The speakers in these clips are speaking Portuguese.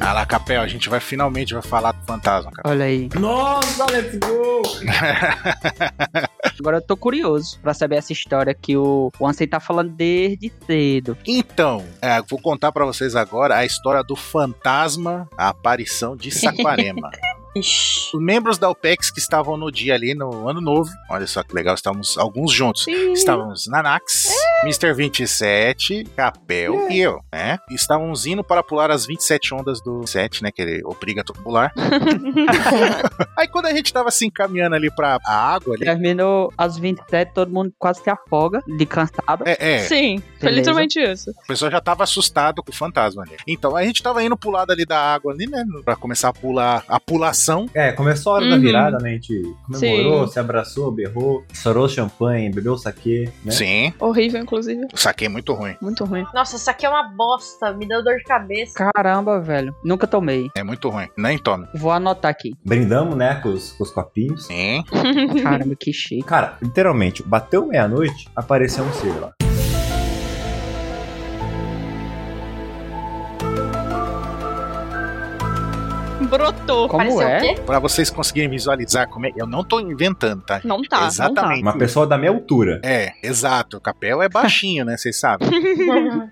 Ah, Capel, a gente vai finalmente vai falar do fantasma, cara. Olha aí. Nossa, let's go! Agora eu tô curioso pra saber essa história que o, o Ansem tá falando desde cedo. Então, é, vou contar pra vocês agora a história do fantasma, a aparição de Saquarema. Ixi. Os membros da OPEX que estavam no dia ali, no ano novo, olha só que legal, estávamos alguns juntos. Estávamos Nanax, Mr. 27, Capel e eu, né? E Estávamos indo para pular as 27 ondas do 7, né? Que ele obriga a pular. Aí quando a gente tava se encaminhando ali pra a água É. ali. Terminou às 27, todo mundo quase se afoga de cansado. É, é, Sim, foi Beleza. literalmente isso. o pessoal já tava assustado com o fantasma ali. Então a gente tava indo pro lado ali da água ali, né? Pra começar a pular a pulação. É, começou a hora da Uhum. virada, né? A gente comemorou, se abraçou, berrou, chorou champanhe, bebeu saquê, né? Sim, Horrível, inclusive. eu saquei muito ruim. Muito ruim. Nossa, isso aqui é uma bosta. Me deu dor de cabeça. Caramba, velho. Nunca tomei. É muito ruim. Nem tome. Vou anotar aqui. Brindamos, né, com os, com os copinhos. Sim. Caramba, que chique. Cara, literalmente, bateu meia-noite, apareceu um ser lá. Brotou. Como Pareceu o é? quê? Pra vocês conseguirem visualizar como é. Eu não tô inventando, tá? Não tá. Exatamente. Uma pessoa da minha altura. É, exato. O Capel é baixinho, né? Vocês sabem.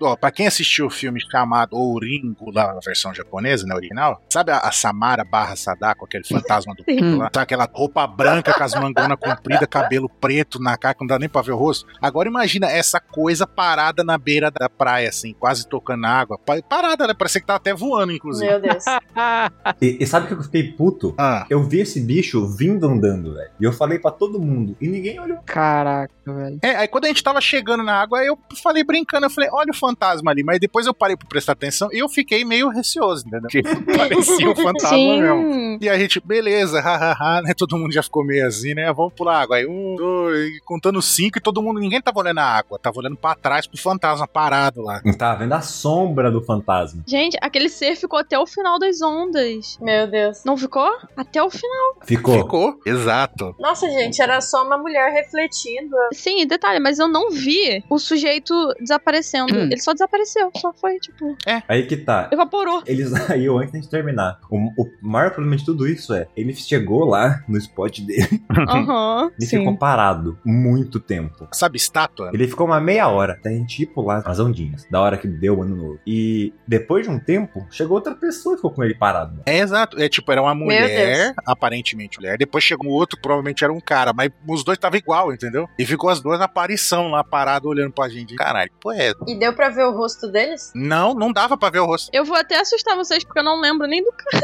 Ó, pra quem assistiu o filme chamado Ouringo, lá na versão japonesa, né? Original, sabe a, a Samara barra Sadako, aquele fantasma do Sim. Hum. culto lá? Tá aquela roupa branca com as mangonas compridas, cabelo preto na cara, que não dá nem pra ver o rosto. Agora imagina essa coisa parada na beira da praia, assim, quase tocando na água. Pa- Parada, né? Parece que tá até voando, inclusive. Meu Deus. Ah. E, e sabe o que eu fiquei puto? Ah, Eu vi esse bicho vindo andando, velho. E eu falei pra todo mundo. E ninguém olhou. Caraca, velho. É, aí quando a gente tava chegando na água, eu falei brincando, eu falei, olha o fantasma ali. Mas depois eu parei pra prestar atenção e eu fiquei meio receoso, entendeu? Porque parecia um fantasma mesmo. Sim. E a gente, beleza, hahaha, né? Todo mundo já ficou meio assim, né? Vamos pular a água. Aí um, dois, e contando cinco e todo mundo, ninguém tava olhando a água. Tava olhando pra trás pro fantasma parado lá. Não tava vendo a sombra do fantasma. Gente, aquele ser ficou até o final das ondas. Meu Deus. Não ficou? Até o final. Ficou. Ficou? Exato. Nossa, gente, era só uma mulher refletindo. Sim, e detalhe, mas eu não vi o sujeito desaparecendo. Hum. Ele só desapareceu. Só foi, tipo, Aí que tá. evaporou. Eles aí, eu, antes de terminar. O, o maior problema de tudo isso é, ele chegou lá no spot dele Aham. e Sim. ficou parado muito tempo. Sabe estátua? Ele ficou uma meia hora até a gente ir pular as ondinhas, da hora que deu o ano novo. E depois de um tempo, chegou outra pessoa e ficou com ele parado. É exato. É tipo, era uma mulher, Deus. aparentemente mulher. Depois chegou um outro, provavelmente era um cara, mas os dois estavam igual, entendeu? E ficou as duas na aparição lá, parado, olhando pra gente. Caralho, pô, é. E deu pra ver o rosto deles? Não, não dava pra ver o rosto. Eu vou até assustar vocês porque eu não lembro nem do cara.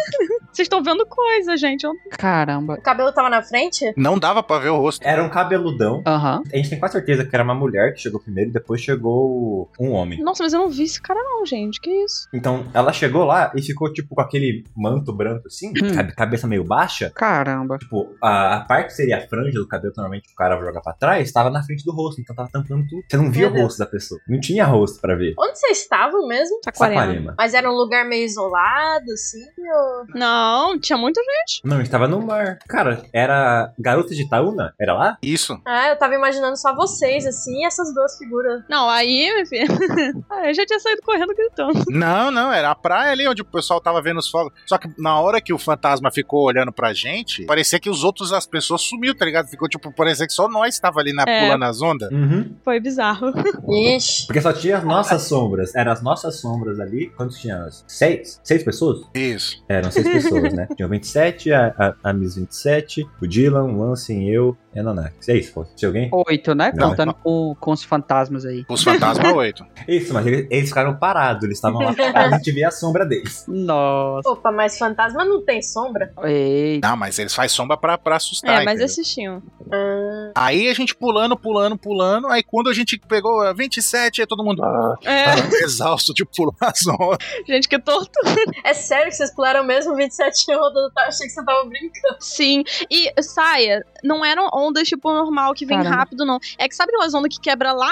Vocês estão vendo coisa, gente. Eu- Caramba. O cabelo tava na frente? Não dava pra ver o rosto. É Era um cabeludão. Aham. A gente tem quase certeza que era uma mulher que chegou primeiro e depois chegou um homem. Nossa, mas eu não vi esse cara, não, gente. Que isso? Então, ela chegou lá e ficou, tipo, com aquele manto branco assim, Hum. cabe- cabeça meio baixa. Caramba. Tipo, a, a parte que seria a franja do cabelo, que normalmente o cara joga pra trás, tava na frente do rosto, então tava tampando tudo. Você não via Meu o Deus. rosto da pessoa. Não tinha rosto pra ver. Onde vocês estavam mesmo? Saquarema. Mas era um lugar meio isolado, assim? Ou... Não, tinha muita gente. Não, estava no mar. Cara, era garota de Itaúna? Era lá? Isso. Ah, eu tava imaginando só vocês, assim, e essas duas figuras. Não, aí, meu filho. ah, aí eu já tinha saído correndo gritando. Não, não, era a praia ali onde o pessoal tava vendo os fogos. Só que na hora que o fantasma ficou olhando pra gente, parecia que os outros, as pessoas sumiu, tá ligado? Ficou tipo, parecia que só nós tava ali na É. pula nas ondas. Uhum. Foi bizarro. Ixi. Porque só tinha as nossas sombras. Eram as nossas sombras ali. Quantos tinha? Seis? Seis pessoas? Isso. Eram seis pessoas, né? Tinha o 27, a, a, a Miss 27, o Dylan, o Lansing, eu e a Nanax. É isso, pô. Tinha alguém? Oito, né? Não. Contando com, com os fantasmas aí. Os fantasmas oito. Isso, mas eles, eles ficaram parados. Eles estavam lá parados. A gente via a sombra deles. Nossa. Opa, mas fantasma não tem sombra? Ei. Não, mas eles fazem sombra pra, pra assustar. é, mas entendeu? assistiam. Ah, Aí a gente pulando, pulando, pulando. Aí quando a gente pegou ah, 27, aí todo mundo ah, É, exausto de pular as ondas. gente, que torto. é sério que vocês pularam mesmo 27 rodas? Eu achei que você tava brincando. Sim. E saia, não eram ondas, tipo, normal, que vem Caramba. rápido, não. É que sabe aquelas ondas que quebra lá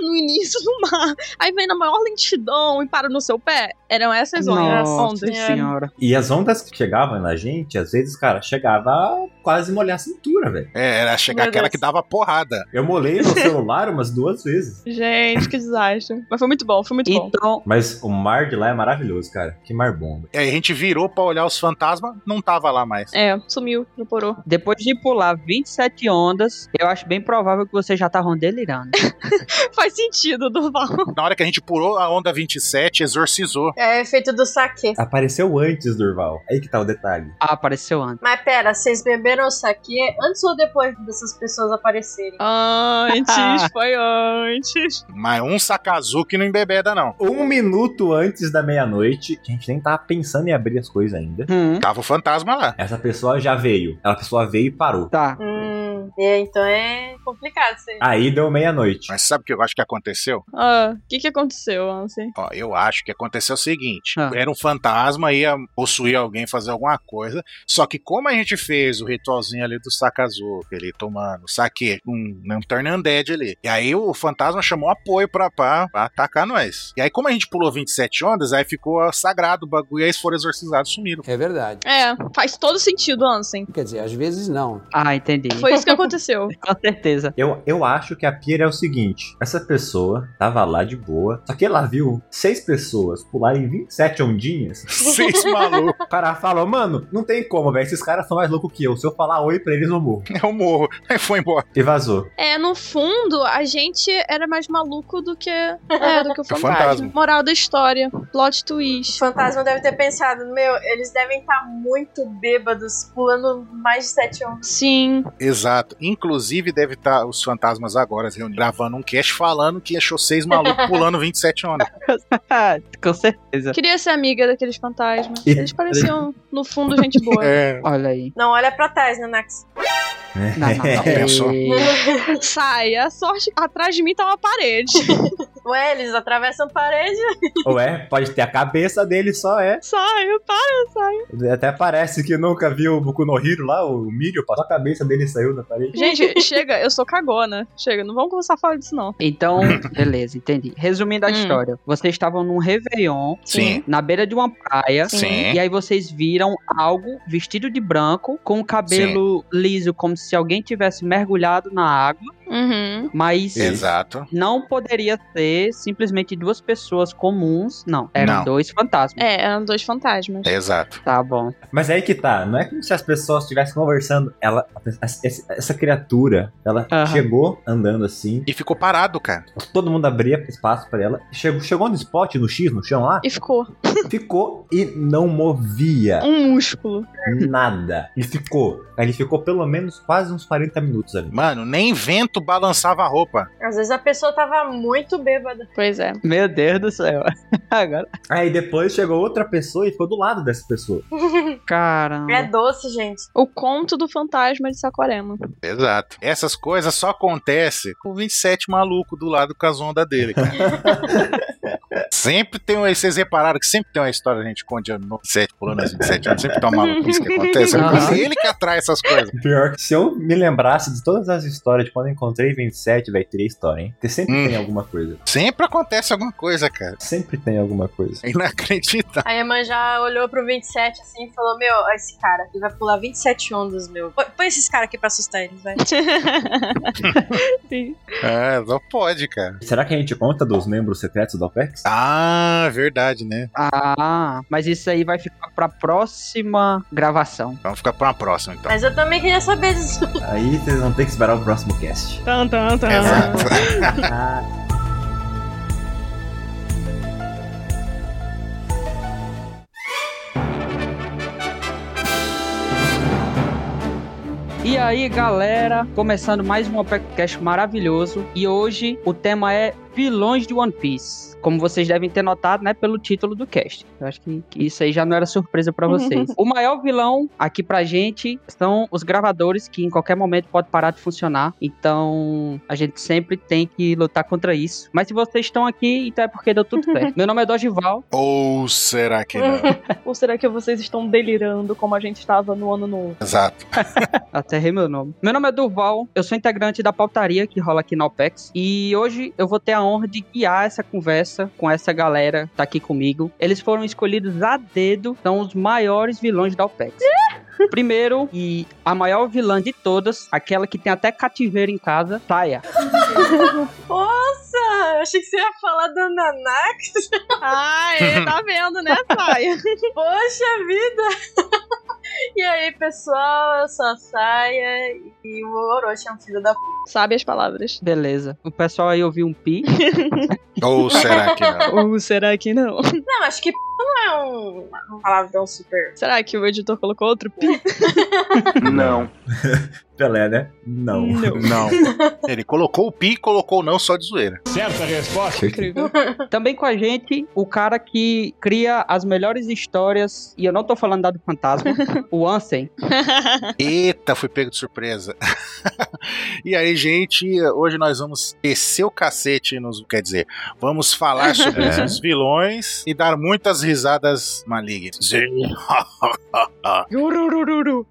no início do mar? Aí vem na maior lentidão e para no seu pé? Eram essas ondas. Nossa ondas. senhora. E as ondas que chegavam na gente, às vezes, cara, chegava a quase molhar a cintura, velho. É, era chegar Meu aquela Deus. que dava porrada. Eu molhei meu celular umas duas vezes. Gente, que desastre. Mas foi muito bom, foi muito bom. Então, Mas o mar de lá é maravilhoso, cara. Que mar bom. velho. E aí a gente virou pra olhar os fantasmas, não tava lá mais. É, sumiu, evaporou. depois de pular 27 ondas, eu acho bem provável que vocês já tá estavam delirando. Faz sentido, Durval. Na hora que a gente pulou a onda 27, exorcizou. É o efeito do saque. Apareceu antes, Durval. Aí que tá o detalhe. Ah, apareceu antes. Mas pera, vocês beberam o saque antes ou depois dessas pessoas aparecerem? Antes, foi antes. Mas um Sakazuki não embebeda, não. Um minuto antes da meia-noite, que a gente nem tava pensando em abrir as coisas ainda. Hum, Tava o fantasma lá. Essa pessoa já veio. Ela pessoa veio e parou. tá. Hum, é, então é complicado isso aí. Aí deu meia-noite. Mas sabe o que eu acho que aconteceu? Ah, O que, que aconteceu, Ansi? Ó, eu acho que aconteceu o seguinte: Ah. era um fantasma, ia possuir alguém, fazer alguma coisa. Só que, como a gente fez o ritualzinho ali do Sakazuki, ele tomando saque, um, um turn undead ali. E aí o fantasma chamou apoio pra, pra, pra atacar nós. E aí, como a gente pulou 27 ondas, aí ficou ó, sagrado o bagulho. E aí eles foram exorcizados, sumiram. É verdade. É, faz todo sentido, Ansem. Quer dizer, às vezes não. Ah, entendi. Foi isso que aconteceu. Com certeza. Eu, eu acho que a pira é o seguinte: essa pessoa tava lá de boa, só que ela viu seis pessoas pularem 27 ondinhas. Seis malucos. O cara falou, mano, não tem como, velho. Esses caras são mais loucos que eu. Se eu falar oi pra eles, eu morro. Eu morro. Aí foi embora. E vazou. É, no fundo, a gente era mais maluco do que, é, do que o fantasma. fantasma. Moral da história, plot O twist. fantasma deve ter pensado, meu, eles devem estar muito bêbados, pulando mais de sete ondas. Sim, Exato. Inclusive, deve estar os fantasmas agora se reunindo, gravando um cast falando que achou seis malucos pulando 27 ondas. Com certeza. queria ser amiga daqueles fantasmas. E- Eles pareciam, no fundo, gente boa. É. Olha aí. Não, olha pra trás, né, Nax? Não, não, não. Pensou? Sai, a sorte atrás de mim tá uma parede. Ué, eles atravessam parede. Ou é, pode ter a cabeça dele só é. Sai, para. Até parece que nunca viu o Boku no Hiro lá, o Mirio, passou a cabeça dele e saiu da parede. Gente, chega, eu sou cagona. Chega, não vamos começar a falar disso, não. Então, beleza, entendi. Resumindo a Hum. história, vocês estavam num Réveillon, Sim. na beira de uma praia, Sim. e aí vocês viram algo vestido de branco, com o cabelo liso, como se alguém tivesse mergulhado na água, Uhum. mas Exato. não poderia ser simplesmente duas pessoas comuns, não. Eram Não. dois fantasmas. É, eram dois fantasmas. Exato. Tá bom. Mas aí que tá, não é como se as pessoas estivessem conversando. Ela, essa, essa criatura, ela Aham. chegou andando assim, E ficou parado, cara. todo mundo abria espaço pra ela. Chegou, chegou no spot, no X, no chão lá, E ficou ficou e não movia. um músculo. Nada. Ele ficou. Ele ficou pelo menos quase uns 40 minutos ali. Mano, nem vento balançava a roupa. Às vezes a pessoa tava muito bêbada. Pois é. Meu Deus do céu. Agora. Aí depois chegou outra pessoa e ficou do lado dessa pessoa. É Caramba. doce, gente. O conto do fantasma de Saquarema. Exato. Essas coisas só acontecem com o 27 maluco do lado com as ondas dele, cara. sempre tem um. Vocês repararam que sempre tem uma história, gente, com o dia 27 pulando as 27 anos. Sempre tem uma maluquice que acontece. Aham. É ele que atrai essas coisas. Pior é que se eu me lembrasse de todas as histórias de quando eu encontrei 27, vai teria história, hein? Porque sempre Hum. tem alguma coisa. Sempre acontece alguma coisa, cara. Sempre tem alguma coisa. É inacreditável. A Eman já olhou pro 27 assim e falou: Meu, ó, esse cara aqui vai pular 27 ondas, meu. Põe- Põe esses caras aqui pra assustar eles, vai. Sim. É, só pode, cara. Será que a gente conta dos membros secretos da OPEX? Ah, verdade, né? Ah, mas isso aí vai ficar pra próxima gravação. Vamos ficar pra uma próxima, então. Mas eu também queria saber disso. Aí vocês vão ter que esperar o próximo cast. Tan, tan, tan. Exato. Ah, E aí, galera, começando mais um podcast maravilhoso. E hoje o tema é vilões de One Piece. Como vocês devem ter notado, né, pelo título do cast. Eu acho que, que isso aí já não era surpresa pra vocês. o maior vilão aqui pra gente são os gravadores, que em qualquer momento pode parar de funcionar. Então, a gente sempre tem que lutar contra isso. Mas se vocês estão aqui, então é porque deu tudo certo. Meu nome é Dogival. Ou será que não? Ou será que vocês estão delirando como a gente estava no ano novo? Exato. Até errei meu nome. Meu nome é Durval, eu sou integrante da pautaria que rola aqui na OPEX. E hoje eu vou ter a honra de guiar essa conversa com essa galera que tá aqui comigo. Eles foram escolhidos a dedo, são os maiores vilões da OPEX. Primeiro, e a maior vilã de todas, aquela que tem até cativeiro em casa, Taya. Nossa, Ah, eu achei que você ia falar da Nanax. Ah, é, tá vendo, né, Saia? Poxa vida. E aí, pessoal, eu sou a Saia e o Orochi é um filho da p... Sabe as palavras. Beleza. O pessoal aí ouviu um pi. Ou será que não? Ou será que não? Não, acho que p... não é um, um palavrão super... Será que o editor colocou outro pi? Não. Pelé, né? Não. Não. Ele colocou o pi e colocou o não só de zoeira. Certa resposta. Incrível. Também com a gente, o cara que cria as melhores histórias, e eu não tô falando da do fantasma, o Ansem. Eita, fui pego de surpresa. e aí, gente, hoje nós vamos descer o cacete nos. Quer dizer, vamos falar sobre É. esses vilões e dar muitas risadas malignas. Sim. Ururururu.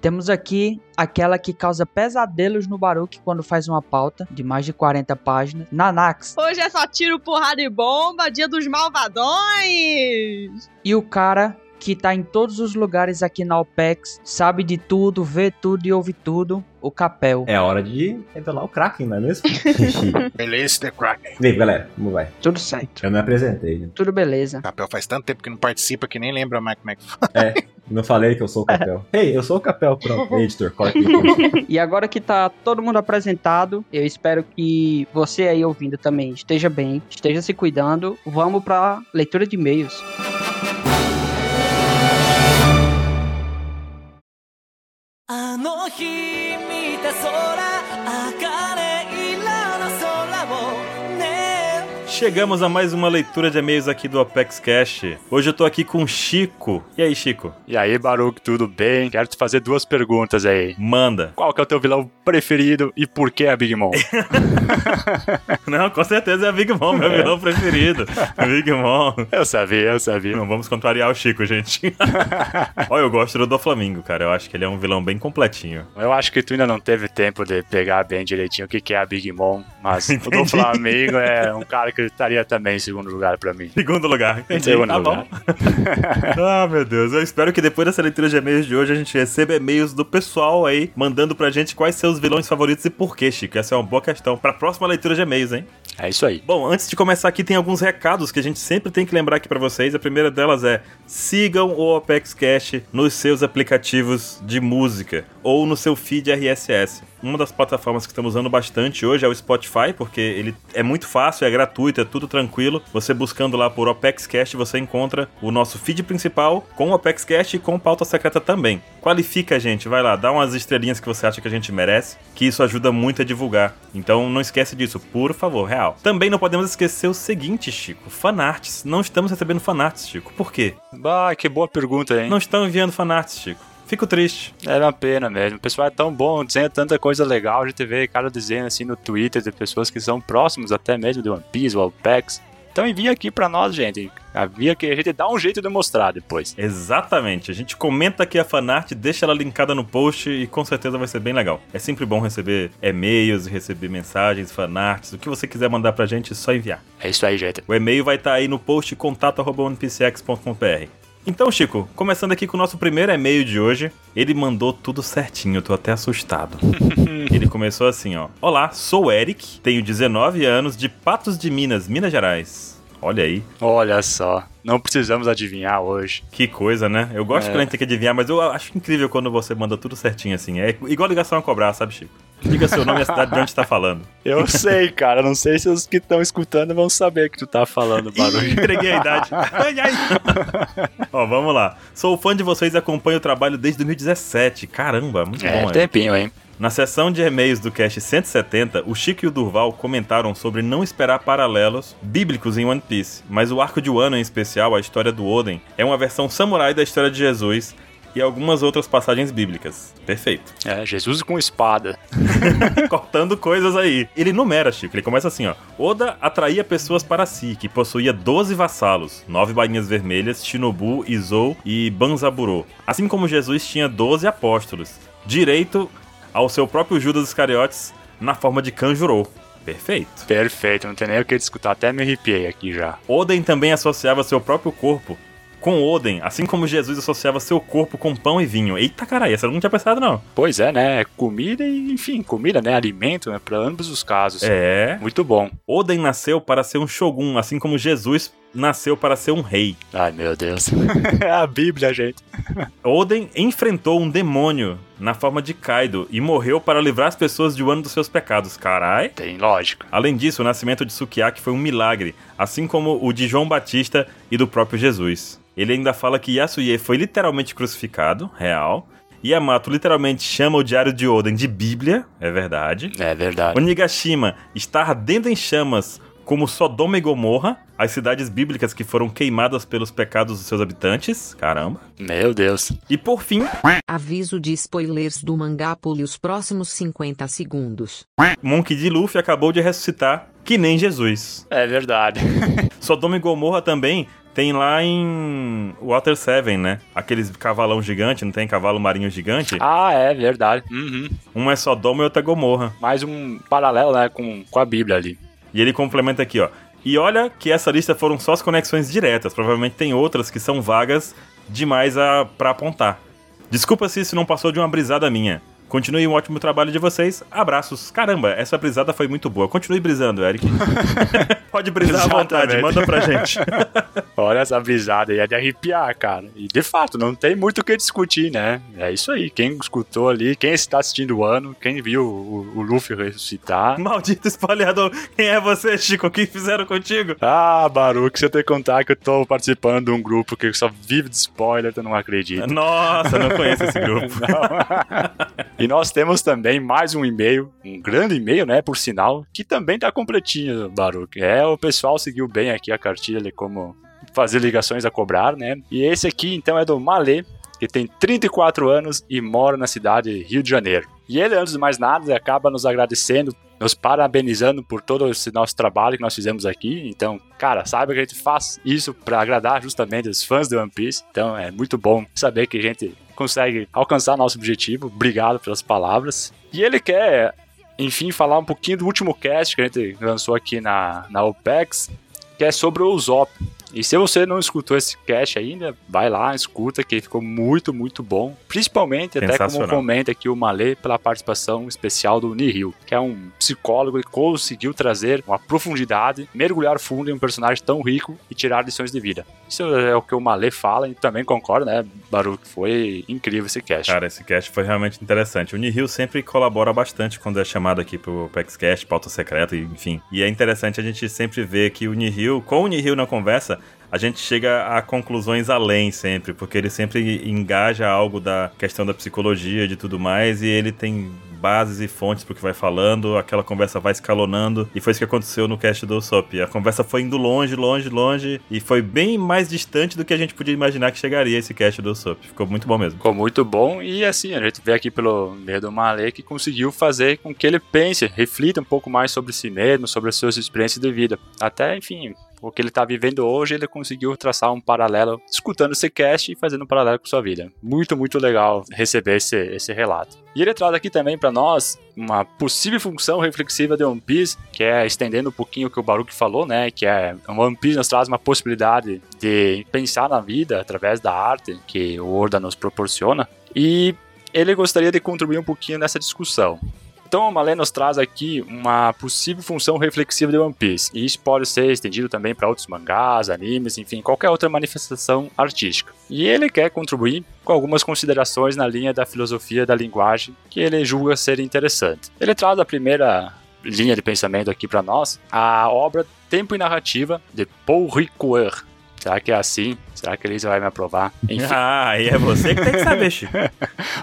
Temos aqui aquela que causa pesadelos no Baruque quando faz uma pauta de mais de 40 páginas. Nanax. Hoje é só tiro, porrada e bomba, dia dos malvadões! E o cara que tá em todos os lugares aqui na OPEX, sabe de tudo, vê tudo e ouve tudo. O Capel. É hora de revelar o Kraken, não é mesmo? Beleza, é The Kraken. Vem, galera, vamos vai. É Tudo certo. Eu me apresentei, né? Tudo beleza. O Capel faz tanto tempo que não participa que nem lembra mais como é que foi. Não falei que eu sou o Capel. Ei, eu sou o Capel, pronto. Editor, corta aí. E agora que tá todo mundo apresentado, eu espero que você aí ouvindo também esteja bem, esteja se cuidando. Vamos pra leitura de e-mails. Chegamos a mais uma leitura de e-mails aqui do Apex Cash. Hoje eu tô aqui com o Chico. E aí, Chico? E aí, Baruch, tudo bem? Quero te fazer duas perguntas aí. Manda. Qual que é o teu vilão preferido e por que a Big Mom? Não, com certeza é a Big Mom, meu vilão preferido. Big Mom. eu sabia, eu sabia. Não vamos contrariar o Chico, gente. Olha, eu gosto do Doflamingo, cara. Eu acho que ele é um vilão bem completinho. Eu acho que tu ainda não teve tempo de pegar bem direitinho o que que é a Big Mom, mas o do Flamengo é um cara que estaria também em segundo lugar pra mim. Segundo lugar. Entendi. Segundo tá lugar. bom. ah, meu Deus. Eu espero que depois dessa leitura de e-mails de hoje a gente receba e-mails do pessoal aí mandando pra gente quais seus vilões favoritos e por quê, Chico. Essa é uma boa questão. Pra próxima leitura de e-mails, hein? É isso aí. Bom, antes de começar aqui, tem alguns recados que a gente sempre tem que lembrar aqui pra vocês. A primeira delas é: sigam o Opex Cash nos seus aplicativos de música ou no seu feed RSS. Uma das plataformas que estamos usando bastante hoje é o Spotify, porque ele é muito fácil, é gratuito, é tudo tranquilo. Você buscando lá por Opex Cash, você encontra o nosso feed principal com o Opex Cash e com pauta secreta também. Qualifica a gente, vai lá, dá umas estrelinhas que você acha que a gente merece, que isso ajuda muito a divulgar. Então não esquece disso, por favor, real. Também não podemos esquecer o seguinte, Chico, fanarts. Não estamos recebendo fanarts, Chico. Por quê? Bah, que boa pergunta, hein? Não estão enviando fanarts, Chico. Fico triste. Era uma pena mesmo. O pessoal é tão bom, desenha tanta coisa legal. A gente vê cara desenho assim no Twitter de pessoas que são próximos até mesmo de One Piece, Wallpacks. Então envia aqui pra nós, gente. Envia que a gente dá um jeito de mostrar depois. Exatamente. A gente comenta aqui a fanart, deixa ela linkada no post e com certeza vai ser bem legal. É sempre bom receber e-mails, receber mensagens, fanarts, o que você quiser mandar pra gente, é só enviar. É isso aí, gente. O e-mail vai estar aí no post contato@onepcx.com.br. Então, Chico, começando aqui com o nosso primeiro e-mail de hoje, ele mandou tudo certinho, eu tô até assustado. ele começou assim, ó: "Olá, sou o Eric, tenho 19 anos, de Patos de Minas, Minas Gerais." Olha aí, Olha só. Não precisamos adivinhar hoje. que coisa, né? Eu gosto É. que a gente tem que adivinhar, mas eu acho incrível quando você manda tudo certinho assim. É igual ligação a cobrar, sabe, Chico? Diga seu nome e a cidade de onde tá falando. Eu sei, cara. Não sei se os que estão escutando vão saber que tu tá falando, barulho. Ih, entreguei a idade. Ai, ai. Ó, vamos lá. Sou fã de vocês e acompanho o trabalho desde 2017. Caramba, muito É, bom. hein? tempinho, hein? Na sessão de e-mails do Cast 170, o Chico e o Durval comentaram sobre não esperar paralelos bíblicos em One Piece, mas o arco de Wano em especial, a história do Oden, é uma versão samurai da história de Jesus e algumas outras passagens bíblicas. Perfeito. É, Jesus com espada. Cortando coisas aí. Ele numera, Chico. Ele começa assim, ó. Oda atraía pessoas para si, que possuía 12 vassalos, 9 bainhas vermelhas, Shinobu, Izou e Banzaburo. Assim como Jesus tinha 12 apóstolos. Direito ao seu próprio Judas Iscariotes na forma de Kanjuro. Perfeito. Perfeito, não tem nem o que discutir. Até me arrepiei aqui já. Oden também associava seu próprio corpo com Oden, assim como Jesus associava seu corpo com pão e vinho. Eita caralho, essa eu não tinha pensado não. Pois é, né? Comida e, enfim, comida, né? Alimento, né? Pra ambos os casos. É. Muito bom. Oden nasceu para ser um shogun, assim como Jesus nasceu para ser um rei. Ai, meu Deus. é a Bíblia, gente. Oden enfrentou um demônio na forma de Kaido e morreu para livrar as pessoas de um ano dos seus pecados. Carai. Tem lógica. Além disso, o nascimento de Sukiyaki foi um milagre, assim como o de João Batista e do próprio Jesus. Ele ainda fala que Yasuye foi literalmente crucificado, real. Yamato literalmente chama o Diário de Oden de Bíblia, é verdade. É verdade. O Nigashima está ardendo em chamas como Sodoma e Gomorra, as cidades bíblicas que foram queimadas pelos pecados dos seus habitantes. Caramba. Meu Deus. E por fim, Aviso de spoilers do mangá pule os próximos 50 segundos. Monkey D. Luffy acabou de ressuscitar, que nem Jesus. É verdade. Sodoma e Gomorra também tem lá em Water Seven, né? Aqueles cavalão gigante, não tem cavalo marinho gigante? Ah, é verdade. Uhum. Um é Sodoma e outro é Gomorra. Mais um paralelo, né, com, com a Bíblia ali. E ele complementa aqui, ó. E olha que essa lista foram só as conexões diretas, provavelmente tem outras que são vagas demais a, pra apontar. Desculpa se isso não passou de uma brisada minha. Continue um ótimo trabalho de vocês. Abraços. Caramba, essa brisada foi muito boa. Continue brisando, Eric. Pode brisar à vontade, Exatamente. manda pra gente. Olha essa brisada aí, é de arrepiar, cara. E de fato, não tem muito o que discutir, né? É isso aí. Quem escutou ali, quem está assistindo o ano, quem viu o, o Luffy ressuscitar. Maldito espalhador, quem é você, Chico? O que fizeram contigo? Ah, Baruque, você tem que contar que eu tô participando de um grupo que só vive de spoiler, tu não acredita. Nossa, não conheço esse grupo. Não. e nós temos também mais um e-mail, um grande e-mail, né, por sinal, que também tá completinho, Baruque. É, o pessoal seguiu bem aqui a cartilha de como fazer ligações a cobrar, né? E esse aqui, então, é do Malê, que tem 34 anos e mora na cidade de Rio de Janeiro. E ele, antes de mais nada, acaba nos agradecendo, nos parabenizando por todo esse nosso trabalho que nós fizemos aqui. Então, cara, saiba que a gente faz isso para agradar justamente os fãs de One Piece. Então, é muito bom saber que a gente consegue alcançar nosso objetivo. Obrigado pelas palavras. E ele quer, enfim, falar um pouquinho do último cast que a gente lançou aqui na, na OPEX, que é sobre o Zop. E se você não escutou esse cast ainda, vai lá, escuta, que ficou muito, muito bom. Principalmente, até como Sensacional. comenta aqui o Malê, pela participação especial do Nihil, que é um psicólogo que conseguiu trazer uma profundidade, mergulhar fundo em um personagem tão rico e tirar lições de vida. Isso é o que o Malê fala e também concordo, né, Baruch? Foi incrível esse cast. Cara, esse cast foi realmente interessante. O Nihil sempre colabora bastante quando é chamado aqui pro PEXCast, pauta secreta, e- enfim. E é interessante a gente sempre ver que o Nihil, com o Nihil na conversa, a gente chega a conclusões além sempre, porque ele sempre engaja algo da questão da psicologia e de tudo mais, e ele tem bases e fontes pro que vai falando, aquela conversa vai escalonando, e foi isso que aconteceu no cast do Usopp. A conversa foi indo longe, longe, longe, e foi bem mais distante do que a gente podia imaginar que chegaria esse cast do Usopp. Ficou muito bom mesmo. Ficou muito bom e assim, a gente vê aqui pelo meio do Malê que conseguiu fazer com que ele pense, reflita um pouco mais sobre si mesmo, sobre as suas experiências de vida. Até, enfim, o que ele está vivendo hoje, ele conseguiu traçar um paralelo, escutando esse cast e fazendo um paralelo com sua vida. Muito, muito legal receber esse, esse relato. E ele traz aqui também para nós uma possível função reflexiva de One Piece, que é estendendo um pouquinho o que o Baruch falou, né? Que é um One Piece nos traz uma possibilidade de pensar na vida através da arte que o Oda nos proporciona. E ele gostaria de contribuir um pouquinho nessa discussão. Então, a Malé nos traz aqui uma possível função reflexiva de One Piece. E isso pode ser estendido também para outros mangás, animes, enfim, qualquer outra manifestação artística. E ele quer contribuir com algumas considerações na linha da filosofia da linguagem que ele julga ser interessante. Ele traz a primeira linha de pensamento aqui para nós, a obra Tempo e Narrativa de Paul Ricoeur, Será que é assim? Será que eles vão me aprovar? Enfim, Ah, e é você que tem que saber, Chico.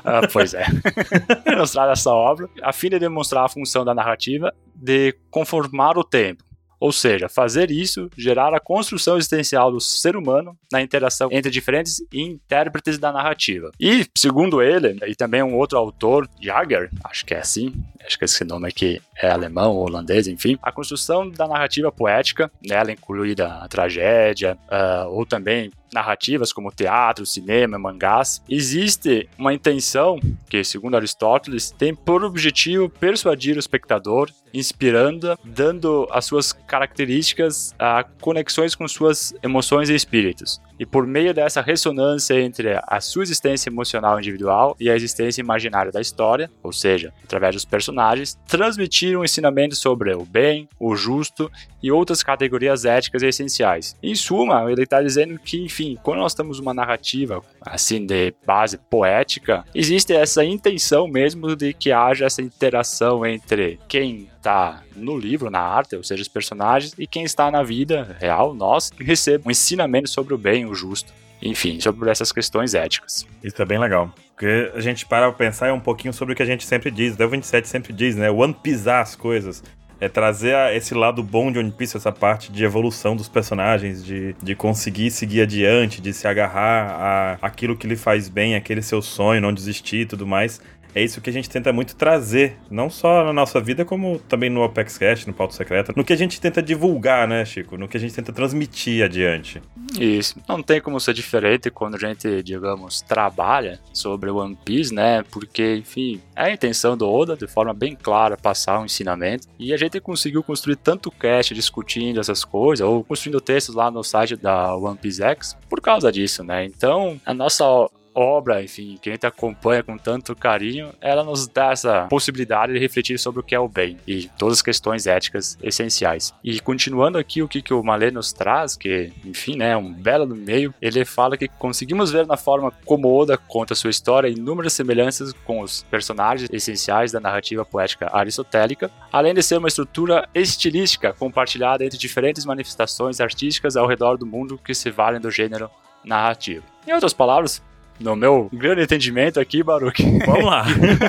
ah, pois é. Ilustrar essa obra a fim de demonstrar a função da narrativa de conformar o tempo. Ou seja, fazer isso gerar a construção existencial do ser humano na interação entre diferentes intérpretes da narrativa. E, segundo ele, e também um outro autor, Jager, acho que é assim, acho que esse nome aqui é alemão ou holandês, enfim, a construção da narrativa poética, nela incluída a tragédia, ah, ou também narrativas como teatro, cinema, mangás, existe uma intenção que, segundo Aristóteles, tem por objetivo persuadir o espectador, inspirando, dando as suas características a conexões com suas emoções e espíritos. E por meio dessa ressonância entre a sua existência emocional individual e a existência imaginária da história, ou seja, através dos personagens, transmitir um ensinamento sobre o bem, o justo e outras categorias éticas essenciais. Em suma, ele está dizendo que, enfim, quando nós temos uma narrativa assim de base poética, existe essa intenção mesmo de que haja essa interação entre quem está no livro, na arte, ou seja, os personagens, e quem está na vida real, nós, que receba um ensinamento sobre o bem, o justo, enfim, sobre essas questões éticas. Isso é bem legal. Porque a gente para pra pensar um pouquinho sobre o que a gente sempre diz, até o 27 sempre diz, né? One Piecear as coisas. É trazer a- esse lado bom de One Piece, essa parte de evolução dos personagens, de, de conseguir seguir adiante, de se agarrar a aquilo que lhe faz bem, aquele seu sonho, não desistir e tudo mais. É isso que a gente tenta muito trazer, não só na nossa vida, como também no Apex Cash, no Pauta Secreta, no que a gente tenta divulgar, né, Chico? No que a gente tenta transmitir adiante. Isso. Não tem como ser diferente quando a gente, digamos, trabalha sobre One Piece, né? Porque, enfim, é a intenção do Oda, de forma bem clara, passar um ensinamento. E a gente conseguiu construir tanto cast discutindo essas coisas, ou construindo textos lá no site da One Piece X, por causa disso, né? Então, a nossa obra, enfim, que a gente acompanha com tanto carinho, ela nos dá essa possibilidade de refletir sobre o que é o bem e todas as questões éticas essenciais. E continuando aqui o que, que o Malê nos traz, que, enfim, né, é um belo do meio, ele fala que conseguimos ver na forma como Oda conta sua história inúmeras semelhanças com os personagens essenciais da narrativa poética aristotélica, além de ser uma estrutura estilística compartilhada entre diferentes manifestações artísticas ao redor do mundo que se valem do gênero narrativo. Em outras palavras, no meu grande entendimento aqui, Baruch, Vamos lá!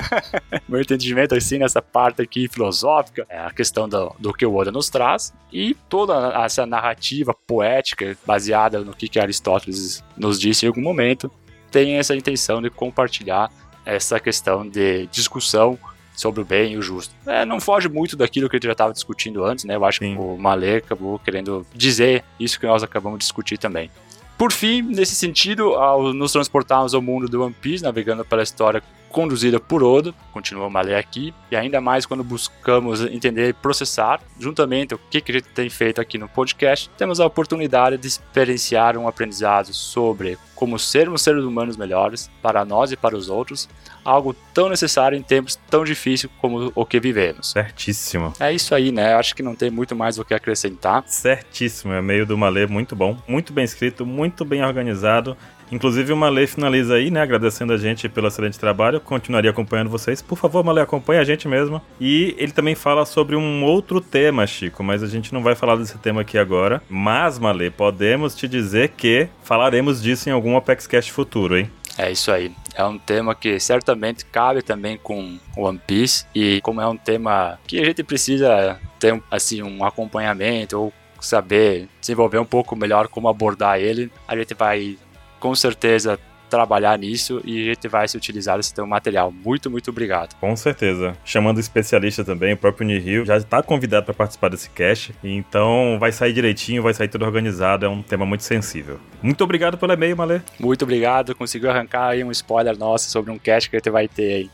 meu entendimento assim nessa parte aqui filosófica é a questão do, do que o Oda nos traz e toda essa narrativa poética baseada no que, que Aristóteles nos disse em algum momento tem essa intenção de compartilhar essa questão de discussão sobre o bem e o justo. É, não foge muito daquilo que eu já estava discutindo antes, né? Eu acho Sim. que o Malê acabou querendo dizer isso que nós acabamos de discutir também. Por fim, nesse sentido, ao nos transportarmos ao mundo do One Piece, navegando pela história conduzida por Oda, continuamos a ler aqui, e ainda mais quando buscamos entender e processar, juntamente o que que a gente tem feito aqui no podcast, temos a oportunidade de experienciar um aprendizado sobre como sermos seres humanos melhores para nós e para os outros, algo tão necessário em tempos tão difíceis como o que vivemos. Certíssimo. É isso aí, né? Acho que não tem muito mais o que acrescentar. Certíssimo, é meio do Malê, muito bom, muito bem escrito, muito bem organizado. Inclusive o Malê finaliza aí, né, agradecendo a gente pelo excelente trabalho, continuaria acompanhando vocês. Por favor, Malê, acompanhe a gente mesmo. E ele também fala sobre um outro tema, Chico, mas a gente não vai falar desse tema aqui agora. Mas, Malê, podemos te dizer que falaremos disso em algum Apex Cash futuro, hein? É isso aí. É um tema que certamente cabe também com One Piece e como é um tema que a gente precisa ter um, assim um acompanhamento ou saber desenvolver um pouco melhor como abordar ele, a gente vai com certeza trabalhar nisso e a gente vai se utilizar desse teu material. Muito, muito obrigado. Com certeza. Chamando especialista também, o próprio Nihil já está convidado para participar desse cast, então vai sair direitinho, vai sair tudo organizado, é um tema muito sensível. Muito obrigado pelo e-mail, Malê. Muito obrigado. Conseguiu arrancar aí um spoiler nosso sobre um cast que a gente vai ter aí.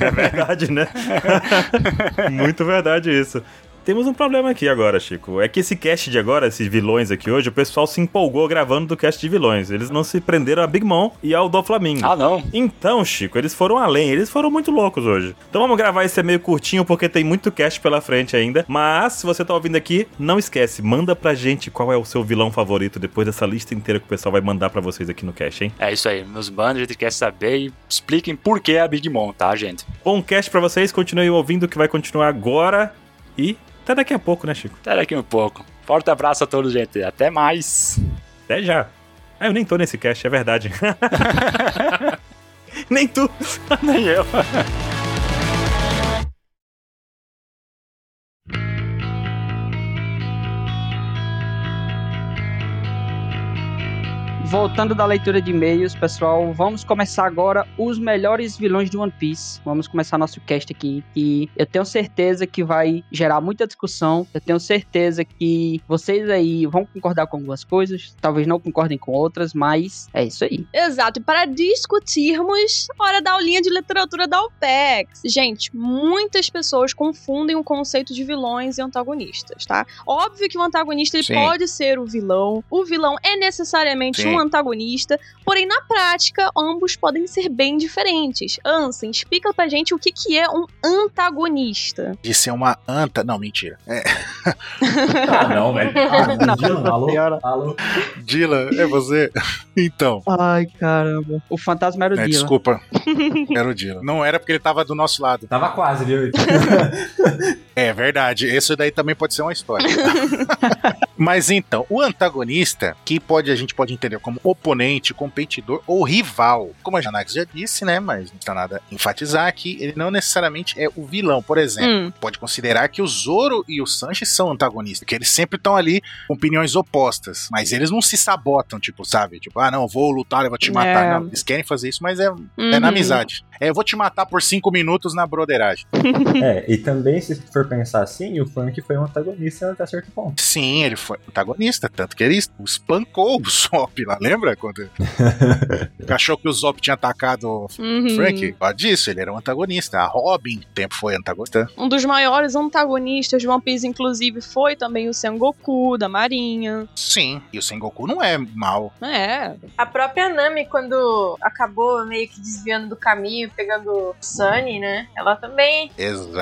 É verdade, né? muito verdade isso. Temos um problema aqui agora, Chico. É que esse cast de agora, esses vilões aqui hoje, o pessoal se empolgou gravando do cast de vilões. Eles não se prenderam a Big Mom e ao do Flamengo. Ah, não. Então, Chico, eles foram além, eles foram muito loucos hoje. Então vamos gravar esse meio curtinho porque tem muito cast pela frente ainda. Mas se você tá ouvindo aqui, não esquece, manda pra gente qual é o seu vilão favorito depois dessa lista inteira que o pessoal vai mandar pra vocês aqui no cast, hein? É isso aí. Nos bandos a gente quer saber e expliquem por que a Big Mom, tá, gente? Bom cast pra vocês, continuem ouvindo que vai continuar agora e até daqui a pouco, né, Chico? Até daqui um pouco. Forte abraço a todos, gente. Até mais. Até já. Ah, eu nem tô nesse cast, é verdade. nem tu. Nem eu. Voltando da leitura de e-mails, pessoal, vamos começar agora os melhores vilões de One Piece. Vamos começar nosso cast aqui, que eu tenho certeza que vai gerar muita discussão. Eu tenho certeza que vocês aí vão concordar com algumas coisas, talvez não concordem com outras, mas é isso aí. Exato, e para discutirmos, hora da aulinha de literatura da OPEX. Gente, muitas pessoas confundem o conceito de vilões e antagonistas, tá? Óbvio que o antagonista ele Sim. pode ser o vilão, o vilão é necessariamente Sim. um antagonista, porém na prática ambos podem ser bem diferentes. Ansem, explica pra gente o que, que é um antagonista. De ser uma anta. Não, mentira. Ah, não, velho. Ah, não, Dylan, alô? Senhora. Alô? Dylan, é você? Então. Ai, caramba. O fantasma era o né, Dylan. desculpa. Era o Dylan. Não era porque ele tava do nosso lado. Tava quase, viu? É verdade. Isso daí também pode ser uma história. Mas então, o antagonista, que pode a gente pode entender como oponente, competidor ou rival. Como a Janax já disse, né? Mas não está nada a enfatizar aqui, ele não necessariamente é o vilão. Por exemplo, Hum, pode considerar que o Zoro e o Sanji são antagonistas, porque eles sempre estão ali com opiniões opostas, mas eles não se sabotam, tipo, sabe? Tipo, ah, não, vou lutar, eu vou te matar. É. Não, eles querem fazer isso, mas é, é na uhum. amizade. É, eu vou te matar por cinco minutos na broderagem. É, e também, se for pensar assim, o Frank foi um antagonista até certo ponto. Sim, ele foi protagonista, tanto que ele espancou o Zop lá, lembra? Quando achou que o Zop tinha atacado o Uhum. Frank? Pode disso, ele era um antagonista. A Robin, no tempo, foi antagonista. Um dos maiores antagonistas de One Piece, inclusive, foi também o Sengoku, da Marinha. Sim, e o Sengoku não é mal. É. A própria Nami, quando acabou meio que desviando do caminho, pegando o Sunny, né? Ela também.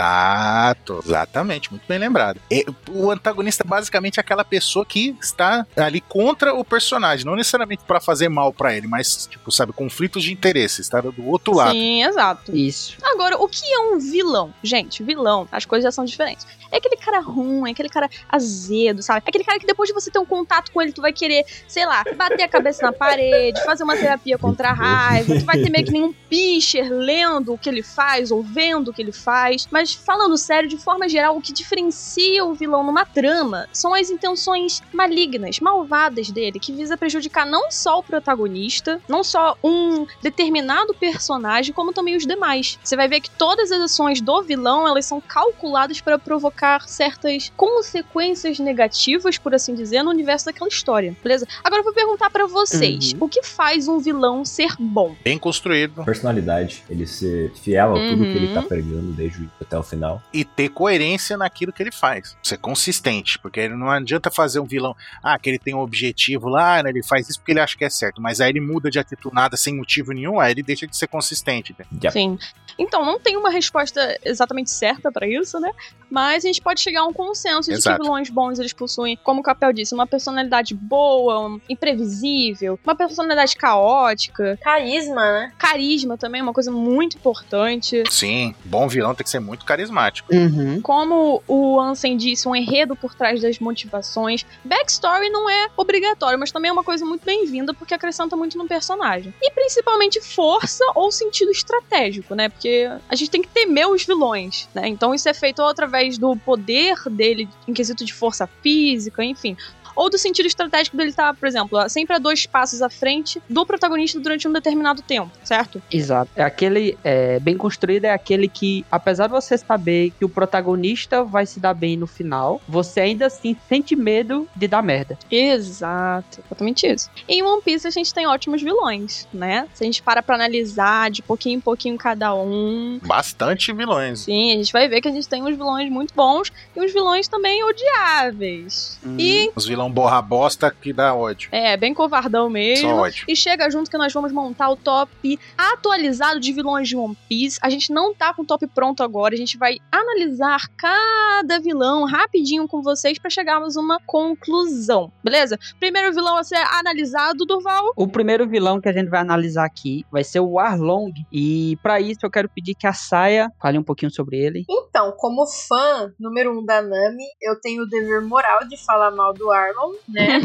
Exato, exatamente, muito bem lembrado. É, o antagonista basicamente é aquela pessoa que está ali contra o personagem, não necessariamente para fazer mal para ele, mas tipo, sabe, conflitos de interesses, tá do outro lado. Sim, exato. Isso. Agora, o que é um vilão? Gente, vilão, as coisas já são diferentes. É aquele cara ruim, é aquele cara azedo, sabe? É aquele cara que depois de você ter um contato com ele, tu vai querer, sei lá, bater a cabeça na parede, fazer uma terapia contra a raiva, tu vai ter meio que nenhum pitcher lendo o que ele faz ou vendo o que ele faz. Mas falando sério, de forma geral, o que diferencia o vilão numa trama são as intenções malignas, malvadas dele, que visa prejudicar não só o protagonista, não só um determinado personagem, como também os demais. Você vai ver que todas as ações do vilão, elas são calculadas para provocar certas consequências negativas, por assim dizer, no universo daquela história, beleza? Agora eu vou perguntar para vocês, o que faz um vilão ser bom? Bem construído Personalidade, ele ser fiel a tudo que ele tá Uhum. pregando desde o- até o final. e ter coerência naquilo que ele faz. Ser consistente, porque ele não adianta fazer um vilão, ah, que ele tem um objetivo lá, né, ele faz isso porque ele acha que é certo, mas aí ele muda de atitude nada sem motivo nenhum, aí ele deixa de ser consistente. né? Yep. Sim. Então, não tem uma resposta exatamente certa pra isso, né? Mas a gente pode chegar a um consenso de Exato. que vilões bons eles possuem, como o Capel disse, uma personalidade boa, um- imprevisível, uma personalidade caótica, Carisma, né? carisma também é uma coisa muito importante. Sim, bom vilão tem que ser muito carismático. Uhum. Como o Ansem disse, um enredo por trás das motivações. Backstory não é obrigatório, mas também é uma coisa muito bem-vinda porque acrescenta muito no personagem. E principalmente força ou sentido estratégico, né? Porque a gente tem que temer os vilões, né? Então isso é feito ou através do poder dele em quesito de força física, enfim. Ou do sentido estratégico dele estar, por exemplo, sempre a dois passos à frente do protagonista durante um determinado tempo, certo? Exato. É aquele é, bem construído é aquele que, apesar de você saber que o protagonista vai se dar bem no final, você ainda assim sente medo de dar merda. Exato, exatamente isso. Em One Piece a gente tem ótimos vilões, né? Se a gente para pra analisar de pouquinho em pouquinho cada um, Bastante vilões. sim, a gente vai ver que a gente tem uns vilões muito bons e uns vilões também odiáveis. E Os vilão borra bosta que dá ódio. É, bem covardão mesmo. Só ódio. E chega junto que nós vamos montar o top atualizado de vilões de One Piece. A gente não tá com o top pronto agora, a gente vai analisar cada vilão rapidinho com vocês pra chegarmos a uma conclusão, beleza? Primeiro vilão a ser analisado, Durval. O primeiro vilão que a gente vai analisar aqui vai ser o Arlong. E pra isso eu quero pedir que a Saia fale um pouquinho sobre ele. Então, como fã número um da Nami, eu tenho o dever moral de falar mal do Arlon, né?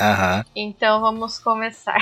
Aham. Então vamos começar.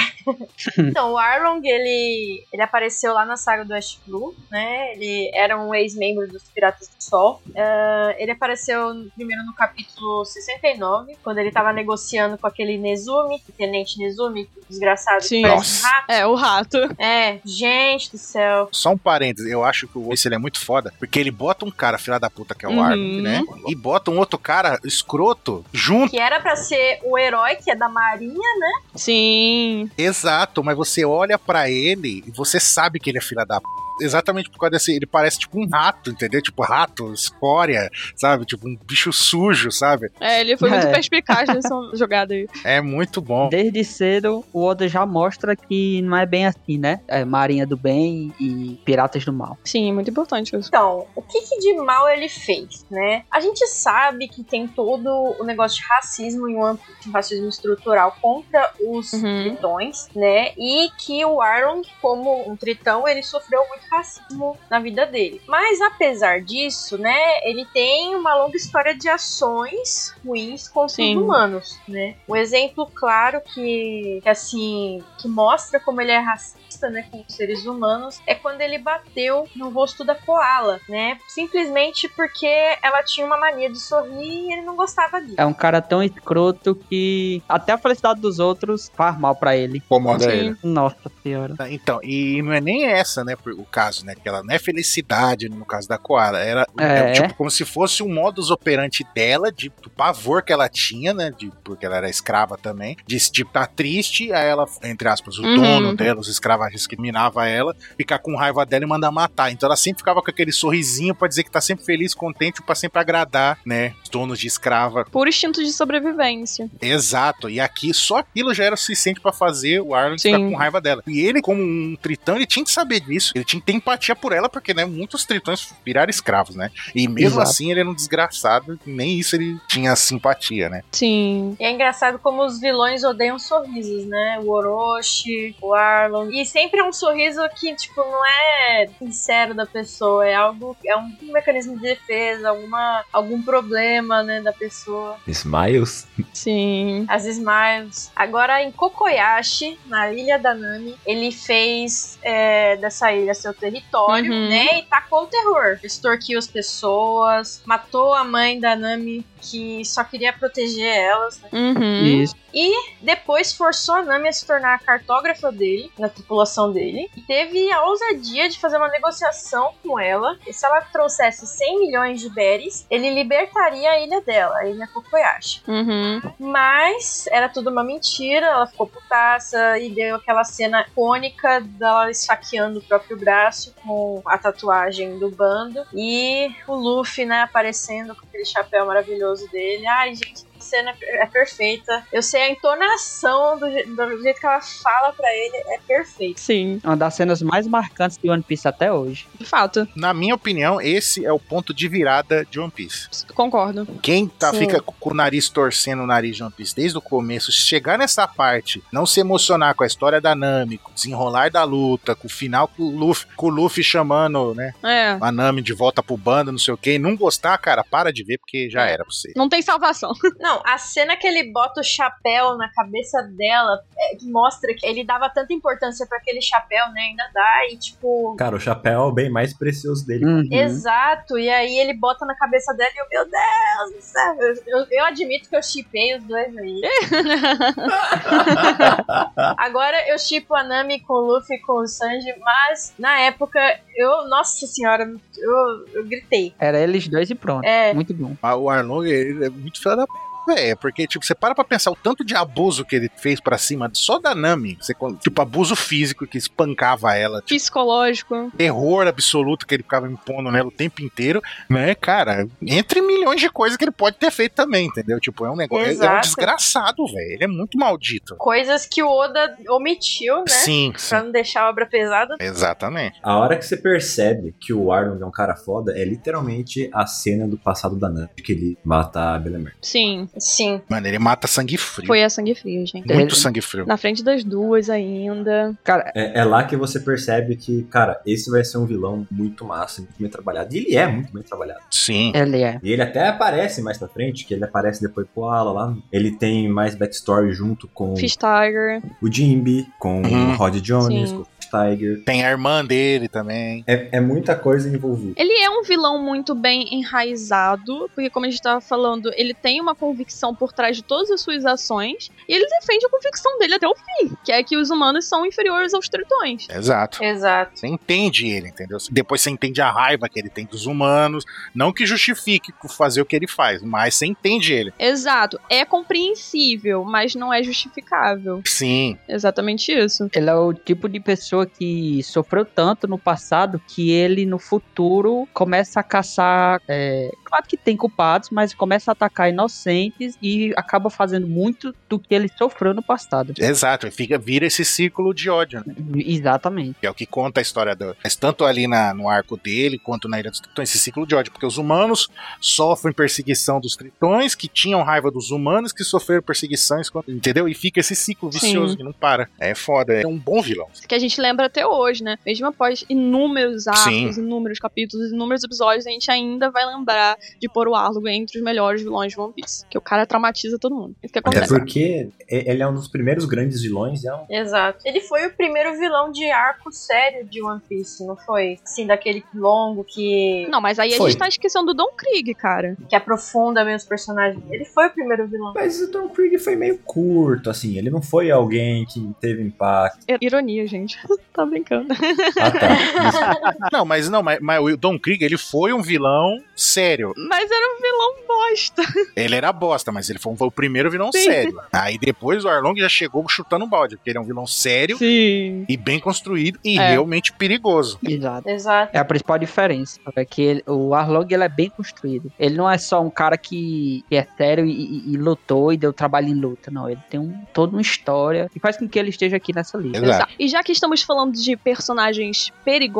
então, o Arlong, ele, ele apareceu lá na saga do Ash Blue, né? Ele era um ex-membro dos Piratas do Sol. Ah, ele apareceu primeiro no capítulo 69, quando ele tava negociando com aquele Nezumi, o Tenente Nezumi, o desgraçado Sim. que parece um rato. É, o rato. É, gente do céu. Só um parênteses, eu acho que o Ace ele é muito foda, porque ele bota um cara, filha da puta, que é o Uhum. Arlong, né? E bota um outro cara escroto junto. Que era pra ser o herói, que é da Marinha, né? Sim. Exato, mas você olha pra ele e você sabe que ele é filha da p... Exatamente por causa desse. Ele parece tipo um rato, entendeu? Tipo rato, escória, sabe? Tipo um bicho sujo, sabe? É, ele foi muito É. perspicaz nessa jogada aí. É muito bom. Desde cedo, o Oda já mostra que não é bem assim, né? É Marinha do Bem e Piratas do Mal. Sim, muito importante isso. Então, o que, que de mal ele fez, né? A gente sabe que tem todo o negócio de racismo e um amplo racismo estrutural contra os Uhum. tritões, né? E que o Arlong, como um tritão, ele sofreu muito racismo na vida dele. Mas apesar disso, né? Ele tem uma longa história de ações ruins contra os Sim. humanos, né? Um exemplo claro que, que, assim, que mostra como ele é racista. Né, com os seres humanos é quando ele bateu no rosto da koala, né? Simplesmente porque ela tinha uma mania de sorrir e ele não gostava disso. É um cara tão escroto que até a felicidade dos outros faz mal pra ele. Incomoda Sim. ele. Nossa senhora. Tá, Então, e não é nem essa, né, o caso, né, que ela não é felicidade no caso da Koala, era É. é, tipo como se fosse um modus operandi dela, de, do pavor que ela tinha, né, de, porque ela era escrava também, de tipo, tá triste, aí ela, entre aspas, o Uhum. dono dela, os escravagistas que minava ela, ficar com raiva dela e mandar matar, então ela sempre ficava com aquele sorrisinho pra dizer que tá sempre feliz, contente, pra sempre agradar, né, os donos de escrava, Puro instinto de sobrevivência. Exato, e aqui só aquilo já era o suficiente pra fazer o Arlong Sim. ficar com raiva dela. E ele, como um tritão, ele tinha que saber disso. Ele tinha que ter empatia por ela, porque né, muitos tritões viraram escravos, né? E mesmo Exato. assim ele era um desgraçado, nem isso ele tinha simpatia, né? Sim. E é engraçado como os vilões odeiam sorrisos, né? O Orochi, o Arlon. E sempre é um sorriso que, tipo, não é sincero da pessoa. É algo. É um mecanismo de defesa, alguma, algum problema, né? Da pessoa. Smiles? Sim. As Smiles. Agora, em Kokoyashi, na ilha da Nami, ele fez é, dessa ilha seu território, Uhum. né? E tacou o terror. Extorquiu as pessoas, matou a mãe da Nami, que só queria proteger elas, né? Hum? Uhum. Isso. Depois forçou a Nami a se tornar a cartógrafa dele, na tripulação dele, e teve a ousadia de fazer uma negociação com ela, e se ela trouxesse 100 milhões de beres, ele libertaria a ilha dela, a ilha Kokoyashi. Uhum. Mas era tudo uma mentira, ela ficou putaça e deu aquela cena icônica dela esfaqueando o próprio braço com a tatuagem do bando, e o Luffy, né, aparecendo com aquele chapéu maravilhoso dele. Ai, gente, essa cena é perfeita. Eu sei a entonação do, je- do jeito que ela fala pra ele é perfeita. Sim. Uma das cenas mais marcantes de One Piece até hoje. De fato. Na minha opinião, esse é o ponto de virada de One Piece. Concordo. Quem tá, Sim. fica com o nariz torcendo o nariz de One Piece desde o começo, chegar nessa parte, não se emocionar com a história da Nami, com o desenrolar da luta, com o final com o Luffy, com o Luffy chamando, né? É. a Nami de volta pro bando, não sei o que, e não gostar, cara, para de ver, porque já É. era pra você. Não tem salvação. Não, a cena que ele bota o chapéu na cabeça dela é, que mostra que ele dava tanta importância pra aquele chapéu, né? Ainda dá, e tipo, Cara, o chapéu é o bem mais precioso dele. Uhum. Exato, e aí ele bota na cabeça dela e eu, meu Deus do céu. Eu, eu- eu admito que eu chipei os dois aí. Agora eu chipo a Nami com o Luffy com o Sanji, mas na época eu, nossa senhora, eu, eu gritei. Era eles dois e pronto. É. Muito bom. Mas o Arlong, ele é muito filho da p, velho. Porque, tipo, você para pra pensar o tanto de abuso que ele fez pra cima só da Nami. Você, tipo, abuso físico que espancava ela. Tipo, Psicológico. terror absoluto que ele ficava impondo nela o tempo inteiro, né, cara? Entre milhões de coisas que ele pode ter feito também, entendeu? Tipo, é um negócio. ele É um Exato. desgraçado, velho. Ele é muito maldito. Coisas que o Oda omitiu, né? Sim, sim. Pra não deixar a obra pesada. Exatamente. A hora que você percebe que o Arnold é um cara foda é literalmente a cena do passado da Nami, que ele mata a Belemer. Sim. Sim. Mano, ele mata sangue frio. Foi a sangue frio, gente. Muito sangue frio. Na frente das duas ainda. Cara, É, é lá que você percebe que, cara, esse vai ser um vilão muito massa, muito bem trabalhado. E ele é muito bem trabalhado. Sim. ele é. E ele até aparece mais pra frente, que ele aparece depois pro Ala lá. Ele tem mais backstory junto com Fish Tiger. o Jimby, com Uhum. o Rod Jones, Sim. com o Tiger. Tem a irmã dele também. É, é muita coisa envolvida. Ele é um vilão muito bem enraizado, porque como a gente tava falando, ele tem uma convicção por trás de todas as suas ações, e ele defende a convicção dele até o fim, que é que os humanos são inferiores aos tritões. Exato. Exato. Você entende ele, entendeu? Depois você entende a raiva que ele tem dos humanos. Não que justifique fazer o que ele faz, mas você entende ele. Exato, é compreensível, mas não é justificável. Sim. Exatamente isso. Ele é o tipo de pessoa que sofreu tanto no passado que ele no futuro começa a caçar. é, claro que tem culpados, mas começa a atacar inocentes e acaba fazendo muito do que ele sofreu no passado. Exato. E fica, vira esse círculo de ódio, né? Exatamente. Que é o que conta a história do. Mas tanto ali na- no arco dele quanto na Ilha dos Tritões, esse ciclo de ódio. Porque os humanos sofrem perseguição dos tritões, que tinham raiva dos humanos, que sofreram perseguições, entendeu? E fica esse ciclo vicioso Sim. que não para. É foda. É um bom vilão. Que a gente lembra até hoje, né? Mesmo após inúmeros arcos, Sim. inúmeros capítulos, inúmeros episódios, a gente ainda vai lembrar de pôr o Arlo entre os melhores vilões de One Piece. Que o cara traumatiza todo mundo. Isso que Até acontece. porque e- ele é um dos primeiros grandes vilões, e é um Exato. Ele foi o primeiro vilão de arco sério de One Piece, não foi? Assim, daquele longo que, Não, mas aí a Foi. gente tá esquecendo do Don Krieg, cara. que aprofunda mesmo os personagens. Ele foi o primeiro vilão. Mas o Tom Krieg foi meio curto, assim. Ele não foi alguém que teve impacto. É Ironia, gente. tá brincando. Ah, tá. Não, mas não, mas, mas o Don Krieg, ele foi um vilão sério. Mas era um vilão bosta. Ele era bosta, mas ele foi, um- foi o primeiro vilão Sim. sério. Aí depois o Arlong já chegou chutando o balde, porque ele é um vilão sério Sim. e bem construído e É. realmente perigoso. Exato. Exato. É a principal diferença. É que ele- o Arlong ele é bem construído. Ele não é só um cara que, que é sério e, e- e lutou e deu trabalho em luta. Não, ele tem um, toda uma história que faz com que ele esteja aqui nessa lista. Exato. E já que estamos falando de personagens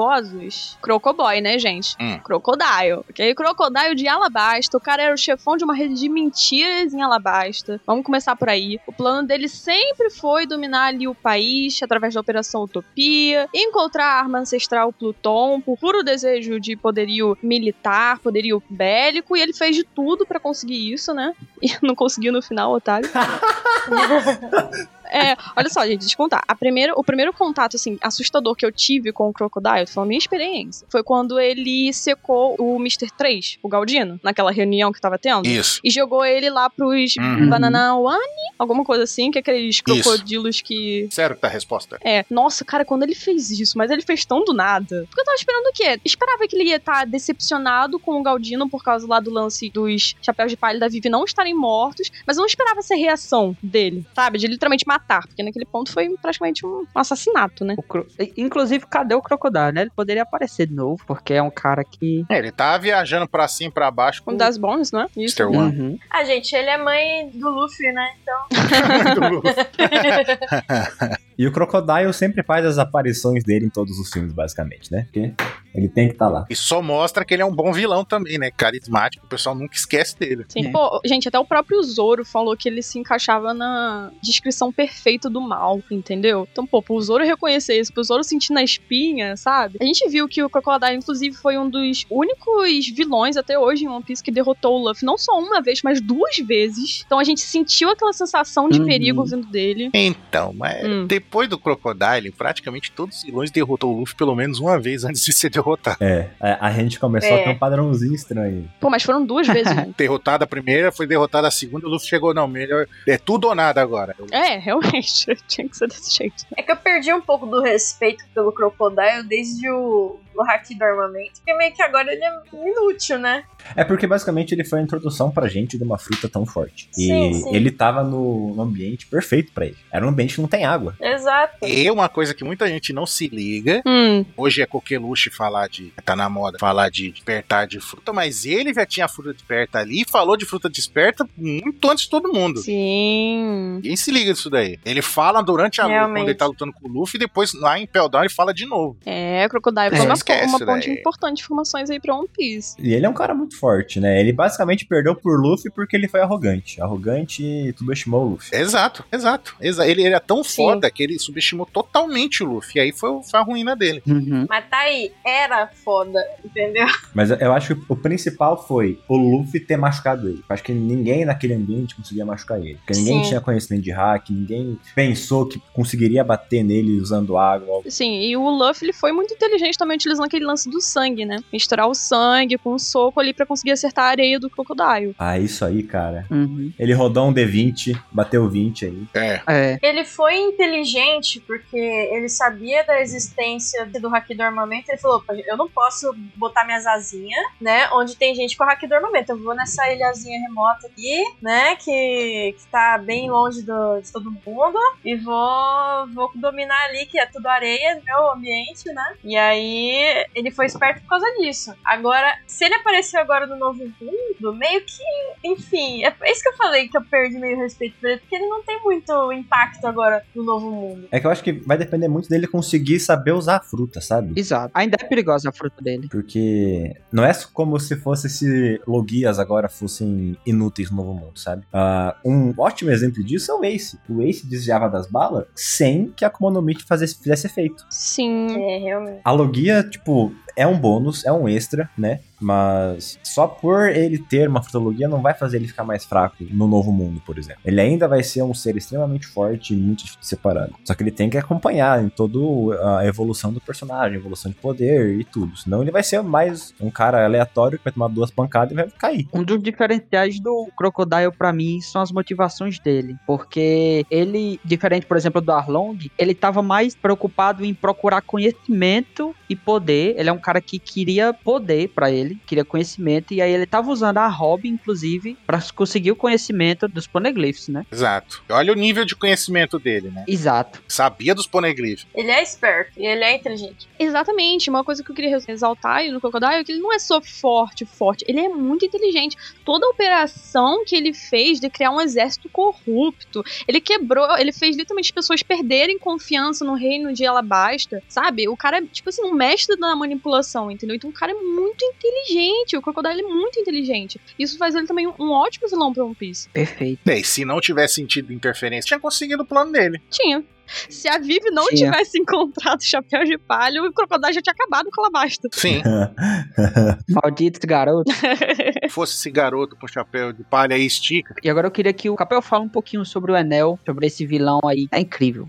perigosos, Crocoboy, né, gente? Hum. Crocodile, ok? Crocodile de Alabasta. O cara era o chefão de uma rede de mentiras em Alabasta. Vamos começar por aí. O plano dele sempre foi dominar ali o país através da Operação Utopia, encontrar a arma ancestral Pluton por puro desejo de poderio militar, poderio bélico, e ele fez de tudo pra conseguir isso, né? E não conseguiu no final, otário. É, olha só, gente, deixa eu contar. A primeira, o primeiro contato, assim, assustador que eu tive com o Crocodile, foi a minha experiência, foi quando ele secou o Mr. 3, o Galdino, naquela reunião que tava tendo. Isso. E jogou ele lá pros Uhum. Bananawani, alguma coisa assim, que é aqueles crocodilos que Sério que tá a resposta. é, nossa, cara, quando ele fez isso, mas ele fez tão do nada. Porque eu tava esperando o quê? Esperava que ele ia estar decepcionado com o Galdino por causa lá do lance dos chapéus de palha da Vivi não estarem mortos, mas eu não esperava essa reação dele, sabe? De literalmente matar, porque naquele ponto foi praticamente um assassinato, né? O Cro- I- Inclusive, cadê o Crocodile, né? Ele poderia aparecer de novo, porque é um cara que. É, ele tá viajando pra cima e pra baixo com Um das bônus, não é? Isso. Mr. One. Uhum. Ah, gente, ele é mãe do Luffy, né? e o Crocodile sempre faz as aparições dele em todos os filmes, basicamente, né? Porque ele tem que estar lá. Isso só mostra que ele é um bom vilão também, né? Carismático, o pessoal nunca esquece dele. Sim. É. Pô, gente, até o próprio Zoro falou que ele se encaixava na descrição perfeita do mal, entendeu? Então, pô, pro Zoro reconhecer isso, pro Zoro sentir na espinha, sabe? A gente viu que o Crocodile, inclusive, foi um dos únicos vilões até hoje em One Piece que derrotou o Luffy, não só uma vez, mas duas vezes. Então a gente sentiu aquela sensação de Uhum. perigo vindo dele. Então, mas Hum. depois do Crocodile, praticamente todos os vilões derrotou o Luffy pelo menos uma vez antes de ser derrotado. É, a, a gente começou É. a ter um padrãozinho estranho. Pô, mas foram duas vezes, né? Derrotada a primeira, foi derrotada a segunda, o Luffy chegou, não, melhor. É tudo ou nada agora. É, realmente, tinha que ser desse jeito. É que eu perdi um pouco do respeito pelo Crocodile desde o do hack do armamento, porque meio que agora ele é inútil, né? É porque basicamente ele foi a introdução pra gente de uma fruta tão forte. E Sim, sim. ele tava no, no ambiente perfeito pra ele. Era um ambiente que não tem água. Exato. E É uma coisa que muita gente não se liga, Hum, hoje é coqueluche falar de, tá na moda, falar de despertar de fruta, mas ele já tinha a fruta desperta ali e falou de fruta desperta muito antes de todo mundo. sim. Ninguém se liga disso daí. Ele fala durante a luta, Realmente. quando ele tá lutando com o Luffy, e depois lá em Pell Down ele fala de novo. É, Crocodile Só foi uma, esquece, uma ponte véi. importante de informações aí pra One Piece. E ele é um cara muito forte, né? Ele basicamente perdeu por Luffy porque ele foi arrogante. Arrogante e subestimou o Luffy. Exato, exato. Exa ele era tão Sim. foda que ele subestimou totalmente o Luffy. E aí foi, o- foi a ruína dele. Uhum. Mas tá aí, era foda, entendeu? Mas eu acho que o principal foi o Luffy ter machucado ele. Eu acho que ninguém naquele ambiente conseguia machucar ele. Porque ninguém Sim. tinha conhecimento de hack, ninguém pensou que conseguiria bater nele usando água. Sim, e o Luffy ele foi muito inteligente também utilizando aquele lance do sangue, né? Misturar o sangue com o soco ali pra conseguir acertar a areia do Crocodile. Ah, isso aí, cara. Uhum. Ele rodou um D20, bateu 20 aí. É. É. Ele foi inteligente porque ele sabia da existência do hack do armamento. Ele falou: "Opa, eu não posso botar minhas asinhas, né? Onde tem gente com hack do armamento. Eu vou nessa ilhazinha remota aqui, né? Que, que tá bem longe do- de todo mundo. E vou, vou dominar ali, que é tudo areia, meu ambiente, né? E aí ele foi esperto por causa disso. Agora, se ele apareceu agora no novo mundo, meio que enfim, é é isso que eu falei que eu perdi meio respeito por ele, porque ele não tem muito impacto agora no novo mundo. É que eu acho que vai depender muito dele conseguir saber usar a fruta, sabe? Exato. Ainda é perigosa a fruta dele. Porque não é como se fosse se logias agora fossem inúteis no Novo Mundo, sabe? Ah, um ótimo exemplo disso é o Ace. O Ace desviava das balas sem que a Akuma no Mi fazesse- fizesse efeito. Uhum. Sim. É, realmente. A logia, tipo, é um bônus, é um extra, né? Mas só por ele ter uma frutologia não vai fazer ele ficar mais fraco no novo mundo, por exemplo. Ele ainda vai ser um ser extremamente forte e muito difícil de separado. Só que ele tem que acompanhar em toda a evolução do personagem, evolução de poder e tudo. Senão ele vai ser mais um cara aleatório que vai tomar duas pancadas e vai cair. Um dos diferenciais do Crocodile pra mim são as motivações dele, porque ele, diferente, por exemplo, do Arlong, ele tava mais preocupado em procurar conhecimento e poder. Ele é um cara que queria poder pra ele, queria conhecimento e aí ele tava usando a hobby inclusive pra conseguir o conhecimento dos poneglyphs, né? Exato. E Olha o nível de conhecimento dele, né? Exato. Sabia dos poneglyphs. Ele é esperto e ele é inteligente. Exatamente. Uma coisa que eu queria exaltar aí no Crocodile é que ele não é só forte, forte. Ele é muito inteligente. Toda a operação que ele fez de criar um exército corrupto, ele quebrou, ele fez literalmente as pessoas perderem confiança no reino de Alabasta, sabe? O cara é, tipo assim, um mestre da manipulação, entendeu? Então o cara é muito inteligente. O Crocodile é muito inteligente. Isso faz ele também um ótimo vilão pra One Piece. Perfeito. E aí, se não tivesse sentido interferência, tinha conseguido o plano dele. Tinha. Se a Vivi não Tinha. tivesse encontrado o chapéu de palha, o Crocodile já tinha acabado com Alabasta. Sim. Maldito garoto. Fosse esse garoto com chapéu de palha e estica. E agora eu queria que o Capel fale um pouquinho sobre o Enel, sobre esse vilão aí. É incrível.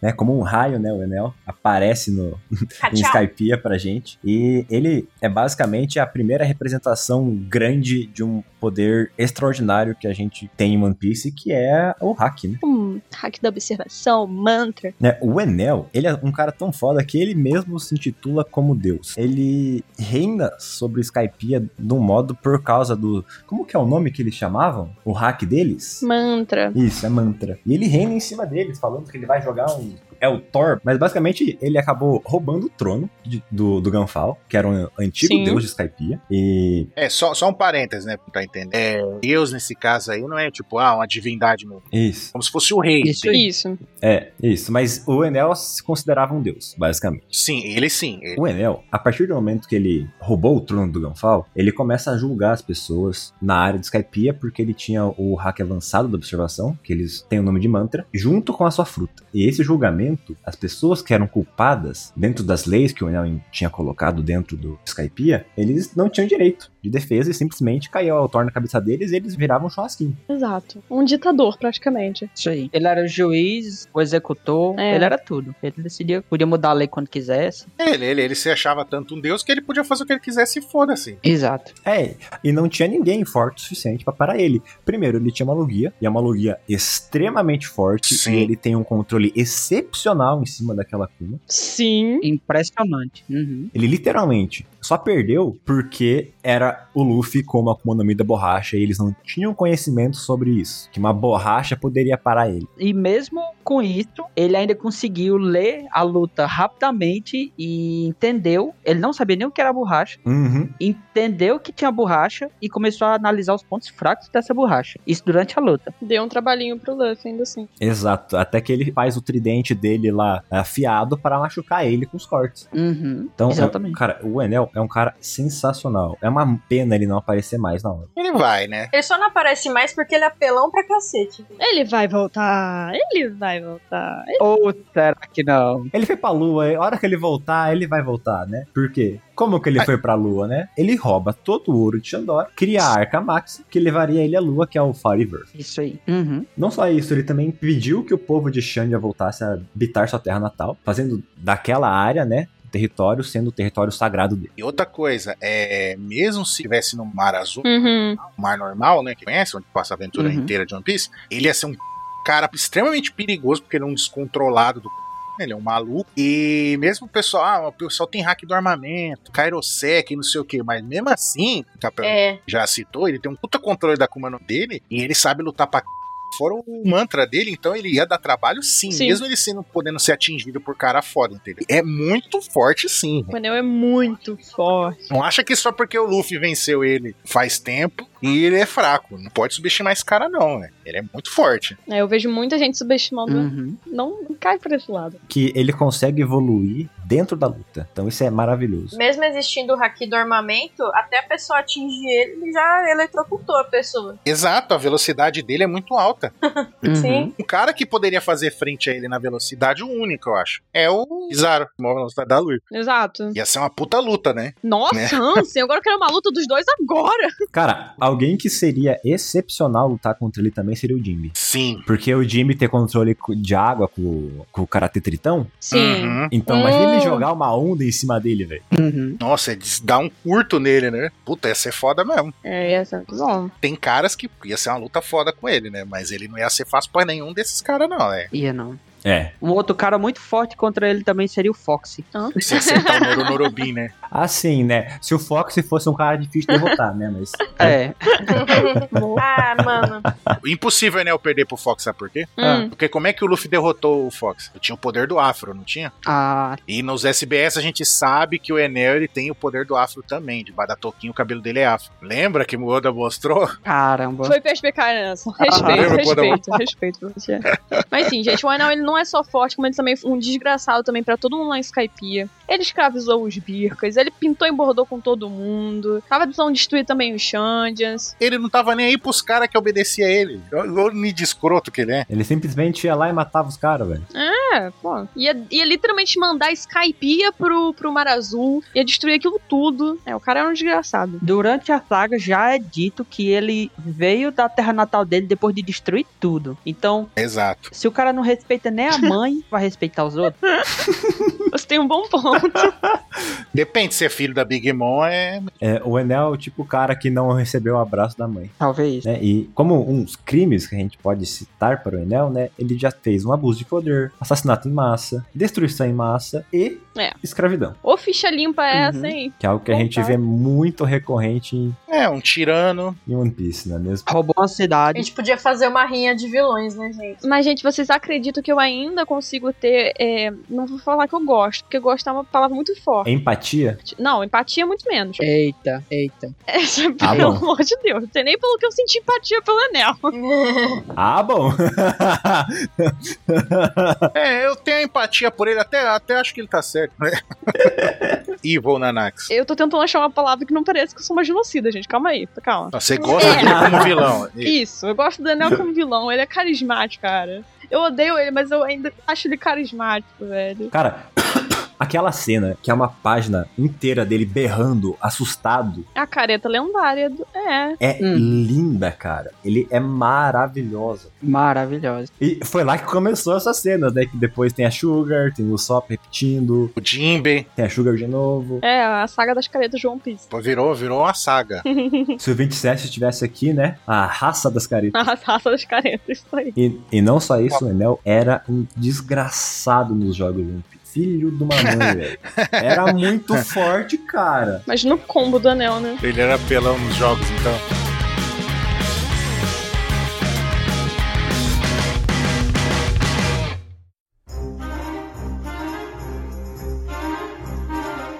né? Como um raio, né? O Enel aparece no, em Ah, Tchau. Skypiea pra gente. E ele é basicamente a primeira representação grande de um poder extraordinário que a gente tem em One Piece, que é o hack, né? um hack da observação, mantra. Né, O Enel, ele é um cara tão foda que ele mesmo se intitula como Deus. Ele reina sobre Skypiea de um modo por causa do... Como que é o nome que eles chamavam? O hack deles? Mantra. Isso, é mantra. E ele reina em cima deles, falando que ele vai jogar um. É o Thor, mas basicamente ele acabou roubando o trono de- do, do Ganfal, que era um antigo Sim. deus de Skypiea. E. É, só, só um parênteses, né? Pra entender. É, Deus, nesse caso aí, não é tipo, ah, uma divindade mesmo. Isso. Como se fosse o rei. Isso aí. Isso. É, isso. Mas o Enel se considerava um deus, basicamente. Sim, ele sim. Ele- O Enel, a partir do momento que ele roubou o trono do Ganfal, ele começa a julgar as pessoas na área de Skypiea, porque ele tinha o hack avançado da observação, que eles têm o nome de mantra, junto com a sua fruta. E esse julgamento, as pessoas que eram culpadas dentro das leis que o Enel tinha colocado dentro do Skypiea, eles não tinham direito. de defesa e simplesmente caiu a torre na cabeça deles e eles viravam um churrasquinho. Exato. Um ditador, praticamente. Isso aí. Ele era o juiz, o executor, É. ele era tudo. Ele decidia, podia mudar a lei quando quisesse. Ele, ele, ele se achava tanto um deus que ele podia fazer o que ele quisesse e foda-se. Exato. É, e não tinha ninguém forte o suficiente pra parar ele. Primeiro, ele tinha uma Lugia, e é uma Lugia extremamente forte, Sim. e ele tem um controle excepcional em cima daquela Kuma. Sim. Impressionante. Uhum. Ele literalmente só perdeu porque era o Luffy com uma Akuma no Mi da borracha, e eles não tinham conhecimento sobre isso, que uma borracha poderia parar ele. E mesmo com isso, ele ainda conseguiu ler a luta rapidamente e entendeu. Ele não sabia nem o que era borracha, Uhum. entendeu que tinha borracha e começou a analisar os pontos fracos dessa borracha. Isso durante a luta. Deu um trabalhinho pro Luffy, ainda assim. Exato, até que ele faz o tridente dele lá afiado pra machucar ele com os cortes. Uhum. Então, Exatamente. cara, o Enel é um cara sensacional. É uma pena ele não aparecer mais na hora. Ele vai, né? Ele só não aparece mais porque ele é apelão pra cacete. Ele vai voltar. Ele vai voltar. Ou será que não? Ele foi pra lua, e a hora que ele voltar, ele vai voltar, né? Por quê? Como que ele foi pra lua, né? Ele rouba todo o ouro de Xandor, cria a Arca Max, que levaria ele à lua, que é o Fariver. Isso aí. Uhum. Não só isso, ele também pediu que o povo de Xandia voltasse a habitar sua terra natal, fazendo daquela área, né? o Território sendo o território sagrado dele. E outra coisa, é, mesmo se estivesse no mar azul, Uhum. mar normal, né? Que conhece, onde passa a aventura Uhum. inteira de One Piece, ele ia ser um cara extremamente perigoso, porque ele é um descontrolado do. Ele é um maluco. E mesmo o pessoal, ah, o pessoal tem hack do armamento, Kairosek, não sei o que, mas mesmo assim, o Capel É. já citou, ele tem um puta controle da Kumano dele e ele sabe lutar pra c****, fora o mantra dele, então ele ia dar trabalho sim, Sim. mesmo ele sendo podendo ser atingido por cara foda, entendeu? É muito forte sim. O Enel é muito forte. Não acha que só porque o Luffy venceu ele faz tempo e ele é fraco. Não pode subestimar esse cara, não, né? Ele é muito forte. É, eu vejo muita gente subestimando. Uhum. Não, não cai pra esse lado. que ele consegue evoluir dentro da luta. Então isso é maravilhoso. Mesmo existindo o haki do armamento, até a pessoa atingir ele, ele já eletrocutou a pessoa. Exato, a velocidade dele é muito alta. Sim. Um cara que poderia fazer frente a ele na velocidade, o único, eu acho, é o Kizaru, que move a velocidade da luz. Exato. Ia ser uma puta luta, né? É. Nossa, Ansem, agora eu quero uma luta dos dois agora. Cara, alguém que seria excepcional lutar contra ele também seria o Jimmy. Sim. Porque o Jimmy ter controle co- de água com, com o Karate Tritão. Sim. Uhum. Então, Hum. imagina ele jogar uma onda em cima dele, velho. Uhum. Nossa, eles dá um curto nele, né? Puta, ia ser foda mesmo. É, essa é bom. Tem caras que ia ser uma luta foda com ele, né? Mas ele não ia ser fácil pra nenhum desses caras, não, né? Ia não. É. Um outro cara muito forte contra ele também seria o Foxy. Se acertar o Noro Norobin, né? Assim, né? Se o Fox fosse um cara difícil de derrotar, né? Mas. É. ah, mano. Impossível, né, eu perder pro Fox, sabe por quê? Ah. Hum. Porque como é que o Luffy derrotou o Fox? Tinha o poder do Afro, não tinha? Ah, E nos SBS a gente sabe que o Enel ele tem o poder do Afro também. De badatoquinho, o cabelo dele é Afro. Lembra que o Oda mostrou? caramba. Foi perspicaz, Ansem. Lembra Respeito, quando eu- respeito, respeito pra você. Mas sim, gente, o Enel ele não é só forte, como ele também foi um desgraçado também pra todo mundo lá em Skypiea. Ele escravizou os Birkas, ele pintou e bordou com todo mundo. Tava precisando destruir também os Shandians. Ele não tava nem aí pros caras que obedeciam ele. Olha o nido escroto que ele é. Ele simplesmente ia lá e matava os caras, velho. É, pô. Ia, ia literalmente mandar Skypiea pro, pro Mar Azul, ia destruir aquilo tudo. É, o cara era um desgraçado. Durante a saga já é dito que ele veio da terra natal dele depois de destruir tudo. Então, Exato. se o cara não respeita nem a mãe, vai respeitar os outros? Você tem um bom ponto. Depende se é filho da Big Mom, é É, o Enel é o tipo cara que não recebeu o abraço da mãe. Talvez. né? E como uns crimes que a gente pode citar para o Enel, né? Ele já fez um abuso de poder, assassinato em massa, destruição em massa e É. escravidão. Ô, ficha limpa é essa, Uhum. hein? Que é algo que a gente Total. vê muito recorrente em É, um tirano. em One Piece, não é mesmo? Roubou uma A cidade. gente podia fazer uma rinha de vilões, né, gente? Mas, gente, vocês acreditam que eu ainda consigo ter. é, não vou falar que eu gosto, porque gosto é uma palavra muito forte. Empatia? Não, empatia é muito menos. Eita, eita. Essa, Ah, pelo bom. amor de Deus. Não tem nem pelo que eu senti empatia pelo anel. Ah, bom! É, eu tenho empatia por ele, até, até acho que ele tá certo, né? Evil Nanax. Eu tô tentando achar uma palavra que não pareça que eu sou uma genocida, gente. Calma aí, calma. Você gosta É. dele como vilão. E- Isso, eu gosto do Anel como vilão. Ele é carismático, cara. Eu odeio ele, mas eu ainda acho ele carismático, velho. Cara, Aquela cena que é uma página inteira dele berrando, assustado, É A careta lendária. do- É. é Hum. linda, cara. Ele é maravilhosa. Maravilhosa. E foi lá que começou essas cenas, né? Que depois tem a Sugar, tem o Sop repetindo, O Jimbe tem a Sugar de novo. É, a saga das caretas de One Piece. pô, virou, virou uma saga. Se o 27 estivesse aqui, né? A raça das caretas. A raça das caretas, isso aí. E, e não só isso, o Enel era um desgraçado nos jogos de One Piece. Filho de uma mãe, velho. Era muito forte, cara. Mas no combo do anel, né? Ele era pelão nos jogos, então.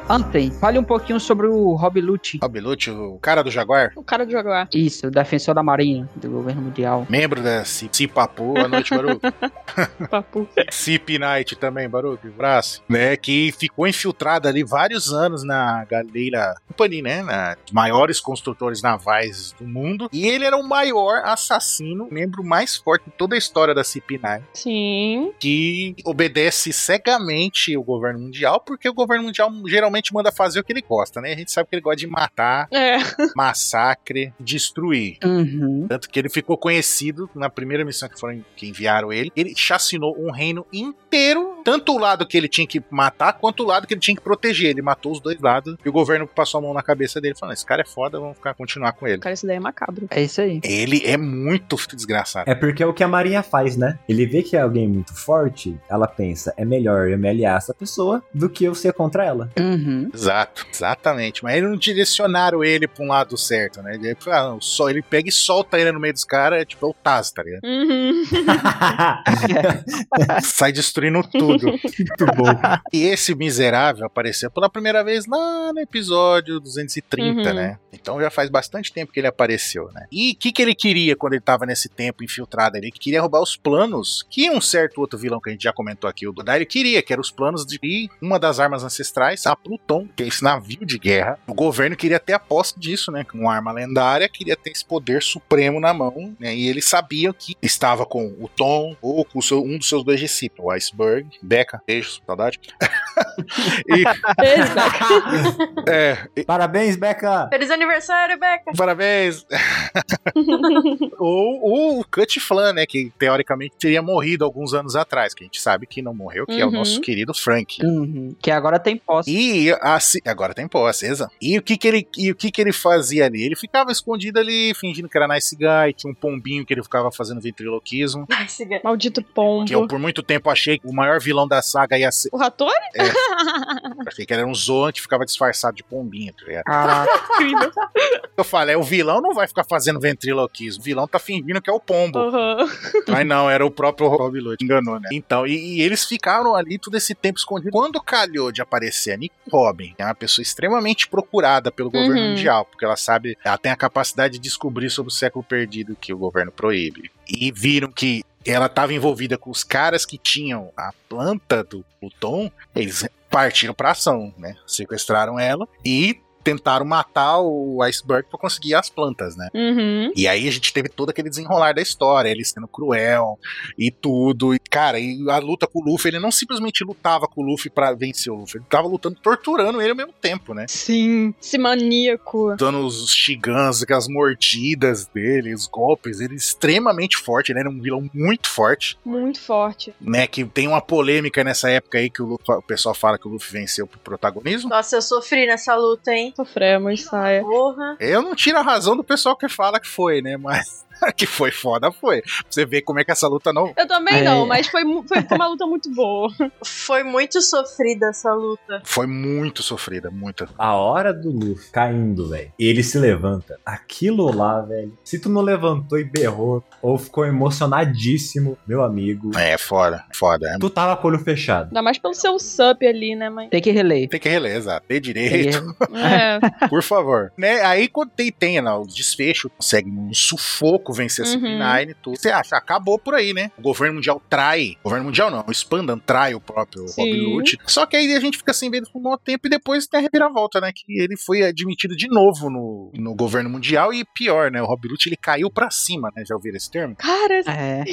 Anten, fale um pouquinho sobre o Rob Lute. Rob Lute, o cara do Jaguar, O cara do Jaguar. Isso, o defensor da Marinha, do governo mundial. membro da C- Cipapu, a noite, Baruque. Papu. Cip Knight também, Baruque, braço. Né, que ficou infiltrado ali vários anos na Galeira Company, né? Na, os maiores construtores navais do mundo. E ele era o maior assassino, membro mais forte de toda a história da Cip Knight. Sim. que obedece cegamente o governo mundial, porque o governo mundial geralmente manda fazer o que ele gosta, né? A gente sabe que ele gosta de matar, É. massacre, destruir. Uhum. Tanto que ele ficou conhecido na primeira missão que foram que enviaram ele, ele chacinou um reino inteiro, tanto o lado que ele tinha que matar quanto o lado que ele tinha que proteger. Ele matou os dois lados e o governo passou a mão na cabeça dele, falando: "Esse cara é foda, vamos ficar continuar com ele". Cara, isso daí é macabro. É isso aí. Ele é muito desgraçado. É porque é o que a Marinha faz, né? Ele vê que é alguém muito forte, ela pensa, é melhor eu me aliar a essa pessoa do que eu ser contra ela. Uhum. Exato, exatamente. Mas eles não direcionaram ele pra um lado certo, né? Ele, ah, não, só, ele pega e solta ele no meio dos caras, é tipo, é o Taz, tá ligado? Uhum. Sai destruindo tudo. muito bom. E esse miserável apareceu pela primeira vez lá no episódio 230, Uhum. né? Então já faz bastante tempo que ele apareceu, né? E o que, que ele queria quando ele tava nesse tempo infiltrado ali? Ele queria roubar os planos que um certo outro vilão que a gente já comentou aqui, o Godai, ele queria, que eram os planos de ir uma das armas ancestrais, a Pluton, que é esse navio de guerra. O governo queria ter a posse disso, né? Com uma arma lendária, queria ter esse poder supremo na mão, né? E eles sabiam que estava com o Tom ou com o seu- um dos seus dois discípulos, o Iceberg, Deca, beijo, saudade. E- Exato. é, e- Parabéns, Becca! Feliz aniversário, Beca! parabéns! ou, ou o Cut Flan, né? Que teoricamente teria morrido alguns anos atrás, que a gente sabe que não morreu, que é o Uhum. nosso querido Frank. Uhum. Que agora tem posse. E a ci- agora tem posse, exa. E o que que ele e o que que ele fazia ali? Ele ficava escondido ali, fingindo que era nice guy, tinha um pombinho que ele ficava fazendo ventriloquismo, Ai, cigano. Maldito que eu pombo. por muito tempo achei que o maior vilão da saga ia ser, O Rator? achei que era um Zoan que ficava disfarçado de pombinho, tá ligado? Caraca. Incrível. Eu falei, "É, o vilão não vai ficar fazendo ventriloquismo, o vilão tá fingindo que é o pombo. Aham. Mas não, era o próprio Rob Lloyd. Enganou, né? Então, e, e eles ficaram ali todo esse tempo escondido. Quando calhou de aparecer a Nick Robin, que é uma pessoa extremamente procurada pelo governo Uhum. mundial, porque ela sabe, ela tem a capacidade de descobrir sobre o século perdido que o governo proíbe. E viram que ela estava envolvida com os caras que tinham a planta do Pluton, eles partiram pra ação, né? Sequestraram ela e tentaram matar o Iceberg pra conseguir as plantas, né? Uhum. E aí a gente teve todo aquele desenrolar da história, ele sendo cruel e tudo. E, cara, e a luta com o Luffy, ele não simplesmente lutava com o Luffy pra vencer o Luffy, ele tava lutando, torturando ele ao mesmo tempo, né? Sim. Esse maníaco. Dando os shigans, aquelas mordidas dele, os golpes, ele é extremamente forte, ele era um vilão muito forte, Muito forte. né? Que tem uma polêmica nessa época aí que o, Luffy- o pessoal fala que o Luffy venceu pro protagonismo. Nossa, eu sofri nessa luta, hein? Sofremos, saia. Porra. Eu não tiro a razão do pessoal que fala que foi, né? Mas que foi foda, foi. Pra você ver como é que essa luta não, Eu também É. não, mas foi, mu- foi, foi uma luta muito boa. Foi muito sofrida essa luta. Foi muito sofrida, muito. A hora do Luffy caindo, velho. Ele se levanta. Aquilo lá, velho. Se tu não levantou e berrou ou ficou emocionadíssimo, meu amigo. É, foda, foda. é. Tu tava com o olho fechado. Ainda mais pelo seu sup ali, né, mãe? Tem que reler. Tem que reler, exato. Tem Tem direito, que- É. por favor. né? Aí quando tem, tem né, o desfecho, consegue um sufoco Zuko vencer a Uhum. CP9, tudo. Você acha, acabou por aí, né? O governo mundial trai, o governo mundial não, o Spandan trai o próprio Sim. Robin Hood. Só que aí a gente fica sem ver ele por um bom tempo e depois tem a reviravolta, né? Que ele foi admitido de novo no, no governo mundial e pior, né? O Robin Hood ele caiu pra cima, né? Já ouviram esse termo? Cara, É.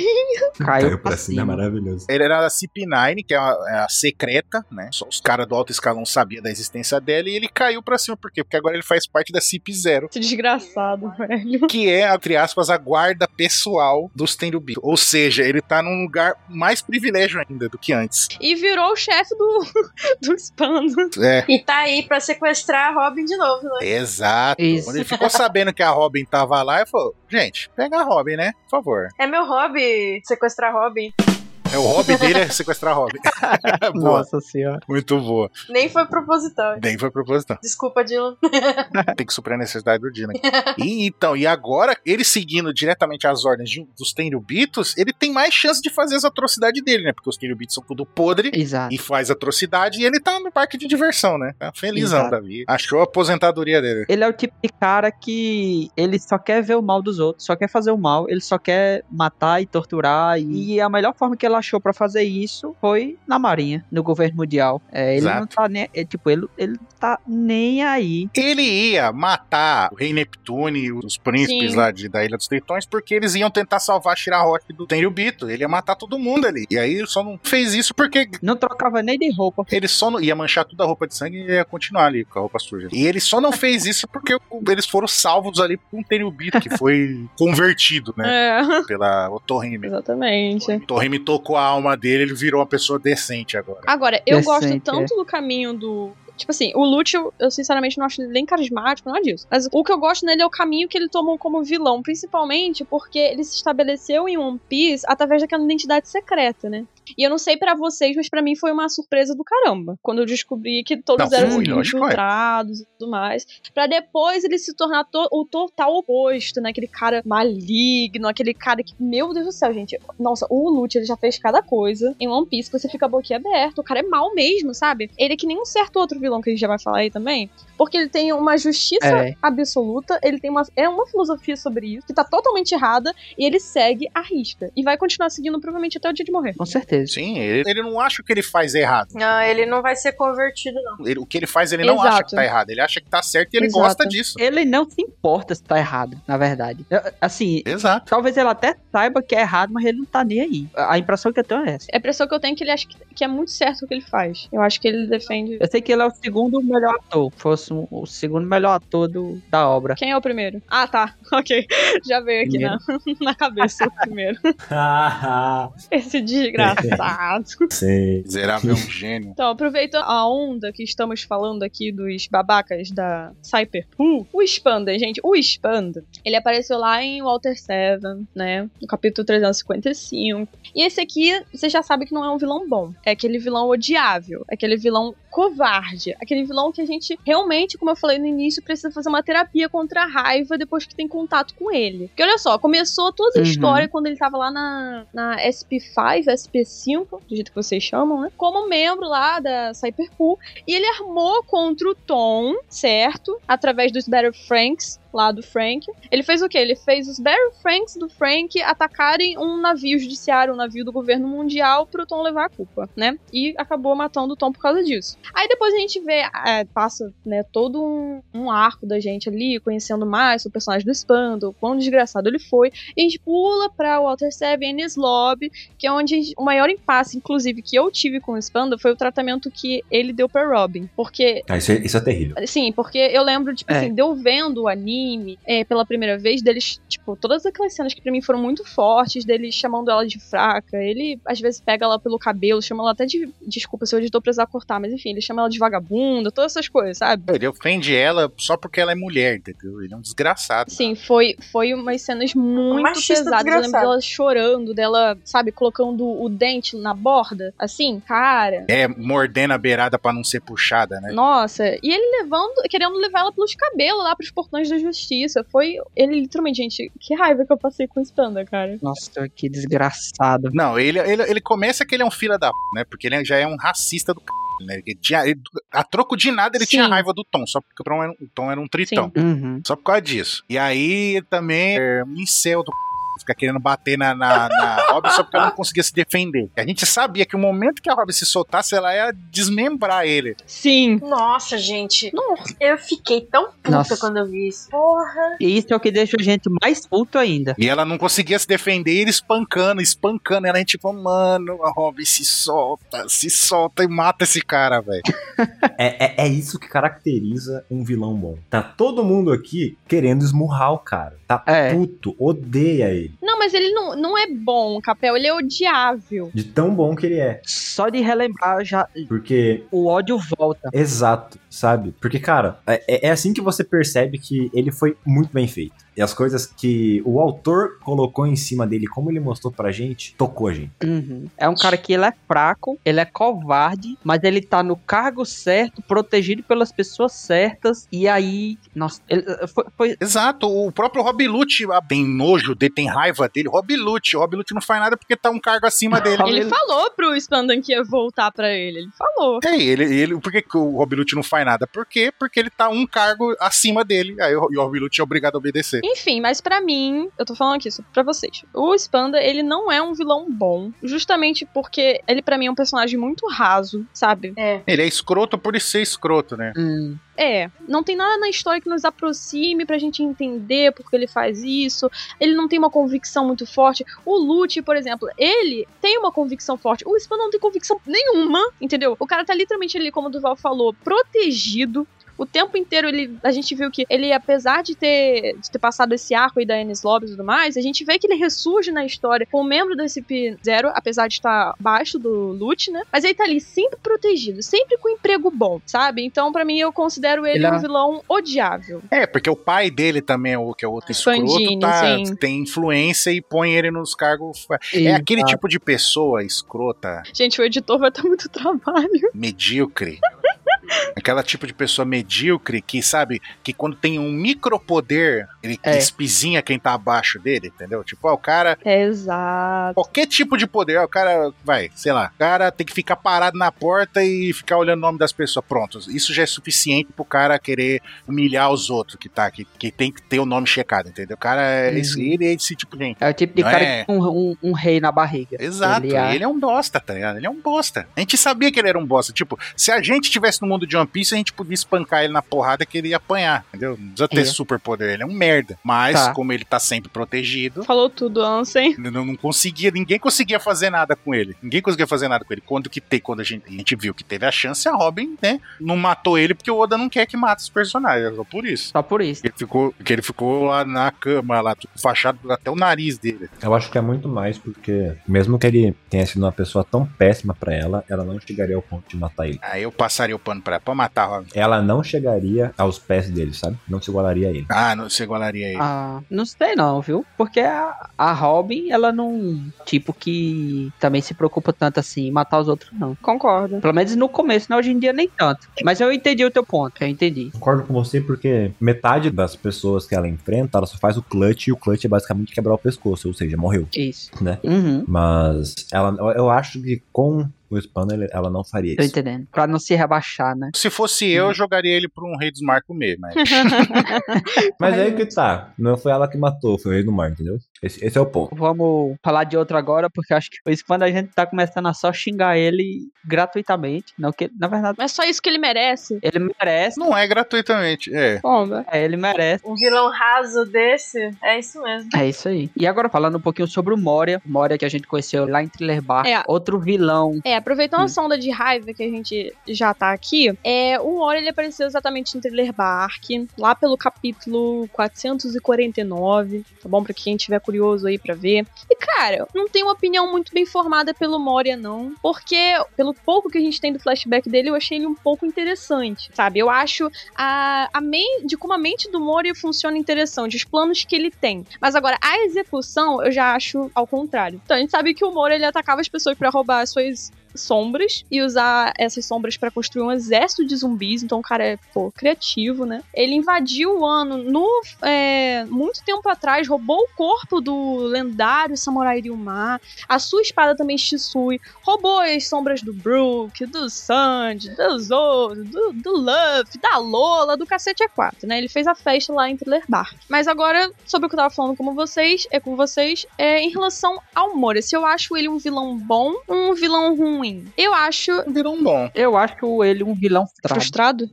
Caiu, pra cima. é maravilhoso. Ele era da CP9, que é a, é a secreta, né? Só os caras do alto escalão sabiam da existência dela e ele caiu pra cima. Por quê? Porque agora ele faz parte da CP0. esse desgraçado, velho. que é, entre aspas, a guarda pessoal dos Tenryubin. Ou seja, ele tá num lugar mais privilégio ainda do que antes. E virou o chefe do, do Spano. É, E tá aí pra sequestrar a Robin de novo, né? exato. Isso. Quando ele ficou sabendo que a Robin tava lá, ele falou, gente, pega a Robin, né? Por favor. É meu hobby sequestrar a Robin. É o hobby dele é sequestrar a Robin. boa, Nossa senhora. muito boa. Nem foi proposital. Bem, foi proposital. Desculpa, Dylan. Tem que suprir a necessidade do Dina. E então, e agora, ele seguindo diretamente as ordens de- um, dos Tenryubitos, ele tem mais chance de fazer as atrocidades dele, né? Porque os Tenryubitos são tudo podre. Exato. e faz atrocidade e ele tá no parque de diversão, né? Tá felizão Exato. da vida. Achou a aposentadoria dele. Ele é o tipo de cara que ele só quer ver o mal dos outros, só quer fazer o mal, ele só quer matar e torturar. E a melhor forma que ele achou pra fazer isso foi na Marinha, no governo mundial. É, ele não Exato. tá nem. é, tipo, ele, ele não tá nem aí. Ele ia matar o rei Neptune e os príncipes Sim. lá de- da Ilha dos Tritões porque eles iam tentar salvar Shirahoshi do Tenryubito. Ele ia matar todo mundo ali. E aí ele só não fez isso porque Não trocava nem de roupa. ele só não ia manchar toda a roupa de sangue e ia continuar ali com a roupa suja. E ele só não fez isso porque o- eles foram salvos ali por um Tenryubito que foi convertido, né? É, Pela Otohime. exatamente. Otohime tocou a alma dele, ele virou uma pessoa decente agora. Agora, eu gosto Decente, tanto do caminho do. Tipo assim, o Lúcio, eu sinceramente não acho ele nem carismático, nada disso. Mas o que eu gosto nele é o caminho que ele tomou como vilão, principalmente porque ele se estabeleceu em One Piece através daquela identidade secreta, né? E eu não sei pra vocês, mas pra mim foi uma surpresa do caramba. Quando eu descobri que todos Não, eram foi, lógico que foi. infiltrados e tudo mais. Pra depois ele se tornar to- o total oposto, né? Aquele cara maligno, aquele cara que. Meu Deus do céu, gente. Nossa, o Lute, ele já fez cada coisa em One Piece que você fica boquiaberto. O cara é mal mesmo, sabe? Ele é que nem um certo outro vilão que a gente já vai falar aí também. Porque ele tem uma justiça É. absoluta, ele tem uma, é uma filosofia sobre isso, que tá totalmente errada, e ele segue a risca. E vai continuar seguindo provavelmente até o dia de morrer. Com certeza. Sim, ele, ele não acha o que ele faz é errado. Não, Ah, ele não vai ser convertido, não. Ele- o que ele faz, ele não Exato. acha que tá errado. Ele acha que tá certo e ele Exato. gosta disso. Ele não se importa se tá errado, na verdade. Eu- Assim, Exato. talvez ele até saiba que é errado, mas ele não tá nem aí. A a impressão que eu tenho é essa. É a impressão que eu tenho é que ele acha que, que é muito certo o que ele faz. Eu acho que ele defende. Eu sei que ele é o segundo melhor ator. Fosse um- o segundo melhor ator do, da obra. Quem é o primeiro? Ah, tá. Ok. Já veio aqui na, na cabeça o primeiro. Esse desgraçado. Sim. Miserável é um gênio. Então, aproveitando a onda que estamos falando aqui dos babacas da Cyberpool, o Spanda, gente, o Spanda, ele apareceu lá em Walter Seven, né, no capítulo 355. E esse aqui, você já sabe que não é um vilão bom, é aquele vilão odiável, aquele vilão covarde, aquele vilão que a gente realmente, como eu falei no início, precisa fazer uma terapia contra a raiva depois que tem contato com ele. Porque olha só, começou toda a Uhum. história quando ele tava lá na, na SP5, SP5, do jeito que vocês chamam, né? Como membro lá da Cyberpool. E ele armou contra o Tom, certo? Através dos Battle Franks, lá do Frank. Ele fez o quê? Ele fez os Battle Franks do Frank atacarem um navio judiciário, um navio do governo mundial, pro Tom levar a culpa, né? E acabou matando o Tom por causa disso. Aí depois a gente vê, é, passa, né, todo um, um arco da gente ali, conhecendo mais o personagem do Spando, o quão desgraçado ele foi. E a gente pula pra Walter Seven, Ennis Lobby, que é onde a gente- o maior impasse, inclusive, que eu tive com o Spando foi o tratamento que ele deu pra Robin. Porque Ah, isso, é, isso é terrível. Sim, porque eu lembro, tipo É. assim, de eu vendo o anime é, pela primeira vez, deles, tipo, todas aquelas cenas que pra mim foram muito fortes, dele chamando ela de fraca. Ele, às vezes, pega ela pelo cabelo, chama ela até de. Desculpa se eu editor precisar cortar, mas enfim, ele chama ela de vagabunda, todas essas coisas, sabe? Ele ofende ela só porque ela é mulher, entendeu? Ele é um desgraçado. Sim, foi, foi umas cenas muito Machista pesadas. Eu lembro desgraçado. dela chorando, dela, sabe, colocando o dente na borda, assim, cara. É, mordendo a beirada pra não ser puxada, né? Nossa, e ele levando, querendo levar ela pelos cabelos lá pros portões da justiça. Foi. Ele literalmente, gente, que raiva que eu passei com o Spanda, cara. Nossa, que desgraçado. Não, ele, ele, ele começa que ele é um filho da p, né? Porque ele já é um racista do c, né? Ele tinha, ele- a troco de nada ele Sim. tinha raiva do Tom, só porque o Tom era, um- o Tom era um tritão. Uhum. Só por causa disso. E aí também é um incel do c, ficar querendo bater na, na, na Robin só porque ela não conseguia se defender. A gente sabia que o momento que a Robin se soltasse, ela ia desmembrar ele. Sim. Nossa, gente. Eu fiquei tão puta Nossa. quando eu vi isso. Porra. E isso é o que deixa a gente mais puto ainda. E ela não conseguia se defender, ele espancando, espancando. Ela, tipo, mano, a Robin se solta, se solta e mata esse cara, velho. É, é, é isso que caracteriza um vilão bom. Tá todo mundo aqui querendo esmurrar o cara. Tá É. puto, odeia ele. Não, mas ele não, não é bom, Capel. Ele é odiável. De tão bom que ele é. Só de relembrar, já Porque o ódio volta. Exato, sabe? Porque, cara, é, é assim que você percebe que ele foi muito bem feito. E as coisas que o autor colocou em cima dele, como ele mostrou pra gente, tocou a gente. É um cara que ele é fraco, ele é covarde, mas ele tá no cargo certo, protegido pelas pessoas certas. E aí, nossa, ele, foi, foi- Exato, o próprio Rob Lute ah, tem nojo dele, tem raiva dele. Rob Lute, Rob Lute não faz nada porque tá um cargo acima dele. Ele falou pro Spandan que ia voltar pra ele. Ele falou. É, ele, ele, por que, que o Rob Lute não faz nada? Por quê? Porque ele tá um cargo acima dele. Aí o, e o Rob Lute é obrigado a obedecer. Enfim, mas pra mim, eu tô falando aqui só pra vocês. O Spanda, ele não é um vilão bom, justamente porque ele pra mim é um personagem muito raso, sabe? É. Ele é escroto por ser escroto, né? hum, É, não tem nada na história que nos aproxime pra gente entender por que ele faz isso. Ele não tem uma convicção muito forte. O Lute, por exemplo, ele tem uma convicção forte. O Spanda não tem convicção nenhuma, entendeu? O cara tá literalmente ali, como o Duval falou, protegido. O tempo inteiro ele, a gente viu que ele, apesar de ter, de ter passado esse arco aí da Ennis Lobby e tudo mais, a gente vê que ele ressurge na história como membro do SCP-0, apesar de estar abaixo do Lute, né? Mas ele tá ali sempre protegido, sempre com emprego bom, sabe? Então, pra mim, eu considero ele, Ele é- um vilão odiável. É, porque o pai dele também, o que é outro escroto, Fandini, tá, sim. tem influência e põe ele nos cargos. É e- aquele tipo de pessoa escrota, Gente, o editor vai dar muito trabalho. medíocre. Aquela tipo de pessoa medíocre que, sabe, que quando tem um micropoder, ele É. espizinha quem tá abaixo dele, entendeu? Tipo, ó, o cara É, Exato. qualquer tipo de poder. Aí O cara vai, sei lá, o cara tem que ficar parado na porta e ficar olhando o nome das pessoas. Pronto, isso já é suficiente pro cara querer humilhar os outros que tá aqui, que tem que ter o nome checado, entendeu? O cara é Uhum. esse, ele é esse tipo de gente. É o tipo de Não cara é? que tem um, um- um rei na barriga. Exato, Ele é- ele é um bosta, tá ligado? Ele é um bosta. A gente sabia que ele era um bosta. Tipo, se a gente tivesse no mundo de One Piece, a gente podia espancar ele na porrada que ele ia apanhar, entendeu? Não precisa ter É. super poder, ele é um merda. Mas, Tá. como ele tá sempre protegido, Falou tudo, Ansem. N- Não, não conseguia, ninguém conseguia fazer nada com ele. Ninguém conseguia fazer nada com ele. Quando que tem, quando a gente, a gente viu que teve a chance, a Robin, né? Não matou ele porque o Oda não quer que mate os personagens. é Só por isso. Só por isso. Que ele ficou, que ele ficou lá na cama, lá, tudo fachado até o nariz dele. Eu acho que é muito mais porque, mesmo que ele tenha sido uma pessoa tão péssima pra ela, ela não chegaria ao ponto de matar ele. Aí eu passaria o pano pra ela pra matar a Robin. Ela não chegaria aos pés dele, sabe? Não se igualaria a ele. Ah, não se igualaria a ele. Ah, não sei não, viu? Porque a, a Robin, ela não, tipo, que também se preocupa tanto assim em matar os outros, não. Concordo. Pelo menos no começo, né? Hoje em dia nem tanto. Mas eu entendi o teu ponto, eu entendi. Concordo com você porque metade das pessoas que ela enfrenta, ela só faz o clutch e o clutch é basicamente quebrar o pescoço, ou seja, morreu. Isso. Né? Uhum. Mas ela, eu- eu acho que com o Spano ele- ela não faria Tô isso. entendendo. Pra não se rebaixar, né? Se fosse eu, eu jogaria ele pra um rei dos marcos mesmo. Né? Mas aí que tá. Não foi ela que matou, foi o rei do mar, entendeu? Esse, esse é o ponto. Vamos falar de outro agora, porque eu acho que por isso quando a gente tá começando a só xingar ele gratuitamente. Não que, na verdade, Mas É só isso que ele merece. ele merece. não é gratuitamente. É. Pomba. É, ele merece. Um vilão raso desse. É isso mesmo. É isso aí. E agora falando um pouquinho sobre o Moria, Moria que a gente conheceu lá em Thriller Bar, É. outro vilão. É, aproveitando Hum. a sonda de raiva que a gente já tá aqui, é, o Ori ele apareceu exatamente em Thriller Bark, lá pelo capítulo 449, tá bom? Pra quem tiver curioso aí pra ver. E, cara, não tem uma opinião muito bem formada pelo Moria, não, porque pelo pouco que a gente tem do flashback dele, eu achei ele um pouco interessante, sabe? Eu acho a, a men- de como a mente do Moria funciona interessante, os planos que ele tem. Mas agora, a execução, eu já acho ao contrário. Então, a gente sabe que o Moria, ele atacava as pessoas pra roubar as suas sombras e usar essas sombras pra construir um exército de zumbis. Então o cara é, pô, criativo, né? Ele invadiu o ano no, é, muito tempo atrás, roubou o corpo do lendário samurai Ryumar, a sua espada também é Shisui, roubou as sombras do Brook, do Sandy, do Zoro, do, do Luffy, da Lola, do cacete A4, né? Ele fez a festa lá em Thriller Bar. Mas agora, sobre o que eu tava falando com vocês, é com vocês, é em relação ao Moria, se eu acho ele um vilão bom ou um vilão ruim. Eu acho Vilão um bom. Eu acho ele um vilão fraco. frustrado.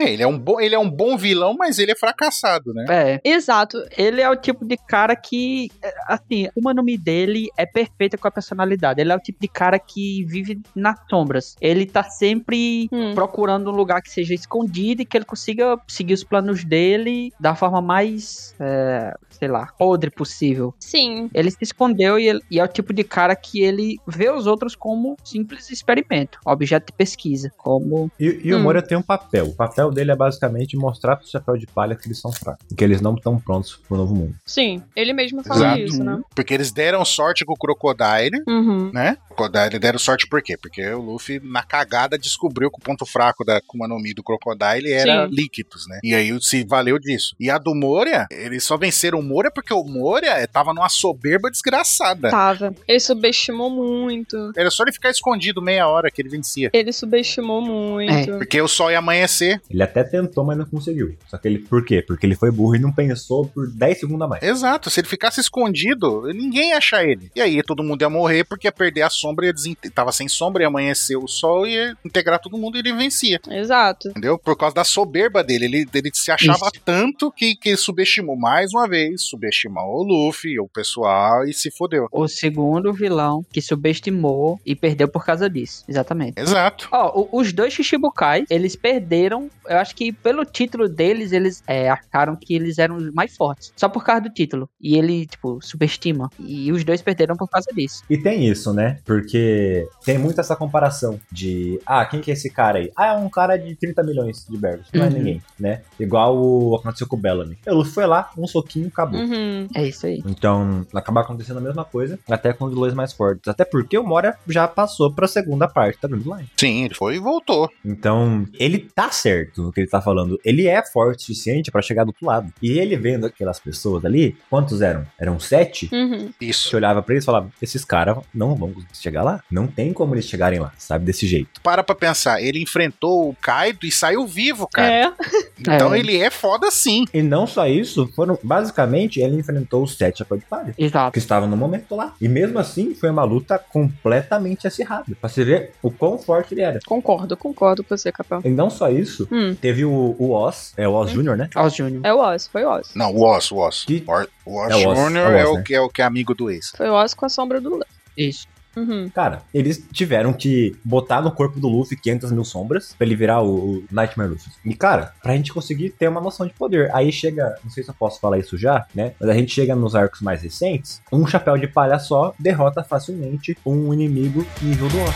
É, ele, é um bom ele é um bom vilão, mas ele é fracassado, né? É, Exato. ele é o tipo de cara que, é, assim, o nome dele é perfeita com a personalidade. Ele é o tipo de cara que vive nas sombras. Ele tá sempre Hum. procurando um lugar que seja escondido e que ele consiga seguir os planos dele da forma mais, é, sei lá, podre possível. Sim. Ele se escondeu e, ele- e é o tipo de cara que ele vê os outros como simples experimento, objeto de pesquisa, como E, e o Hum. Moura tem um papel. O papel dele é basicamente mostrar pro chapéu de palha que eles são fracos. Que eles não estão prontos pro novo mundo. Sim. Ele mesmo falou Exato. isso, né? Porque eles deram sorte com o Crocodile, Uhum. né? O Crocodile deram sorte por quê? Porque o Luffy, na cagada, descobriu que o ponto fraco da Kuma no Mi do Crocodile era Sim. líquidos, né? E aí se valeu disso. E a do Moria, eles só venceram o Moria porque o Moria tava numa soberba desgraçada. Tava. Ele subestimou muito. Era só ele ficar escondido meia hora que ele vencia. Ele subestimou muito. Porque o sol ia amanhecer. Ele até tentou, mas não conseguiu. Só que ele. Por quê? Porque ele foi burro e não pensou por 10 segundos a mais. Exato, se ele ficasse escondido, ninguém ia achar ele. E aí todo mundo ia morrer porque ia perder a sombra, ia desinte- tava sem sombra, ia amanhecer o sol, ia integrar todo mundo e ele vencia, Exato. entendeu? Por causa da soberba dele, ele, ele se achava Isso. tanto que, que subestimou mais uma vez, subestimou o Luffy, o pessoal e se fodeu. o segundo vilão que subestimou e perdeu por causa disso. Exatamente. Exato. Ó, o- os dois Shichibukais, eles perderam. Eu acho que pelo título deles, eles é, acharam que eles eram os mais fortes. Só por causa do título. E ele, tipo, subestima. E os dois perderam por causa disso. E tem isso, né? Porque tem muito essa comparação de. Ah, quem que é esse cara aí? Ah, é um cara de 30 milhões de berros. Não é Uhum. ninguém, né? Igual o aconteceu com o Bellamy. Ele foi lá, um soquinho, acabou. Hum. Uhum. É isso aí. Então, acaba acontecendo a mesma coisa, até com os vilões mais fortes. Até porque o Moria já passou pra segunda parte da Grand Line. Sim, ele foi e voltou. Então, ele tá certo no que ele tá falando. Ele é forte o suficiente pra chegar do outro lado. E ele vendo aquelas pessoas ali, quantos eram? Eram sete? Uhum. Isso. Você olhava pra eles e falava: esses caras não vão conseguir chegar lá. Não tem como eles chegarem lá, sabe? Desse jeito. Para pra pensar, ele enfrentou o Kaido e saiu vivo, cara. É. Então É. ele é foda sim. E não só isso, foram. Basicamente, ele enfrentou os sete chapéu de palha. Exato. que estavam no momento lá. E mesmo assim, foi uma luta completamente acirrada. Pra você ver o quão forte ele era. Concordo, concordo com você, Capão. E não só isso, Hum. teve o, o Oz, é o Oz Jr., né? Ó, o Júnior. É o Oz, foi o Oz. Não, o Oz, o Oz. Que- O Oz- o Oz É o Oz, Jr. é o Oz, é o né? que- é o que é amigo do ex. Foi o Oz com a sombra do Lula. Isso. Uhum. Cara, eles tiveram que botar no corpo do Luffy 500 mil sombras pra ele virar o, o Nightmare Luffy. E, cara, pra gente conseguir ter uma noção de poder. Aí chega, não sei se eu posso falar isso já, né? Mas a gente chega nos arcos mais recentes, um chapéu de palha só derrota facilmente um inimigo nível do Oz.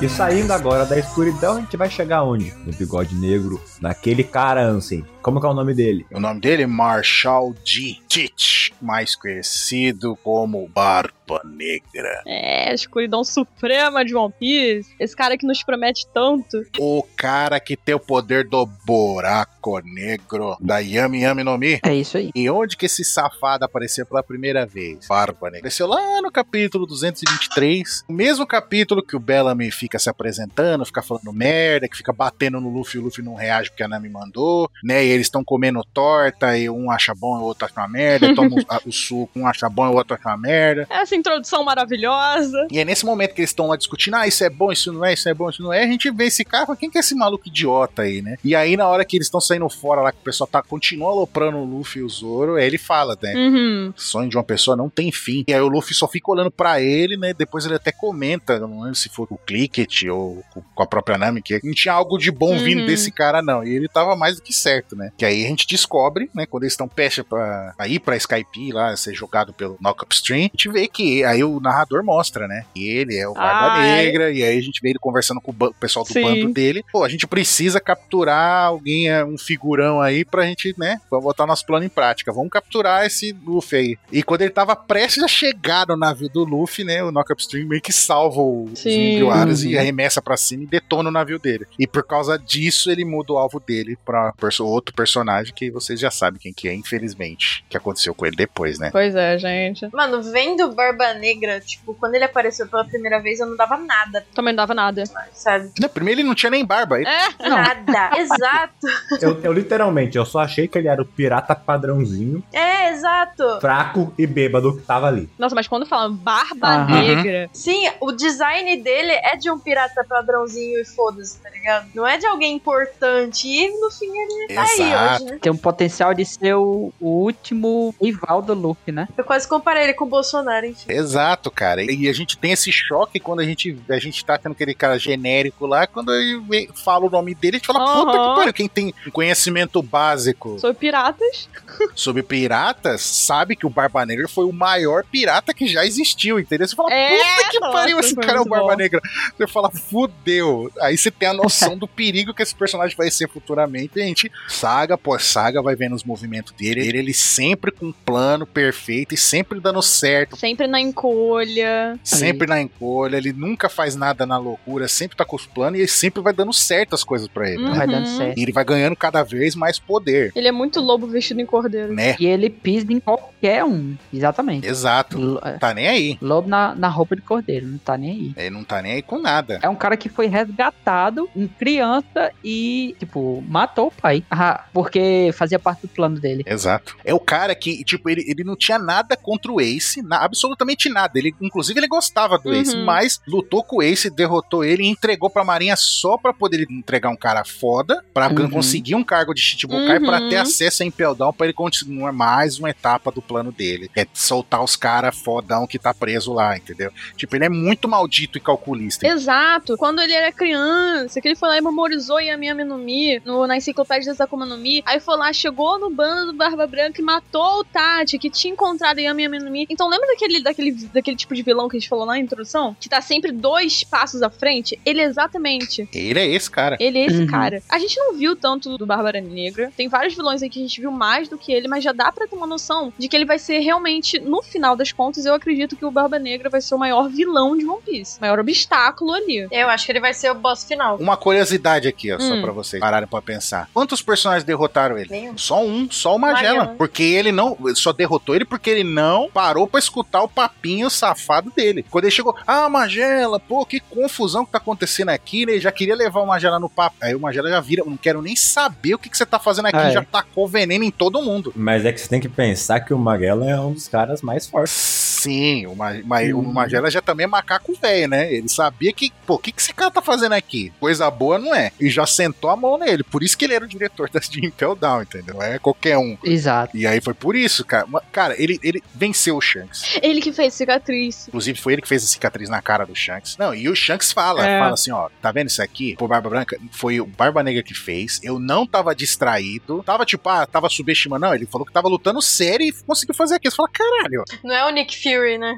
E saindo agora da escuridão, a gente vai chegar onde? No bigode negro, naquele cara, Ansem. Como que é o nome dele? O nome dele é Marshall G. Titch, mais conhecido como Barba Negra. É, a escuridão suprema de One Piece. Esse cara que nos promete tanto. O cara que tem o poder do buraco negro da Yami Yami no Mi. É isso aí. E onde que esse safado apareceu pela primeira vez? Barba Negra. Apareceu lá no capítulo 223. O mesmo capítulo que o Bellamy fica se apresentando, fica falando merda, que fica batendo no Luffy e o Luffy não reage porque a Nami mandou, né? E eles estão comendo torta e um acha bom e o outro acha uma merda. Toma o, a- o suco, um acha bom e o outro acha uma merda. Essa introdução maravilhosa. E é nesse momento que eles estão lá discutindo, ah, isso é bom, isso não é, isso é bom, isso não é, a gente vê esse cara, fala, quem que é esse maluco idiota aí, né? E aí, na hora que eles estão saindo fora lá, que o pessoal tá, continua aloprando o Luffy e o Zoro, aí ele fala, né? Uhum. Sonho de uma pessoa não tem fim. E aí o Luffy só fica olhando pra ele, né? Depois ele até comenta, eu não lembro se foi com o Clicket ou com com a própria Nami, que não tinha algo de bom Uhum. vindo desse cara, não. E ele tava mais do que certo, né? né? Que aí a gente descobre, né? Quando eles estão pecha pra, pra ir pra Skype lá, ser jogado pelo Knockup Stream, a gente vê que aí o narrador mostra, né? Que ele é o Barba Ah, é. Negra, e aí a gente vê ele conversando com o, ba- o pessoal do Sim. bando dele. Pô, a gente precisa capturar alguém, é, um figurão aí, pra gente, né? Pra botar nosso plano em prática. Vamos capturar esse Luffy aí. E quando ele tava prestes a chegar no navio do Luffy, né? O Knockup Stream meio que salva o- os Sim. Mugiwaras e Uhum. arremessa pra cima e detona o navio dele. E por causa disso, ele muda o alvo dele pra perso- outro personagem que vocês já sabem quem que é, infelizmente. Que aconteceu com ele depois, né? Pois é, gente. Mano, vendo Barba Negra, tipo, quando ele apareceu pela primeira vez, eu não dava nada, Também não dava nada. sabe? Não, primeiro ele não tinha nem barba. Ele... É, Não. Nada. Exato. Eu, eu literalmente, eu só achei que ele era o pirata padrãozinho, É, exato. fraco e bêbado que tava ali. nossa, mas quando falam barba Aham. negra. Sim, o design dele é de um pirata padrãozinho e foda-se, tá ligado? Não é de alguém importante. E no fim ele tá aí Exato. hoje, né? Tem um potencial de ser o, o último rival do Luffy, né? Eu quase comparei ele com o Bolsonaro, enfim. Exato, cara. E a gente tem esse choque quando a gente, a gente tá tendo aquele cara genérico lá. Quando ele vê- fala o nome dele, a gente fala, Aham. puta que pariu. Quem tem conhecimento básico Sou piratas. sobre piratas sabe que o Barba Negra foi o maior pirata que já existiu, entendeu? Você fala, É, puta que nossa, pariu, esse foi cara é o muito Barba bom. Negra. Você fala, fudeu. Aí você tem a noção do perigo que esse personagem vai ser futuramente. E a gente, saga por saga, vai vendo os movimentos dele. Ele, ele sempre com um plano perfeito e sempre dando certo. Sempre na encolha. Sempre na encolha, ele nunca faz nada na loucura, sempre tá com os planos e ele sempre vai dando certas coisas pra ele. Uhum. Né? Vai dando certo. E ele vai ganhando cada vez mais poder, Ele é muito lobo vestido em cordeiro. né? E ele pisa em qualquer um. Exatamente. Exato. Lo- é, Tá nem aí. Lobo na, na roupa de cordeiro, não tá nem aí. Ele não tá nem aí com nada. É um cara que foi resgatado, um criança, e, tipo, matou o pai. Ah, porque fazia parte do plano dele. Exato. É o cara que, tipo, ele, ele não tinha nada contra o Ace, na- absolutamente nada. Ele, inclusive, ele gostava do Ace, Uhum. mas lutou com o Ace, derrotou ele e entregou pra Marinha só pra poder entregar um cara foda, pra Uhum. conseguir um cargo de Shichibukai, Uhum. pra ter acesso a Impel Down, pra ele continuar mais uma etapa do plano dele. É soltar os caras fodão que tá preso lá, entendeu? Tipo, ele é muito maldito e calculista. Exato. Quando ele era criança, que ele foi lá e memorizou Yami Yami no Mi, no, na enciclopédia das Akuma no Mi. Aí foi lá, chegou no bando do Barba Branca e matou o Tati, que tinha encontrado Yami Yami no Mi. Então lembra daquele, daquele, daquele tipo de vilão que a gente falou na introdução? Que tá sempre dois passos à frente? Ele é exatamente. Ele é esse cara. Ele é esse Uhum. cara. A gente não viu tanto do Bárbara Negra. Tem vários vilões aí que a gente viu mais do que ele, mas já dá pra ter uma noção de que ele vai ser realmente, no final das contas, eu acredito que o Barba Negra vai ser o maior vilão de One Piece. O maior obstáculo ali. Eu acho que ele vai ser o boss final. Uma curiosidade aqui, ó, só Hum. pra vocês pararem pra pensar. Quantos personagens derrotaram ele? Nenhum. Só um, só o Magellan. Magellan. Porque ele não. Só derrotou ele porque ele não parou pra escutar o papinho safado dele. Quando ele chegou, ah, Magela, pô, que confusão que tá acontecendo aqui, né? Ele já queria levar o Magela no papo. Aí o Magela já vira, não quero nem saber o que, que você tá fazendo aqui. Ah, é. Já tacou veneno em todo mundo. Mas é que você tem que pensar que o Magellan é um dos caras mais fortes. Sim, o, Ma Ma- o Hum. Magela já também é macaco velho, né? Ele sabia que, pô, o que, que esse cara tá fazendo aqui? Coisa boa não é. E já sentou a mão nele. Por isso que ele era o diretor da de Impel Down, entendeu? Não É qualquer um. Exato. E aí foi por isso, cara. Ma- Cara, ele, ele venceu o Shanks. Ele que fez cicatriz. Inclusive, foi ele que fez a cicatriz na cara do Shanks. Não, e o Shanks fala, É. fala assim, ó, tá vendo isso aqui? Pô, Barba Branca, foi o Barba Negra que fez. Eu não tava distraído. Tava tipo, ah, tava subestimando. Não, ele falou que tava lutando sério e conseguiu fazer aquilo. Você fala, caralho, Não é o Nick Fury, né?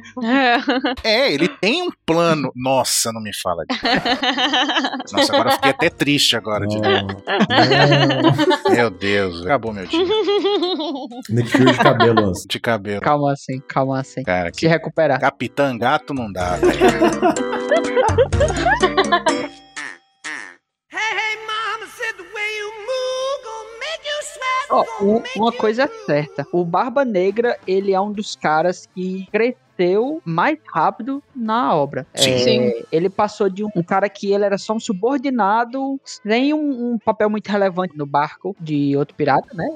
É. É, ele tem um plano. Nossa, não me fala disso. Nossa, agora eu fiquei até triste agora. de- Não. Meu Deus, velho. acabou meu dia Nick Fury de cabelo, Anson. de cabelo. Calma assim, calma assim. Cara, Se que recuperar. capitã gato não dá. velho. Ó, u- uma coisa é certa. O Barba Negra, ele é um dos caras que cresceu mais rápido na obra. Sim. É, Sim. Ele passou de um, um cara que ele era só um subordinado, sem um, um papel muito relevante no barco de outro pirata, né?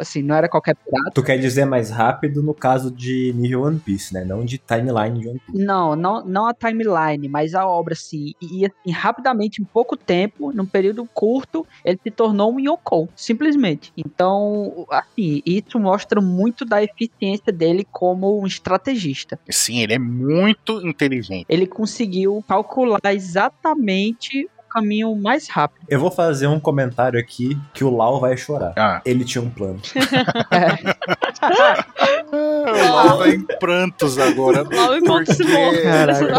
Assim, não era qualquer pirata. Tu quer dizer mais rápido no caso de nível One Piece, né? Não de timeline de One Piece. Não, não, não a timeline, mas a obra, assim. E, e, assim, rapidamente, em pouco tempo, num período curto, ele se tornou um Yonkou, simplesmente. Então, assim, isso mostra muito da eficiência dele como um estrategista. Sim, ele é muito inteligente. Ele conseguiu calcular exatamente o caminho mais rápido. Eu vou fazer um comentário aqui que o Lau vai chorar. Ah. Ele tinha um plano. É. O Lau tá em prantos agora. Logo enquanto se porque- morre. Caraca,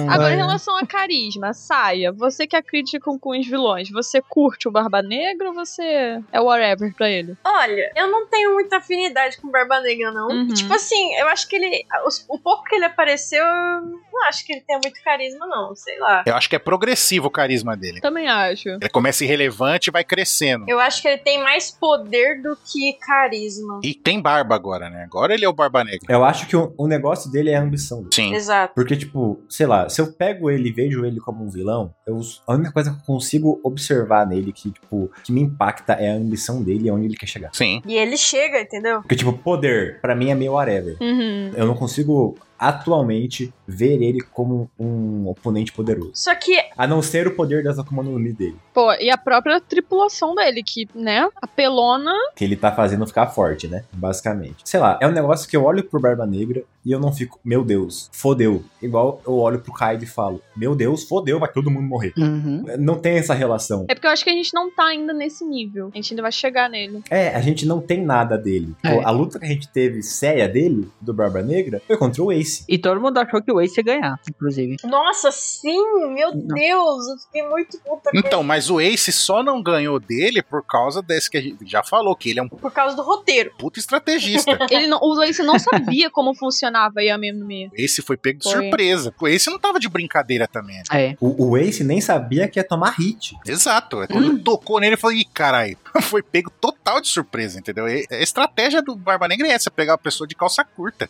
Agora, em relação a carisma, saia, você que é crítico com os vilões, você curte o Barba Negra ou você é whatever pra ele? Olha, eu não tenho muita afinidade com Barba Negra, não. Uhum. E, Tipo assim, eu acho que ele. os- O pouco que ele apareceu, eu não acho que ele tenha muito carisma, não. Sei lá. Eu acho que é progressivo o carisma dele. Também acho. Ele começa irrelevante e vai crescendo. Eu acho que ele tem mais poder do que carisma. E tem barba agora, né? Agora ele é o Barba Negra. Eu acho que o, o negócio dele é a ambição dele. Sim. Exato. Porque, tipo, sei lá, se eu pego ele e vejo ele como um vilão, eu, a única coisa que eu consigo observar nele que, tipo, que me impacta é a ambição dele e onde ele quer chegar. Sim. E ele chega, entendeu? Porque, tipo, poder, pra mim é meio whatever. Uhum. Eu não consigo atualmente ver ele como um oponente poderoso. Só que A não ser o poder das Akuma no Mi dele. Pô, e a própria tripulação dele, que, né, a pelona. Que ele tá fazendo ficar forte, né? Basicamente. Sei lá, é um negócio que eu olho pro Barba Negra e eu não fico, meu Deus, fodeu. Igual eu olho pro Kaido e falo, meu Deus, fodeu, vai todo mundo morrer. Uhum. Não tem essa relação. É porque eu acho que a gente não tá ainda nesse nível. A gente ainda vai chegar nele. É, a gente não tem nada dele. Tipo, É. A luta que a gente teve séria dele, do Barba Negra, foi contra o Ace. E todo mundo achou que o Ace ia ganhar, inclusive. Nossa, sim, meu Não. Deus, eu fiquei muito puta com Então, mas o Ace só não ganhou dele por causa desse que a gente já falou, que ele é um ele por causa do roteiro. puto estrategista. Ele não, o Lace não sabia como funcionava a Yami Yami. Esse foi pego de Foi. surpresa. O Ace não tava de brincadeira também. É. O, o Ace nem sabia que ia tomar hit. Exato. é Quando tocou nele, eu falei, ih, caralho, foi pego total de surpresa, entendeu? E- A estratégia do Barba Negra é essa, pegar uma pessoa de calça curta.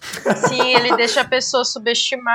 Sim, ele deixa a pessoa subestimar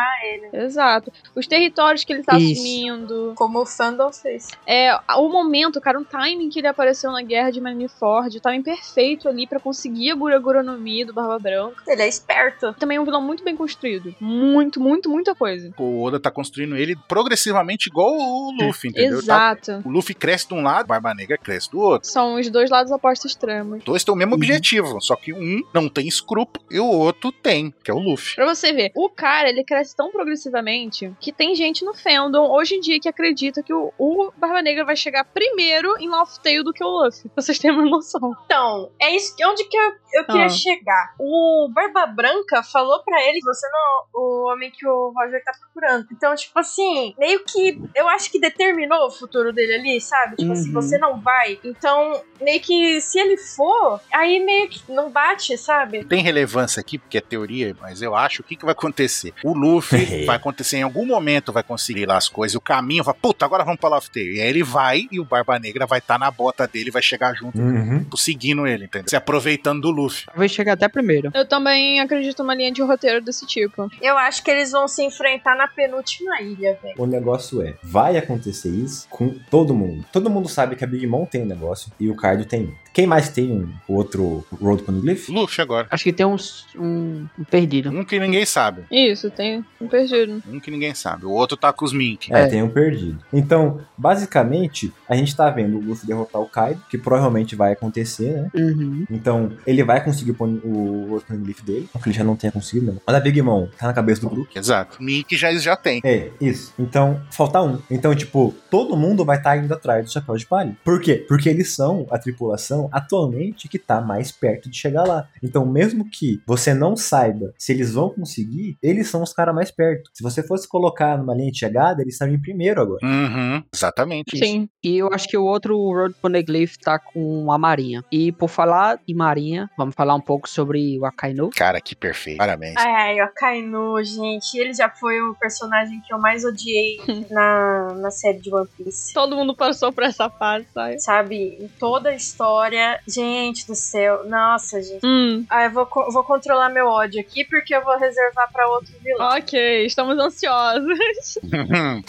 Exato. Os territórios que ele tá Isso. assumindo. como o fandom fez. É, o momento, cara, o timing que ele apareceu na guerra de Maniford, o timing perfeito ali pra conseguir a Gura Gura no Mi do Barba Branca. Ele é esperto. Também é um vilão muito bem construído. Muito, muito, muita coisa. O Oda tá construindo ele progressivamente igual o Luffy, entendeu? Tá- Exato. o Luffy cresce de um lado, Barba Negra cresce do outro. São os dois lados opostos extremos. Os dois têm o mesmo Uhum. objetivo, só que um não tem escrúpulo e o outro tem, que é o Luffy. Pra você ver, o cara, ele cresce tão progressivamente que tem gente no fandom hoje em dia que acredita que o, o Barba Negra vai chegar primeiro em Love Tale do que o Luffy. Pra Vocês têm uma noção. Então, é isso que onde que eu, eu queria Ah. chegar. O Barba Branca falou pra ele, você não é o homem que o Roger tá procurando. Então, tipo assim, meio que eu acho que determinou o futuro dele ali, sabe? Tipo assim, Uhum. você não vai. Então, meio que se ele for, aí meio que não bate, sabe? Não tem relevância aqui, porque é teoria, mas eu acho o que, que vai acontecer. O Luffy vai acontecer em algum momento, vai conseguir lá as coisas, o caminho vai, puta, agora vamos pra Love Tale. E aí ele vai e o Barba Negra vai estar na bota dele, vai chegar junto, Uhum. tipo, seguindo ele, entendeu? Se aproveitando do Luffy. Talvez chegue até primeiro. Eu também acredito numa linha de roteiro desse tipo. Eu acho que eles vão se enfrentar na penúltima ilha, velho. O negócio é, vai acontecer isso com todo mundo. Todo mundo sabe que a Big Mom tem um negócio e o Kaido tem um. Quem mais tem um? O outro Road Poneglyph? Luffy agora. Acho que tem uns, um, um perdido. Um que ninguém sabe. Isso, tem um perdido. Um que ninguém sabe. O outro tá com os Mink. É, É. tem um perdido. Então, basicamente, a gente tá vendo o Luffy derrotar o Kaido, que provavelmente vai acontecer, né? Uhum. Então, ele vai conseguir o Pony- o Road Poneglyph dele, não que ele já não tenha conseguido, né? Mas a Big Mom tá na cabeça do grupo. Exato. Mink já, já tem. É, isso. Então, falta um. Então, tipo, todo mundo vai estar indo atrás do chapéu de palha. Por quê? Porque eles são a tripulação atualmente que tá mais perto de chegar lá. Então, mesmo que você não saiba se eles vão conseguir, eles são os caras mais perto. Se você fosse colocar numa linha de chegada, eles estariam em primeiro agora. Uhum. Exatamente. Sim. E eu acho que o outro Road Poneglyph tá com a Marinha. E por falar em Marinha, vamos falar um pouco sobre o Akainu. Cara, que perfeito. Parabéns. Ai, o Kainu, gente, ele já foi o personagem que eu mais odiei na, na série de One Piece. Todo mundo passou por essa fase, sabe? Sabe, em toda a história. Gente do céu, nossa, gente. Hum, Ah, eu vou, co- vou controlar meu ódio aqui porque eu vou reservar pra outro vilão. ok, estamos ansiosos. Uhum.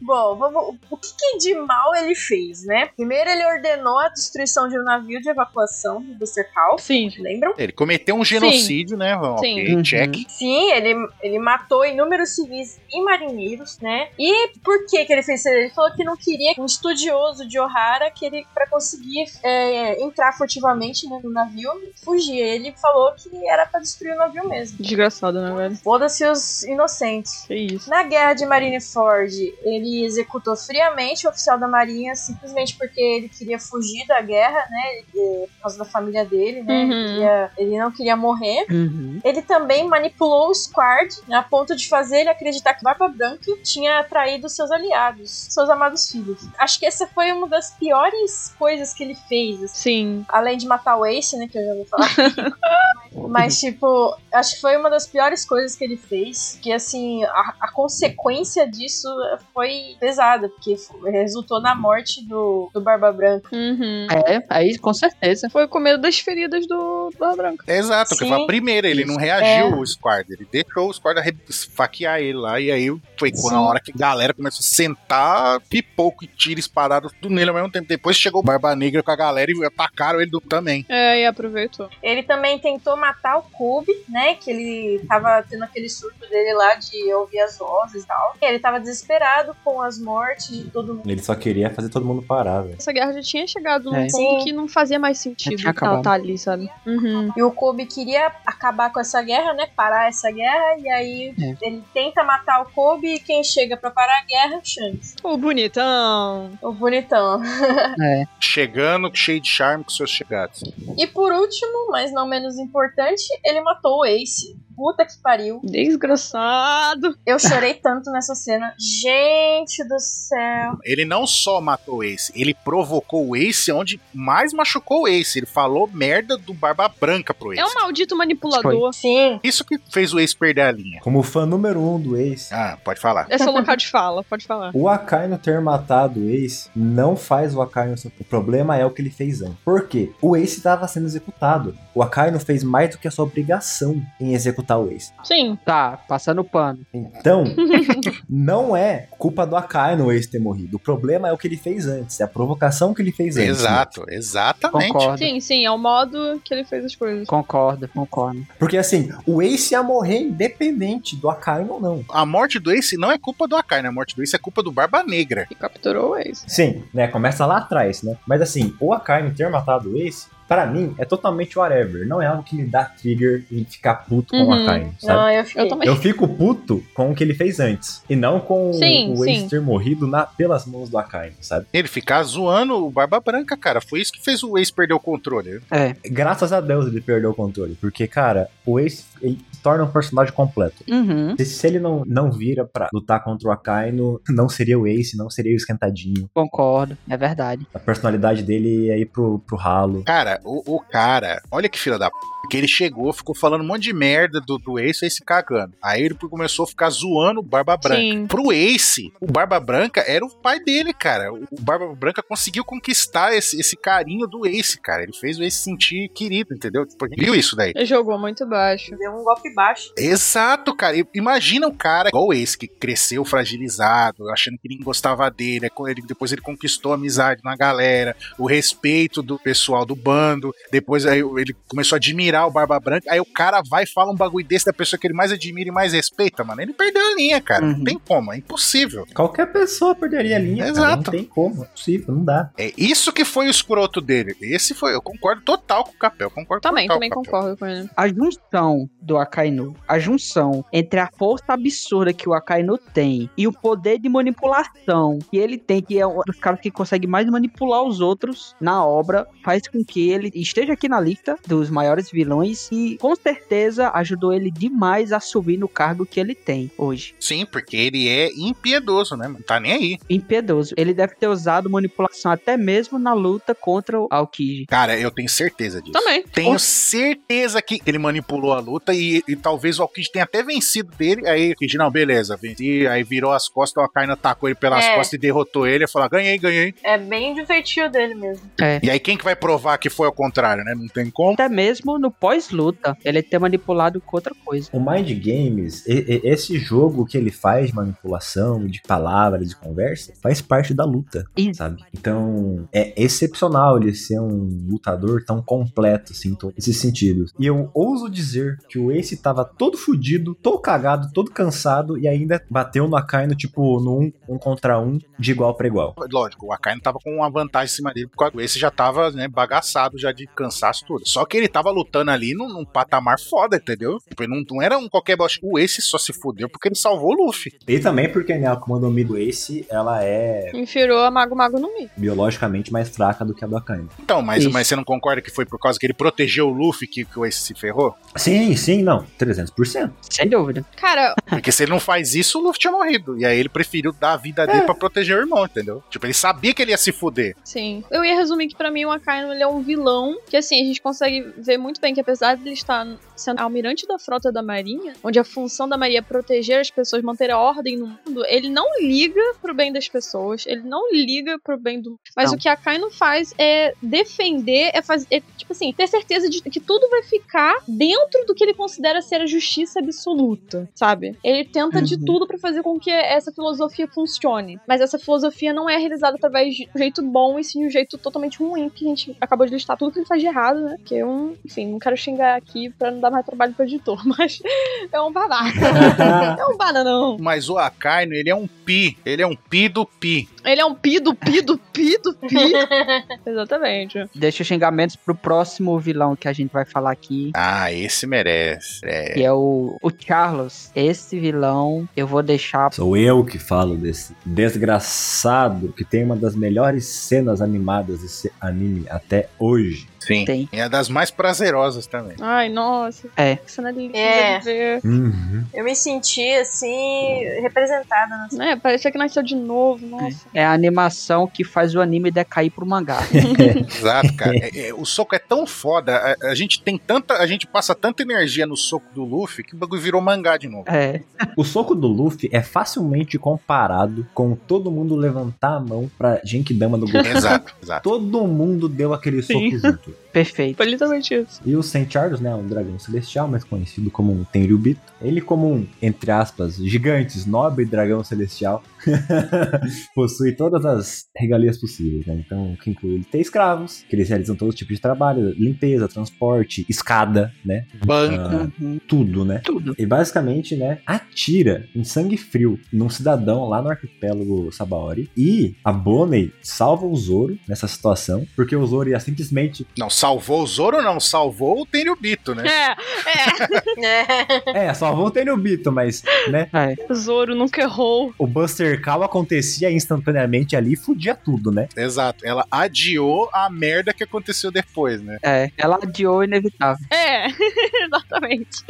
Bom, vamos, o que, que de mal ele fez, né? Primeiro, ele ordenou a destruição de um navio de evacuação do Cercal. Sim. Lembram? Ele cometeu um genocídio, né? Vamos, Sim. ok, Uhum. check. Sim, ele, ele matou inúmeros civis e marinheiros, né? E por que que ele fez isso? Ele falou que não queria um estudioso de O'Hara que ele, pra conseguir é, entrar furtivamente né, no navio, fugir. Ele falou que era pra destruir o navio mesmo. Desgraçado, né, velho? Foda-se os inocentes. Que isso. Na guerra de Marineford, ele executou friamente o oficial da Marinha simplesmente porque ele queria fugir da guerra, né? eh, Por causa da família dele, né? Uhum. Ele, queria- ele não queria morrer. Uhum. Ele também manipulou o Squad né, a ponto de fazer ele acreditar que Barba Branca tinha traído seus aliados, seus amados filhos. Acho que essa foi uma das piores coisas que ele fez. assim. Sim. Além de matar o Ace, né? Que eu já vou falar. Mas, tipo, acho que foi uma das piores coisas que ele fez. Que, assim, a, a consequência disso foi pesada, porque f- resultou na morte do, do Barba Branca. Uhum. É, aí com certeza. Foi com medo das feridas do Barra Branca. É exato, que Sim. É. foi a primeira, ele não reagiu o Squad, ele deixou o Squad arre- esfaquear ele lá, e aí foi quando a Sim. hora que a galera começou a sentar, pipoco e tiro esparado tudo nele ao mesmo tempo. Depois chegou o Barba Negra com a galera e atacaram ele do- também. É, e aproveitou. Ele também tentou matar o Cube, né? Que ele tava tendo aquele surto dele lá de ouvir as vozes e tal. Ele tava desesperado com as mortes de todo mundo. Ele só queria fazer todo mundo parar, velho. Essa guerra já tinha chegado num É. ponto Sim. que não fazia mais sentido tinha ela acabado. tá ali, sabe? Uhum. E o Kobe queria acabar com essa guerra, né? Parar essa guerra. E aí É. ele tenta matar o Kobe e quem chega pra parar a guerra é o Shanks. O bonitão. O bonitão. É. Chegando cheio de charme com seus chegados. E por último, mas não menos importante, ele matou o Ace. Puta que pariu. Desgraçado. Eu chorei tanto nessa cena. Gente do céu. Ele não só matou o Ace, ele provocou o Ace onde mais machucou o Ace. Ele falou merda do Barba Branca pro Ace. É um maldito manipulador. Sim. Isso que fez o Ace perder a linha. Como fã número um do Ace, Ah, pode falar. É só local de fala, pode falar. o Akainu ter matado o Ace não faz o Akainu sofrer. O problema é o que ele fez antes. Por quê? O Ace estava sendo executado. O Akainu fez mais do que a sua obrigação em executar o Ace. Sim. Tá, passando pano. Então, não é culpa do Akainu o Ace ter morrido. O problema é o que ele fez antes. É a provocação que ele fez antes. né? Exato, exatamente. Concordo. Sim, sim. É o modo que ele fez as coisas. Concordo, concordo. Porque assim, o Ace ia morrer independente do Akainu ou não. A morte do Ace não é culpa do Akainu, a morte do Ace é culpa do Barba Negra. E capturou é o ex. Sim, né? Começa lá atrás, né? Mas assim, o Akainu ter matado o Ace, pra mim, é totalmente whatever. Não é algo que me dá trigger e ficar puto com Uhum. o Akainu, sabe? Não, eu fiquei. Eu também. Eu fico puto com o que ele fez antes. E não com Sim, o Ace sim. ter morrido na, pelas mãos do Akainu, sabe? Ele ficar zoando o Barba Branca, cara. Foi isso que fez o Ace perder o controle. É. Graças a Deus ele perdeu o controle. Porque, cara, o Ace ele se torna um personagem completo. Uhum. Se, se ele não, não vira pra lutar contra o Akainu, não seria o Ace, não seria o esquentadinho. Concordo, é verdade. A personalidade dele ia ir pro, pro ralo. Cara, o, o cara, olha que filha da p. Que ele chegou, ficou falando um monte de merda do, do Ace, o Ace cagando. Aí ele começou a ficar zoando o Barba Branca. Sim. Pro Ace, o Barba Branca era o pai dele, cara. O o Barba Branca conseguiu conquistar esse, esse carinho do Ace, cara. Ele fez o Ace sentir querido, entendeu? Tipo, a gente viu isso daí? Ele jogou muito baixo. Deu um golpe baixo. Exato, cara. E- Imagina um cara igual esse, que cresceu fragilizado, achando que ninguém gostava dele. aí co- ele- depois ele conquistou a amizade na galera, o respeito do pessoal do bando. Depois aí o- ele começou a admirar o Barba Branca. Aí o cara vai e fala um bagulho desse da pessoa que ele mais admira e mais respeita, mano. Ele perdeu a linha, cara. Não Uhum. tem como, é impossível. Qualquer pessoa perderia a linha. cara. Exato. Não tem como, é possível, não dá. É isso que foi o escroto dele. Esse foi, eu concordo total com o Capel. Concordo Também, total também com o Capel. concordo com ele. A junção do Akainu, a junção entre a força absurda que o Akainu tem e o poder de manipulação que ele tem, que é um dos caras que consegue mais manipular os outros na obra, faz com que ele esteja aqui na lista dos maiores vilões e com certeza ajudou ele demais a subir no cargo que ele tem hoje. Sim, porque ele é impiedoso, né? Não tá nem aí. Impiedoso. Ele deve ter usado manipulação até mesmo na luta contra o Aokiji. Cara, eu tenho certeza disso. Também. Tenho certeza que ele manipulou a luta e, e talvez o Alkid tenha até vencido dele. Aí o Alkid, não, beleza, venci. Aí virou as costas, o Akainu atacou ele pelas É. costas e derrotou ele. Ele falou, "Ah, ganhei, ganhei. É bem divertido dele mesmo. E aí quem que vai provar que foi foi ao contrário, né? Não tem como. Até mesmo no pós-luta, ele é ter manipulado com outra coisa. O Mind Games, e- e- esse jogo que ele faz de manipulação, de palavras, de conversa, faz parte da luta, Isso. sabe? Então, é excepcional ele ser um lutador tão completo, assim, em todos esses sentidos. E eu ouso dizer que o Ace tava todo fudido, todo cagado, todo cansado e ainda bateu no Akainu, tipo, no um, um contra um, de igual pra igual. Lógico, o Akainu tava com uma vantagem em cima dele, porque esse já tava, né, bagaçado já de cansaço tudo. Só que ele tava lutando ali num, num patamar foda, entendeu? Tipo, ele não, não era um qualquer bosta. O Ace só se fudeu porque ele salvou o Luffy. E também porque né, a Akuma no Mi do Ace, ela é Inferior a Mago Mago no Mi. biologicamente mais fraca do que a do né? Akainu. Então, mas, Isso. mas você não concorda que foi por causa que ele protegeu o Luffy que, que o Ace se ferrou? Sim, sim, não. 300%. Sem dúvida. Cara, Porque se ele não faz isso, o Luffy tinha morrido. E aí ele preferiu dar a vida É. dele pra proteger o irmão, entendeu? Tipo, ele sabia que ele ia se fuder. Sim. Eu ia resumir que pra mim o Akainu ele é um vilão, que assim, a gente consegue ver muito bem que apesar de ele estar sendo almirante da frota da marinha, onde a função da marinha é proteger as pessoas, manter a ordem no mundo, ele não liga pro bem das pessoas, ele não liga pro bem do Mas Não. o que Akainu faz é defender, é fazer, é, tipo assim, ter certeza de que tudo vai ficar dentro do que ele considera ser a justiça absoluta, sabe? Ele tenta de Uhum. tudo pra fazer com que essa filosofia funcione. Mas essa filosofia não é realizada através de um jeito bom e sim de um jeito totalmente ruim, que a gente acabou de listar tudo que ele faz de errado, né? Que é um. Enfim, não quero xingar aqui pra não dar mais trabalho pro editor, mas é um babaca. é um bananão. Mas o Akainu, ele é um pi. Ele é um pi do pi. Ele é um pido, pido, pido, pido. Exatamente. Deixa os xingamentos pro próximo vilão que a gente vai falar aqui. Ah, esse merece. É. Que é o, o Charles. Esse vilão eu vou deixar. Sou eu que falo desse desgraçado que tem uma das melhores cenas animadas desse anime até hoje. Sim. Tem. É das mais prazerosas também. Ai, nossa. É. Que cena linda É. de ver. Eu me senti, assim, representada. Nessa... Né? Parecia que nasceu de novo, nossa. É a animação que faz o anime decair pro mangá. Exato, cara. É- é- o soco é tão foda. A, a gente tem tanta. A gente passa tanta energia no soco do Luffy que o bagulho virou mangá de novo. É. O soco do Luffy é facilmente comparado com todo mundo levantar a mão pra Genkidama do Goku. Exato, exato. Todo mundo deu aquele soco Sim. junto. Perfeito. Foi literalmente isso. E o Saint Charles, né, um dragão celestial, mais conhecido como um Tenryubito, ele como um, entre aspas, gigantes, nobre dragão celestial, possui todas as regalias possíveis, né? Então, que inclui ele ter escravos, que eles realizam todo tipo de trabalho, limpeza, transporte, escada, né? Banco. Ah, Uhum. tudo, né? Tudo. E basicamente, né, atira em sangue frio num cidadão lá no arquipélago Sabaori. E a Bonnie salva o Zoro nessa situação, porque o Zoro ia simplesmente Não, salvou o Zoro, não. Salvou o Tenryubito, né? É, É. É, só vão ter o Bito, mas, né? É. Zoro nunca errou. O Buster Call acontecia instantaneamente ali e fudia tudo, né? É. Exato. Ela adiou a merda que aconteceu depois, né? É, ela adiou o inevitável. É, exatamente.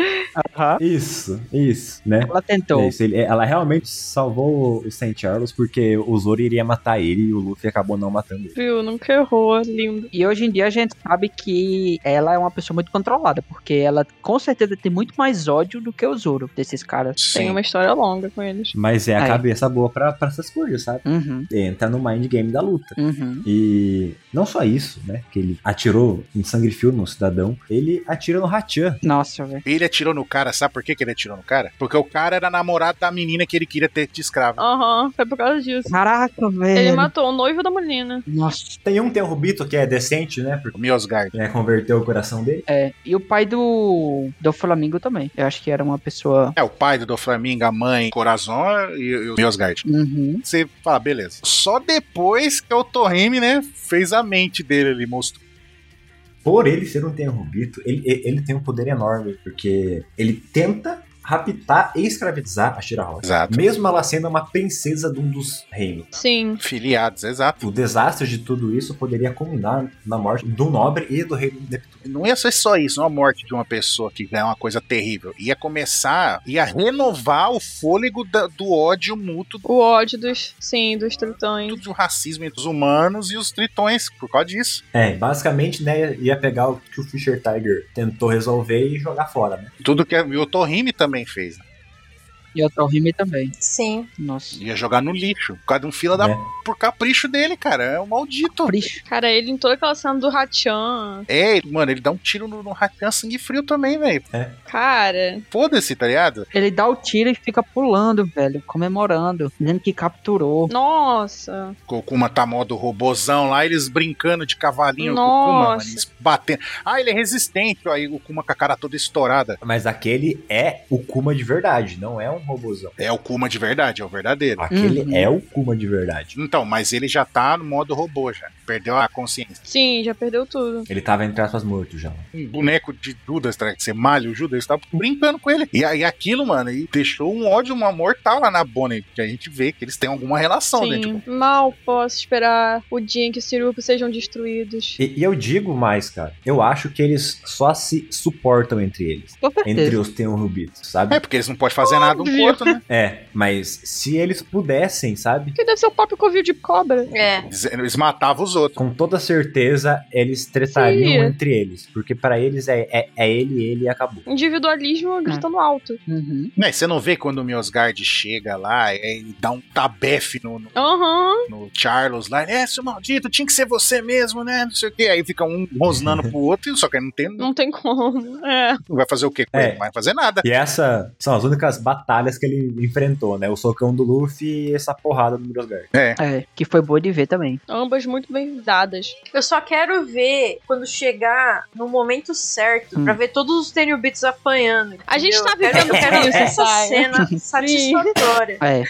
Isso, isso, né? Ela tentou. É isso, ele- ela realmente salvou o St. Charles porque o Zoro iria matar ele e o Luffy acabou não matando ele. Viu, nunca errou. Lindo. E hoje em dia a gente sabe que ela é uma pessoa muito controlada, porque ela com certeza tem muito mais ódio do que o Zoro desses caras. Tem uma história longa com eles. Mas é a Aí. cabeça boa pra, pra essas coisas, sabe? Uhum, Entra no mind game da luta. uhum. E não só isso, né? Que ele atirou em sangue frio no cidadão, ele atira no Hachan. Nossa, velho. Ele atirou no cara, sabe por que, que ele atirou no cara? Porque o cara era namorado da menina que ele queria ter de escravo. Aham, foi por causa disso. Caraca, velho. Ele matou o noivo da menina. Nossa. Tem um Tenrubito que é decente, né? Ah. Porque O Miosgard. é, converteu o coração dele. É, e o pai do do Flamengo também. Eu acho que era uma pessoa. É, o pai do Doflamingo, a mãe, Corazon e, e o Miosgard. Uhum. Você fala, beleza. Só depois que o Torrime, né, fez a mente dele ali, mostrou. por ele ser um tenrubito, ele, ele- ele tem um poder enorme, porque ele tenta raptar e escravizar a Shirahoshi. Exato. Mesmo ela sendo uma princesa de um dos reinos. Sim. Filiados, exato. O desastre de tudo isso poderia culminar na morte do nobre e do rei do Neptuno. Não ia ser só isso, não a morte de uma pessoa que é uma coisa terrível. Ia começar, ia renovar o fôlego da- do ódio mútuo O ódio dos. Sim, dos tritões. do racismo entre os humanos e os tritões, por causa disso. É, basicamente, né, ia pegar o que o Fisher é, Tiger tentou resolver e jogar fora, né? Tudo que o Torrime também fez. E a Torrime também. Sim. Nossa. Ia jogar no lixo. Por causa de um fila da. É. Por capricho dele, cara. É um maldito. Capricho. Cara, ele em toda aquela cena do Hachan. É, mano, ele dá um tiro no, no Rakan sangue frio também, velho. Cara, Foda-se, tá ligado? Ele dá o tiro e fica pulando, velho, comemorando, dizendo que capturou. nossa. Kokuma tá modo robozão lá, eles brincando de cavalinho. o Nossa. Kokuma, mano, eles batendo. Ah, ele é resistente. Aí o Kuma com a cara toda estourada. Mas aquele é o Kuma de verdade, não é um robozão. É o Kuma de verdade, é o verdadeiro. Aquele Uhum. é o Kuma de verdade. Então, mas ele já tá no modo robô já. Perdeu a consciência. Sim, já perdeu tudo. Ele tava entre aspas morto já. Um boneco de Judas, tá? ligado? que você malha o Judas, tá brincando com ele. E aí aquilo, mano, e deixou um ódio, uma mortal lá na Bonnie. Que a gente vê que eles têm alguma relação, né? Tipo, Sim. Mal posso esperar o dia em que os Cirupos sejam destruídos. E, e eu digo mais, cara. Eu acho que eles só se suportam entre eles. Com certeza. Entre os Tenryubitos, sabe? é porque eles não podem fazer nada um com o outro, né? É, mas se eles pudessem, sabe? Que deve ser o próprio covil de cobra. É. Eles, eles matavam os outros. Com toda certeza, eles tretariam Sim. entre eles. Porque pra eles é, é, é ele, ele e acabou. Individualismo gritando alto. Uhum. Né, você não vê quando o Miosgard chega lá é, e dá um tabefe no, no, Aham. no Charles lá, é, seu maldito, tinha que ser você mesmo, né? Não sei o quê. Aí fica um rosnando pro outro, só que não tem, não Não tem como. É. vai fazer o quê com É. ele? Não vai fazer nada. E essa são as únicas batalhas que ele enfrentou, né? O socão do Luffy e essa porrada do Mirosgar. É, que foi boa de ver também. Ambas muito bem dadas. Eu só quero ver quando chegar no momento certo Hum. pra ver todos os Tenryubits apanhando. A gente tá entendeu? vivendo eu quero, eu quero isso, essa pai. cena satisfatória. É.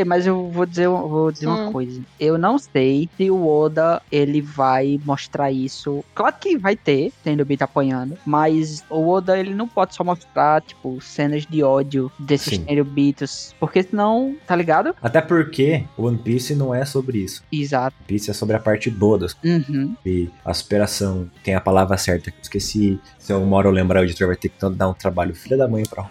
é, mas eu vou dizer, eu vou dizer uma Hum. coisa. Eu não sei se o Oda ele vai mostrar isso. Claro que vai ter, tendo o Bita apanhando, mas o Oda ele não pode só mostrar tipo cenas de ódio desses Sim. Beatles, porque senão, tá ligado? Até porque One Piece não é sobre isso. Exato. One Piece é sobre a parte boa das Uhum. e a superação. Tem a palavra certa que eu esqueci. Se eu uma hora eu lembrar, o editor vai ter que dar um trabalho filha da mãe pra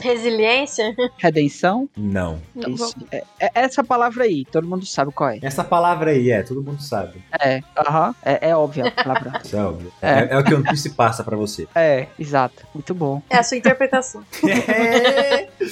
Resiliência. Redenção. Não. Não, isso. É- é- essa palavra aí, todo mundo sabe qual é. Essa palavra aí, é, todo mundo sabe. É, aham, é, é óbvia a palavra. Isso é óbvio. É. É, é o que One Piece passa pra você. é, exato. Muito bom. É a sua interpretação.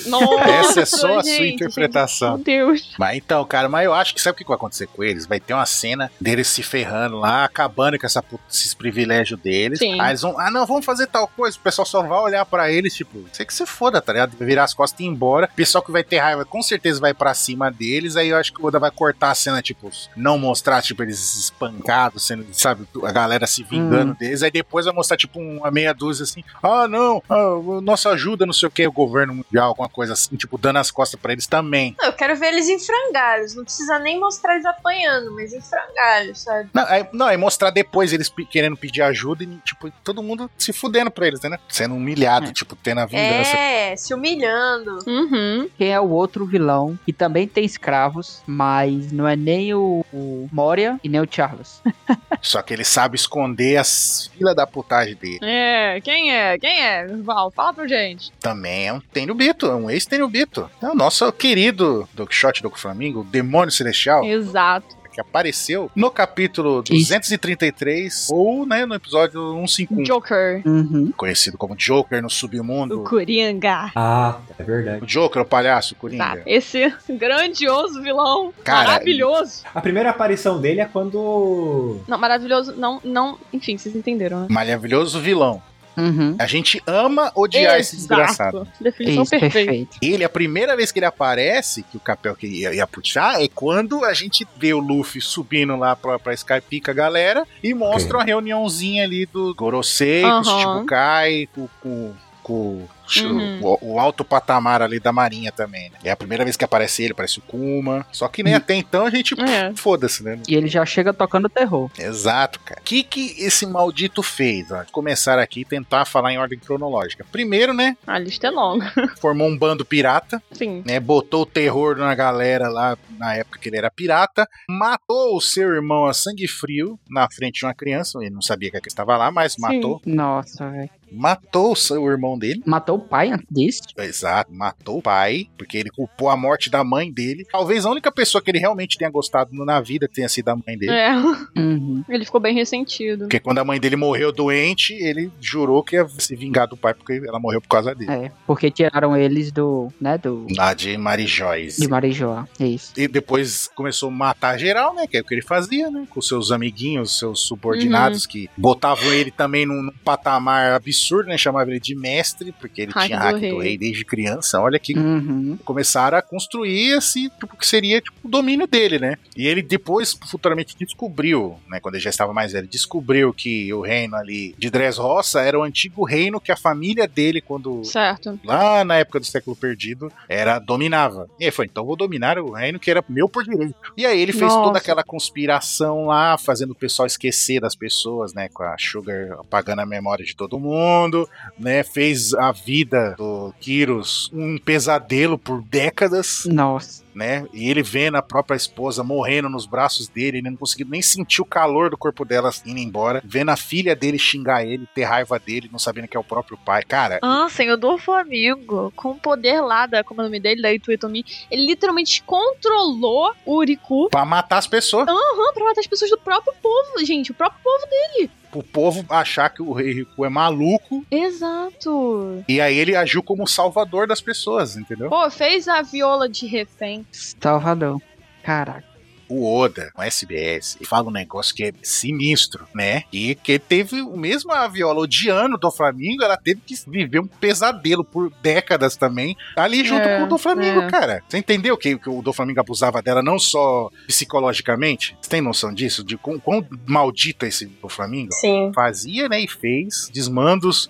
Nossa, Essa é só a sua gente, interpretação. Meu Deus. Mas então, cara, mas eu acho que sabe o que vai acontecer com eles? Vai ter uma cena deles se ferrando lá, acabando com essa, pu- esses privilégios deles. Sim. Aí eles vão, ah, não, vamos fazer tal coisa. O pessoal só vai olhar pra eles, tipo, sei que você foda, tá ligado? Virar as costas e ir embora. O pessoal que vai ter raiva com certeza vai pra cima deles. Aí eu acho que o Oda vai cortar a cena, tipo, não mostrar, tipo, eles espancados, sendo, sabe, a galera se vingando deles. Aí depois vai mostrar, tipo, uma meia dúzia assim, ah, não, ah, nossa ajuda, não sei o que, o governo mundial, alguma coisa assim, tipo, dando as costas pra eles também. Não, eu quero ver eles em frangalhos. Não precisa nem mostrar eles apanhando, mas em frangalhos, sabe? Não, é, não, é mostrar depois eles pe- querendo pedir ajuda e, tipo, todo mundo se fudendo pra eles, né? Sendo É. humilhado, tipo, tendo a vingança. É, se humilhando. Uhum. Quem é o outro vilão que também tem escravos, mas não é nem o, o Moria e nem o Charles. Só que ele sabe esconder as filas da putagem dele. É, quem é? Quem é? Val, fala pra gente. Também é um Tenryubito, é um ex-Tenryubito. É o nosso querido Doc Shot do Flamingo, o Demônio Celestial, Exato. que apareceu no capítulo 233 ou, né, no episódio 151, Joker. Uhum. conhecido como Joker no submundo. O Coringa. Ah, é verdade. O Joker, o palhaço, o Coringa. Tá. Esse grandioso vilão. Cara, maravilhoso. A primeira aparição dele é quando. Não, maravilhoso. Não, não. Enfim, vocês entenderam, né? Maravilhoso vilão. Uhum. A gente ama odiar esse desgraçado. Definição Isso, perfeita. perfeito. Ele, a primeira vez que ele aparece, que o Capel que ia, ia puxar, é quando a gente vê o Luffy subindo lá pra, pra Skype com a galera e mostra uma reuniãozinha ali do Gorosei, com Aham. o Shichibukai, com, com, com Uhum. o, o alto patamar ali da marinha também, né? É a primeira vez que aparece ele, aparece o Kuma. Só que nem até então a gente... É. Foda-se, né? E ele já chega tocando terror. Exato, cara. O que, que esse maldito fez? Ó, começar aqui e tentar falar em ordem cronológica. Primeiro, né? A lista é longa. Formou um bando pirata. Sim. né, botou o terror na galera lá na época que ele era pirata, matou o seu irmão a sangue frio na frente de uma criança, ele não sabia que ele estava lá, mas Sim. matou, Nossa, velho. matou o seu irmão dele. Matou matou o pai antes disso. Exato, matou o pai, porque ele culpou a morte da mãe dele. Talvez a única pessoa que ele realmente tenha gostado na vida tenha sido a mãe dele. É, Uhum. ele ficou bem ressentido. Porque quando a mãe dele morreu doente, ele jurou que ia se vingar do pai, porque ela morreu por causa dele. É, porque tiraram eles do, né, do... Lá de Marijóis. De Marijoá, é isso. E depois começou a matar geral, né? Que é o que ele fazia, né? Com seus amiguinhos, seus subordinados, Uhum. que botavam ele também num, num patamar absurdo, né? Chamavam ele de mestre, porque ele Hack tinha do hack do rei. rei. desde criança. Olha que Uhum. começaram a construir esse tipo que seria tipo, o domínio dele, né? E ele depois, futuramente, descobriu, né? Quando ele já estava mais velho, descobriu que o reino ali de Dressrosa era o antigo reino que a família dele, quando Certo. lá na época do século perdido, era dominava. E ele falou, então vou dominar o reino que era meu por direito. E aí ele fez Nossa. toda aquela conspiração lá, fazendo o pessoal esquecer das pessoas, né, com a Sugar apagando a memória de todo mundo, né, fez a vida do Kyros um pesadelo por décadas, Nossa. né, e ele vendo a própria esposa morrendo nos braços dele, ele não conseguiu nem sentir o calor do corpo dela indo embora, vendo a filha dele xingar ele, ter raiva dele, não sabendo que é o próprio pai. Cara, Ansem, o Dorfo Amigo, com o poder lá da, como é o nome dele, da Ituitomi, ele literalmente controlou o Uriku pra matar as pessoas. Aham, pra matar as pessoas do próprio povo, gente. O próprio povo dele. o povo achar que o rei Riku é maluco Exato. e aí ele agiu como o salvador das pessoas, entendeu? Pô, fez a viola de refém. Salvador. Caraca. O Oda, com SBS, ele fala um negócio que é sinistro, né? E que teve o mesmo a viola odiando do Flamengo, ela teve que viver um pesadelo por décadas também, ali junto É, com o do Flamengo, é. cara. Você entendeu que, que o do Flamengo abusava dela não só psicologicamente? Você tem noção disso? De quão, quão maldito é esse do Flamengo? Sim. fazia, né, e fez desmandos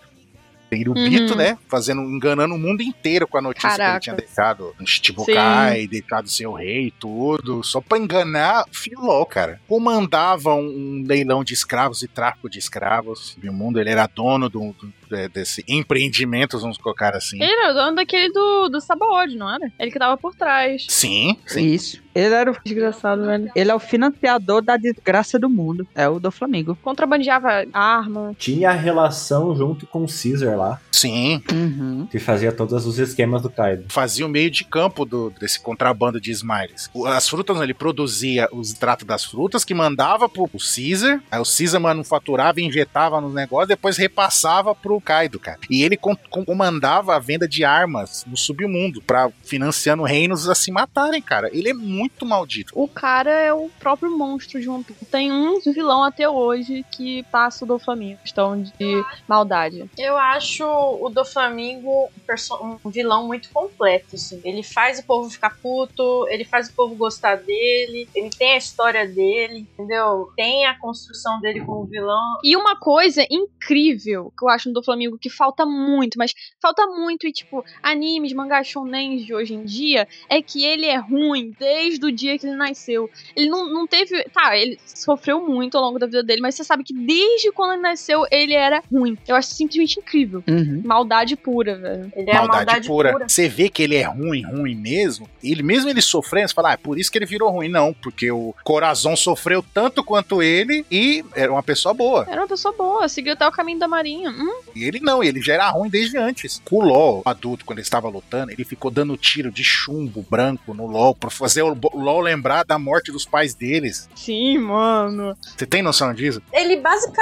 Irubito, Uhum. né? Fazendo, enganando o mundo inteiro com a notícia Caraca. que ele tinha deixado no Shichibukai, deixado seu rei, tudo, só pra enganar o Filó, cara. Comandava um, um leilão de escravos e tráfico de escravos no mundo, ele era dono do, do- é, desse empreendimento, vamos colocar assim. Ele era o dono daquele do, do Sabaody, não era? Ele que tava por trás. Sim, sim. Isso. Ele era o, Desgraçado, velho. ele é o financiador da desgraça do mundo. É o do Flamengo. Contrabandeava arma. Tinha a relação junto com o Caesar lá, Sim, Uhum. que fazia todos os esquemas do Kaido. fazia o meio de campo do, desse contrabando de Smiles. O- As frutas, ele produzia os tratos das frutas que mandava pro pro Caesar, aí o Caesar manufaturava, e injetava nos negócios, depois repassava pro Kaido, cara. E ele com- com- comandava a venda de armas no submundo pra financiando reinos a se matarem, cara. Ele é muito maldito. O cara é o próprio monstro de One Piece. Tem um vilão até hoje que passa o do Flamengo. Questão de maldade. Eu acho o Doflamingo um perso- um vilão muito completo, assim. Ele faz o povo ficar puto, ele faz o povo gostar dele, ele tem a história dele, entendeu? Tem a construção dele como vilão. E uma coisa incrível que eu acho no do Flamengo que falta muito, mas falta muito e tipo animes, mangás shonens de hoje em dia é que ele é ruim desde o dia que ele nasceu. Ele não, não teve, tá, ele sofreu muito ao longo da vida dele, mas você sabe que desde quando ele nasceu ele era ruim. Eu acho simplesmente incrível. Uhum. Maldade pura, velho. Ele é a maldade pura. Você vê que ele é ruim, ruim mesmo. Ele mesmo ele sofrendo, você fala, ah, é por isso que ele virou ruim. Não, porque o Corazon sofreu tanto quanto ele e era uma pessoa boa. Era uma pessoa boa, seguiu até o caminho da marinha. Hum, E ele não, ele já era ruim desde antes. O LOL, adulto, quando ele estava lutando, ele ficou dando tiro de chumbo branco no LOL pra fazer o bo- LOL lembrar da morte dos pais deles. sim, mano. Você tem noção disso? Ele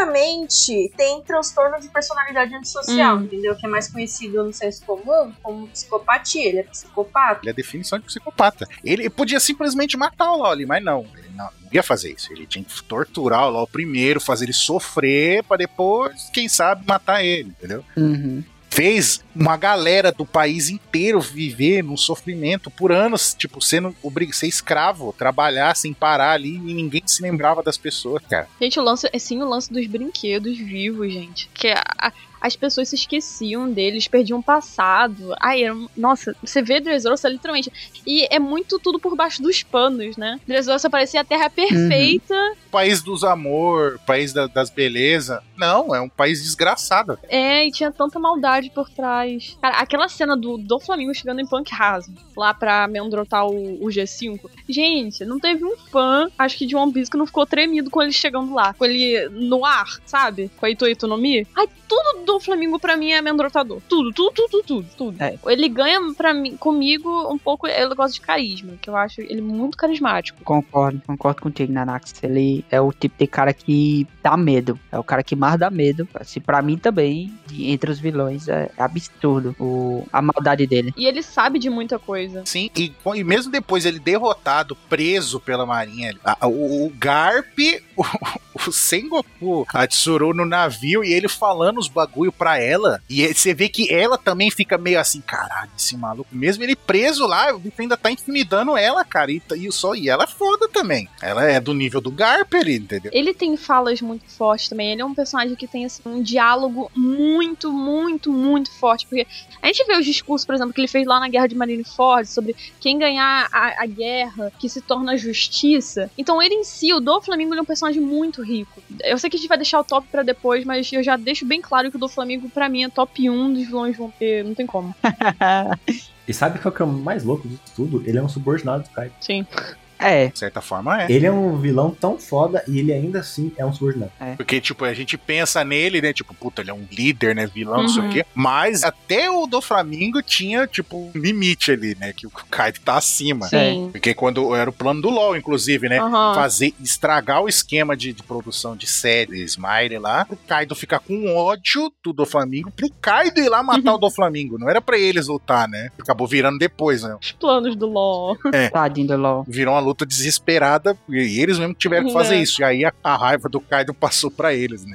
basicamente tem transtorno de personalidade antissocial, Hum. entendeu? Que é mais conhecido no senso comum como psicopatia. Ele é psicopata. Ele é a definição de psicopata. Ele podia simplesmente matar o LOL ali, mas não. Ele não, não ia fazer isso. Ele tinha que torturar o LOL primeiro, fazer ele sofrer, pra depois, quem sabe, matar ele, entendeu? Uhum. fez uma galera do país inteiro viver num sofrimento por anos, tipo, sendo obrigado ser escravo, trabalhar sem parar ali e ninguém se lembrava das pessoas, cara. Gente, o lance, é sim o lance dos brinquedos vivos, gente. Que a- a- as pessoas se esqueciam deles, perdiam o passado. Ai, era um- nossa, você vê Dressrosa literalmente. E é muito tudo por baixo dos panos, né? Dressrosa parecia a terra perfeita. País dos amor, país da- das belezas. Não, é um país desgraçado. É, e tinha tanta maldade por trás. Cara, aquela cena do, do Flamengo chegando em Punk Hazard, lá pra amedrontar o, o G5. Gente, não teve um fã, acho que de One Piece, que não ficou tremido com ele chegando lá. Com ele no ar, sabe? Com a Itoitonomi. Ai, tudo do Tudo o Flamengo pra mim é amedrontador. Tudo, tudo, tudo, tudo, tudo. É. Ele ganha pra mim, comigo um pouco eu gosto de carisma, que eu acho ele muito carismático. Concordo, concordo contigo, Nanax. Ele é o tipo de cara que dá medo. É o cara que mais dá medo. Assim, pra mim também, de- entre os vilões, é absurdo o, a maldade dele. E ele sabe de muita coisa. Sim, e, co- e mesmo depois ele derrotado, preso pela marinha, a- a- o, o Garp, o, o Sengoku, a Tsuru no navio e ele falando os bagulho pra ela. E ele- você vê que ela também fica meio assim, caralho, esse maluco. Mesmo ele preso lá, o bicho ainda tá intimidando ela, cara. E, t- e, só, e ela é foda também. Ela é do nível do Garp ali, entendeu? Ele tem falas muito fortes também. Ele é um personagem que tem assim, um diálogo muito, muito, muito forte. Porque a gente vê os discursos, por exemplo, que ele fez lá na Guerra de Marineford sobre quem ganhar a, a guerra, que se torna a justiça. Então ele em si, o do Flamengo, ele é um personagem muito rico. Eu sei que a gente vai deixar o top pra depois, mas eu já deixo bem claro que o do Flamengo, pra mim, é top 1 dos vilões vão ter. Não tem como. E sabe qual que é o mais louco disso tudo? Ele é um subordinado do Kaido. Sim. é, De certa forma é. Ele é um vilão tão foda e ele ainda assim é um subordinado. Porque, tipo, a gente pensa nele, né? Tipo, puta, ele é um líder, né? Vilão, não sei o Uhum. quê. Mas até o do Flamengo tinha, tipo, um limite ali, né? Que o Kaido tá acima. Sim. Porque quando era o plano do LoL, inclusive, né? Aham. Fazer, estragar o esquema de, de produção de série, Smile lá, pro Kaido ficar com ódio do Doflamingo, pro Kaido ir lá matar Uhum. o Doflamingo. Não era pra eles lutar, né? Acabou virando depois, né? Os planos do LOL. tadinho do LOL. Virou uma luta desesperada e eles mesmo tiveram que fazer É. isso. E aí a, a raiva do Kaido passou pra eles, né?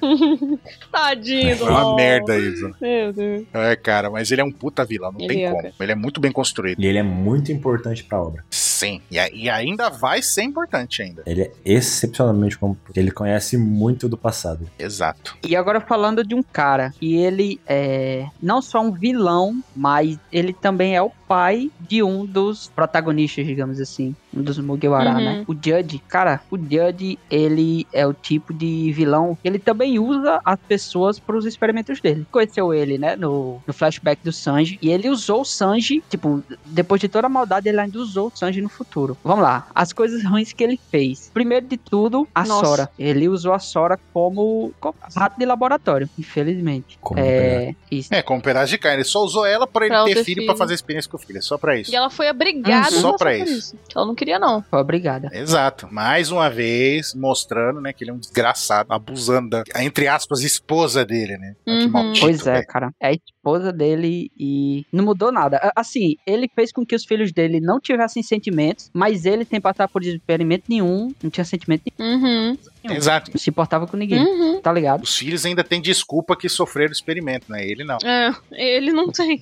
Tadinho do Foi É uma LOL. merda isso. Meu Deus. É, cara, mas ele é um puta vilão, não Ele tem é, como. cara. Ele é muito bem construído. E ele é muito importante pra obra. Sim. E, a- e ainda vai ser importante ainda. Ele é excepcionalmente bom, porque ele conhece muito do passado. Exato. E agora falando de um cara que ele é não só um vilão, mas ele também é o pai de um dos protagonistas, digamos assim, um dos Mugiwara, Uhum. né? O Judge, cara, o Judge, ele é o tipo de vilão que ele também usa as pessoas para os experimentos dele. Conheceu ele, né, no, no flashback do Sanji, e ele usou o Sanji, tipo, depois de toda a maldade, ele ainda usou o Sanji no futuro. Vamos lá, as coisas ruins que ele fez. Primeiro de tudo, a Nossa. Sora. Ele usou a Sora como co- rato de laboratório, infelizmente. Como pegar. É, isso. É, como pedaço de carne. Ele só usou ela pra ele Pra ter ter filho, filho. pra fazer experiência com o filho. É só pra isso. E ela foi obrigada Uhum. a Só passar pra por isso. Ela não queria, não. Foi obrigada. Exato. Mais uma vez, mostrando, né, que ele é um desgraçado, abusando da, entre aspas, esposa dele, né? Olha que Uhum. maldito, Pois é, velho. cara. É a esposa dele e não mudou nada. A- Assim, ele fez com que os filhos dele não tivessem sentimentos, mas ele, sem passar por experimento nenhum, não tinha sentimento nenhum, Uhum. Exato. não se importava com ninguém. Uhum. Tá ligado? Os filhos ainda têm desculpa que sofreram o experimento, né? Ele não. É, ele não tem.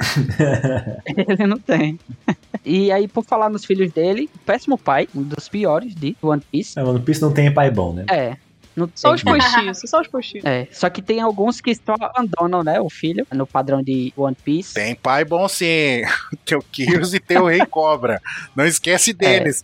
Ele não tem. e aí, por falar nos filhos dele, péssimo pai, um dos piores de One Piece. É, mano, o Piece não tem pai bom, né? É. Não Só tem os postiços, só os postiços. É, só que tem alguns que só abandonam, né, o filho, no padrão de One Piece. Tem pai bom sim. Teu Kyrus e teu Rei Cobra. Não É. esquece deles.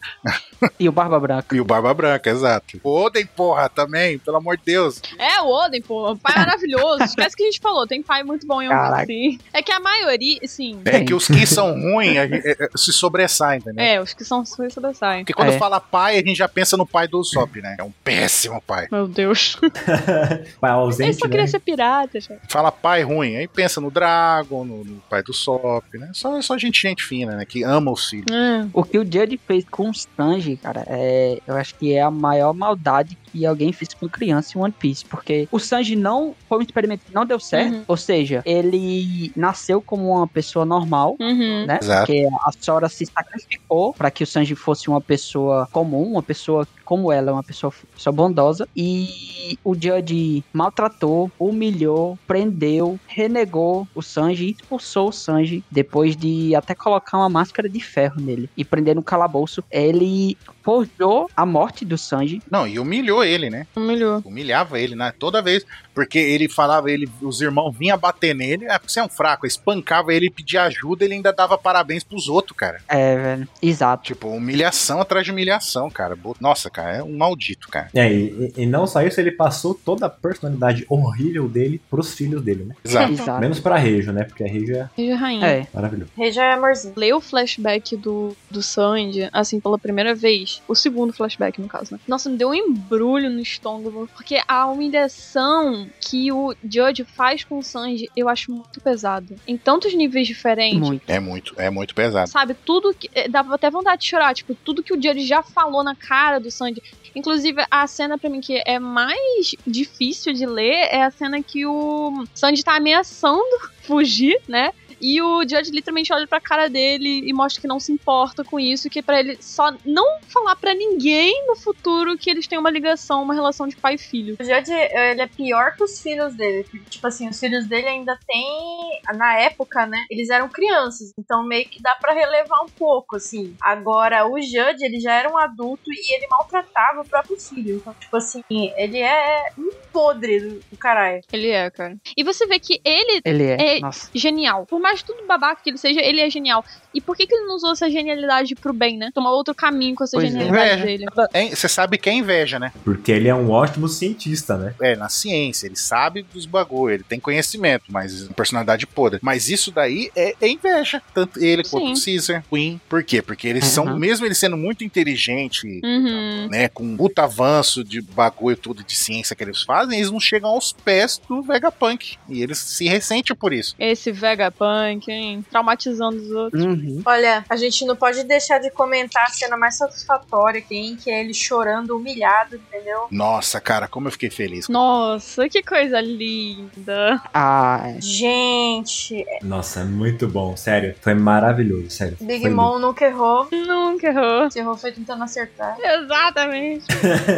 E o Barba Branca. E o Barba Branca, exato. Odem, porra, também, pelo amor de Deus. É, o Oden, pô, pai maravilhoso. Esquece que a gente falou, tem pai muito bom em Caraca. um sim. É que a maioria, sim. É que os que são ruins a gente- é, é, se sobressaem, entendeu? É, os que são suíça da sai. Porque quando É. fala pai, a gente já pensa no pai do Usopp, né? É um péssimo pai. Meu Deus. pai Ele ausente, só queria né? ser pirata, gente. Fala pai ruim, aí pensa no Dragon, no, no pai do Usopp, né? Só, só gente, gente fina, né? Que ama os filhos. É. O que o Judge fez com o Sanji, cara, é, eu acho que é a maior maldade que alguém fez com criança em One Piece. Porque o Sanji não foi um experimento que não deu certo. Uhum. Ou seja, ele nasceu como uma pessoa normal, Uhum. né? Exato. Porque a Sora se sacrificou para que o Sanji fosse uma pessoa comum, uma pessoa como ela, uma pessoa, pessoa bondosa. E o Judge maltratou, humilhou, prendeu, renegou o Sanji, e expulsou o Sanji, depois de até colocar uma máscara de ferro nele e prender no calabouço. Ele forjou a morte do Sanji. Não, e humilhou ele, né? Humilhou. Humilhava ele, né? Toda vez. Porque ele falava, ele, os irmãos vinham bater nele, é porque você é um fraco, espancava ele, pedia ajuda, ele ainda dava parabéns pros outros, cara. É, velho. Exato. Tipo, humilhação atrás de humilhação, cara. Bo- Nossa, cara, é um maldito, cara. É, e, e- e não não só isso, ele passou toda a personalidade horrível dele pros filhos dele, né? Exato. Exato. Menos pra Rejo, né? Porque a Rejo é Veja a rainha. É. maravilhoso. Rei já é amorzinho. Ler o flashback do, do Sandy, assim, pela primeira vez, o segundo flashback, no caso, né? Nossa, me deu um embrulho no estômago, porque a humilhação que o Judge faz com o Sanji, eu acho muito pesado. Em tantos níveis diferentes. Muito. É muito, é muito pesado. Sabe, tudo que. eh, Dava até vontade de chorar. Tipo, tudo que o Judge já falou na cara do Sandy. Inclusive, a cena pra mim que é mais difícil de ler é a cena que o Sandy tá ameaçando fugir, né? E o Judge literalmente olha pra cara dele e mostra que não se importa com isso, que é pra ele só não falar pra ninguém no futuro que eles têm uma ligação, uma relação de pai e filho. O Judge, ele é pior que os filhos dele. porque, Tipo assim, os filhos dele ainda tem. Na época, né? Eles eram crianças. Então meio que dá pra relevar um pouco, assim. Agora, o Judge, ele já era um adulto e ele maltratava o próprio filho. Então, tipo assim, ele é um podre do, do caralho. Ele é, cara. E você vê que ele Ele é. É. Nossa. genial. Por mais tudo babaca que ele seja, ele é genial. E por que, que ele não usou essa genialidade pro bem, né? Tomar outro caminho com essa Pois é. genialidade É. dele. É, Você sabe que é inveja, né? Porque ele é um ótimo cientista, né? É, na ciência, ele sabe dos bagulho, ele tem conhecimento, mas é personalidade podre. Mas isso daí é, é inveja. Tanto ele quanto o Caesar, Queen. Por quê? Porque eles são, Uhum. mesmo ele sendo muito inteligente, Uhum. né, com um puta avanço de bagulho tudo de ciência que eles fazem, eles não chegam aos pés do Vegapunk. E eles se ressentem por isso. Esse Vegapunk, hein? Traumatizando os outros. Uhum. Olha, a gente não pode deixar de comentar a cena mais satisfatória que tem, que é ele chorando, humilhado, entendeu? Nossa, cara, como eu fiquei feliz. Nossa, que coisa linda. Ah, é. Gente, Nossa, é muito bom, sério. Foi maravilhoso, sério. Big Foi Mom nunca errou. Nunca errou. Se errou foi tentando acertar. Exatamente. lindo.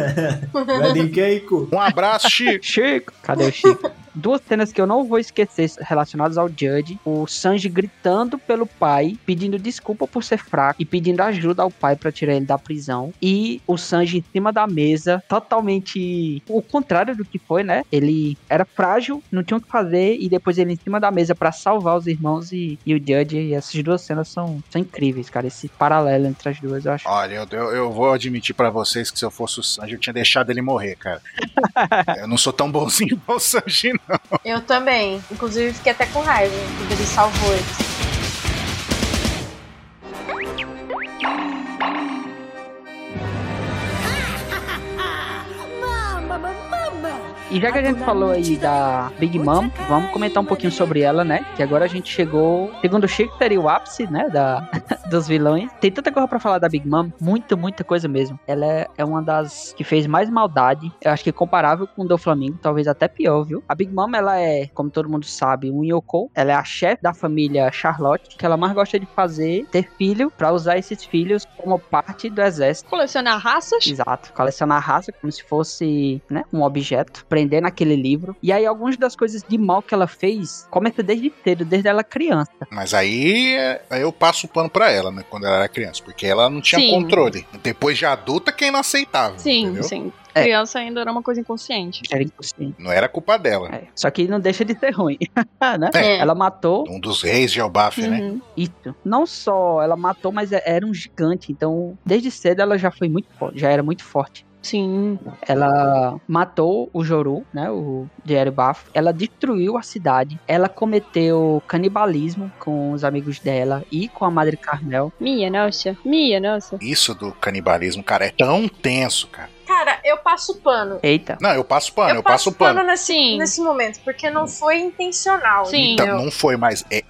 Wedding Cake. Um abraço, Chico. Chico! Cadê o Chico? Duas cenas que eu não vou esquecer relacionadas ao Judge. O Sanji gritando pelo pai, pedindo desculpa por ser fraco e pedindo ajuda ao pai pra tirar ele da prisão. E o Sanji em cima da mesa, totalmente o contrário do que foi, né? Ele era frágil, não tinha o que fazer e depois ele em cima da mesa pra salvar os irmãos e, e o Judge. E essas duas cenas são, são incríveis, cara. Esse paralelo entre as duas, eu acho. Olha, eu, eu, eu vou admitir pra vocês que se eu fosse o Sanji, eu tinha deixado ele morrer, cara. eu não sou tão bonzinho igual o Sanji, não. Eu também. Inclusive, fiquei até com raiva quando ele salvou ele. E já que a gente falou aí da Big Mom, vamos comentar um pouquinho sobre ela, né? Que agora a gente chegou, segundo o Chico, seria o ápice, né? Da, dos vilões. Tem tanta coisa pra falar da Big Mom, muita, muita coisa mesmo. Ela é, é uma das que fez mais maldade, eu acho que comparável com o do Flamengo, talvez até pior, viu? A Big Mom, ela é, como todo mundo sabe, um Yoko. Ela é a chefe da família Charlotte, que ela mais gosta de fazer, ter filho, pra usar esses filhos como parte do exército. Colecionar raças. Exato, colecionar a raça como se fosse né, um objeto, prender naquele livro. E aí, algumas das coisas de mal que ela fez começa desde cedo, desde ela criança. Mas aí, é, aí eu passo o pano pra ela, né? Quando ela era criança, porque ela não tinha Sim. controle. Depois de adulta, que é inaceitável. Sim, entendeu? sim. É. Criança ainda era uma coisa inconsciente. Era inconsciente. Não era culpa dela. É. Só que não deixa de ser ruim, né? É. Ela matou Um dos reis de Elbaf, né? Uhum. isso. Não só ela matou, mas é- era um gigante. Então, desde cedo ela já foi muito forte, já era muito forte. Sim. Ela matou o Joru, né? O Jerry Bafo. Ela destruiu a cidade. Ela cometeu canibalismo com os amigos dela e com a Madre Carmel. Minha nossa. Minha nossa. Isso do canibalismo, cara, é tão tenso, cara. Cara, eu passo pano. Eita. Não, eu passo pano, eu, passo pano. pano nesse, Sim. nesse momento, porque não foi intencional. Sim. Então, eu- não foi, mas é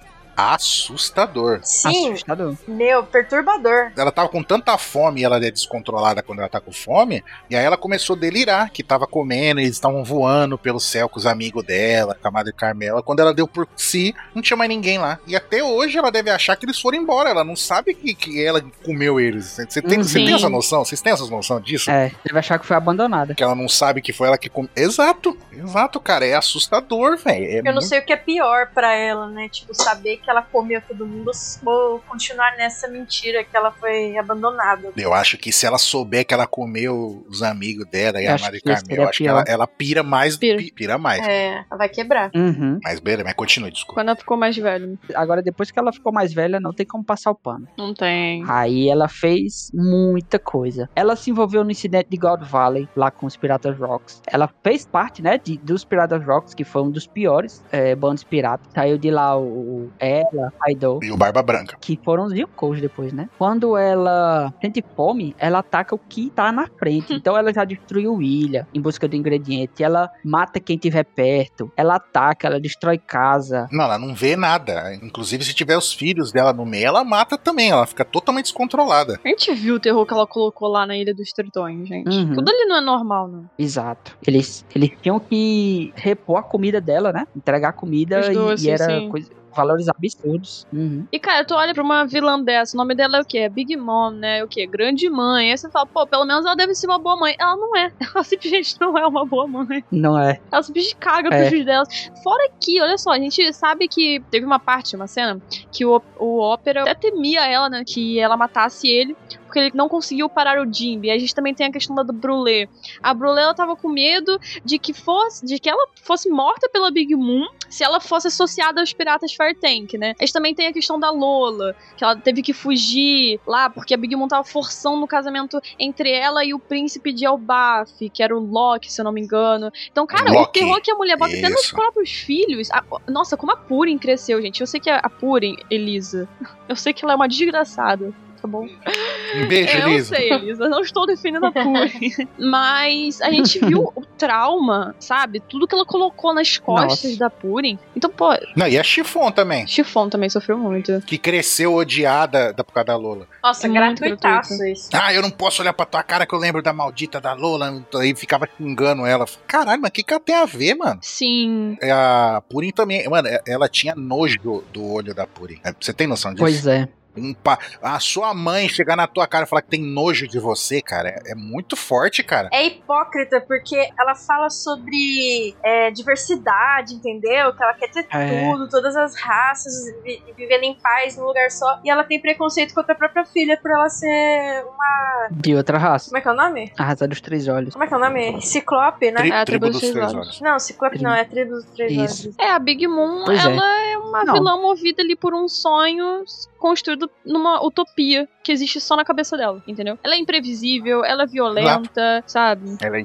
assustador. Sim, Assustador. meu, perturbador. Ela tava com tanta fome e ela é descontrolada quando ela tá com fome. E aí ela começou a delirar, que tava comendo, eles estavam voando pelo céu com os amigos dela, com a Madre Carmela. Quando ela deu por si, não tinha mais ninguém lá. E até hoje ela deve achar que eles foram embora. Ela não sabe que, que ela comeu eles. Você tem, Uhum. você tem Sim. essa noção? Vocês têm essa noção disso? É, deve achar que foi abandonada. Que ela não sabe que foi ela que comeu. Exato, exato, cara. É assustador, velho. É Eu não muito- sei o que é pior pra ela, né? Tipo, saber que que ela comeu todo mundo ou continuar nessa mentira que ela foi abandonada. Eu acho que se ela souber que ela comeu os amigos dela e Eu a acho Mari que isso Camille, eu seria acho que ela, pior. ela pira mais. Pira. pi- Pira mais. É, ela vai quebrar. Uhum. Mas beleza, mas continua, desculpa. Quando ela ficou mais velha. Agora, depois que ela ficou mais velha, não tem como passar o pano. Não tem. Aí ela fez muita coisa. Ela se envolveu no incidente de God Valley, lá com os Piratas Rocks. Ela fez parte, né, de- dos Piratas Rocks, que foi um dos piores eh, bandos piratas. Saiu de lá o, o ela, Kaido. E o Barba Branca. que foram os Ryukous depois, né? Quando ela sente fome, ela ataca o que tá na frente. Então ela já destruiu ilha em busca do ingrediente. Ela mata quem tiver perto. Ela ataca, ela destrói casa. Não, ela não vê nada. Inclusive, se tiver os filhos dela no meio, ela mata também. Ela fica totalmente descontrolada. A gente viu o terror que ela colocou lá na Ilha dos Tritões, gente. Uhum. Tudo ali não é normal, não. Exato. Eles, eles tinham que repor a comida dela, né? Entregar a comida Os e, doces, e era sim. coisa- valores absurdos. Uhum. E, cara, tu olha pra uma vilã dessa, o nome dela é o quê? É Big Mom, né? É o quê? Grande mãe. Aí você fala, pô, pelo menos ela deve ser uma boa mãe. Ela não é. Ela simplesmente não é uma boa mãe. Não é. Ela simplesmente caga pros É. filhos dela. Fora que, olha só, a gente sabe que teve uma parte, uma cena, que o, o ópera até temia ela, né? Que ela matasse ele, porque ele não conseguiu parar o Jimby. Aí a gente também tem a questão da do Brulé. A Brulé, ela tava com medo de que fosse, de que ela fosse morta pela Big Moon se ela fosse associada aos piratas Fire Tank, né? A gente também tem a questão da Lola, que ela teve que fugir lá, porque a Big Mom tava forçando o casamento entre ela e o príncipe de Elbaf, que era o Loki, se eu não me engano. Então, cara, o Loki. terror que a mulher bota até nos Isso. próprios filhos. A- nossa, como a Purim cresceu, gente. Eu sei que é a, a Purim, Elisa, eu sei que ela é uma desgraçada. Tá bom? Um beijo, É, eu Elisa. sei, Elisa. eu Não estou defendendo a Purim. Mas a gente viu o trauma, sabe? Tudo que ela colocou nas costas Nossa. da Purim. Então, pô, Não, e a Chifon também. Chifon também sofreu muito. Que cresceu odiada da- por causa da Lola. Nossa, É muito gratuitaço isso. Ah, eu não posso olhar pra tua cara que eu lembro da maldita da Lola. Aí ficava xingando ela. Caralho, mas o que, que ela tem a ver, mano? Sim. É, A Purim também. Mano, é- ela tinha nojo do, do olho da Purim. É, Você tem noção disso? Pois é. Um pa- A sua mãe chegar na tua cara e falar que tem nojo de você, cara, é- é muito forte, cara. É hipócrita porque ela fala sobre é, diversidade, entendeu? Que ela quer ter Ah, É. tudo, todas as raças, vi- vivendo em paz num lugar só. E ela tem preconceito contra a própria filha por ela ser. uma- De outra raça. Como é que é o nome? A raça dos três olhos. Como é que é o nome? Ciclope, né? Tri- É a tribo tribo dos dos três olhos. olhos. Não, Ciclope não, é a tribo dos três Isso. olhos. É, a Big Moon, Pois é. ela é, uma Não. vilã movida ali por um sonho construído numa utopia que existe só na cabeça dela, entendeu? Ela é imprevisível, ela é violenta, sabe? Ela é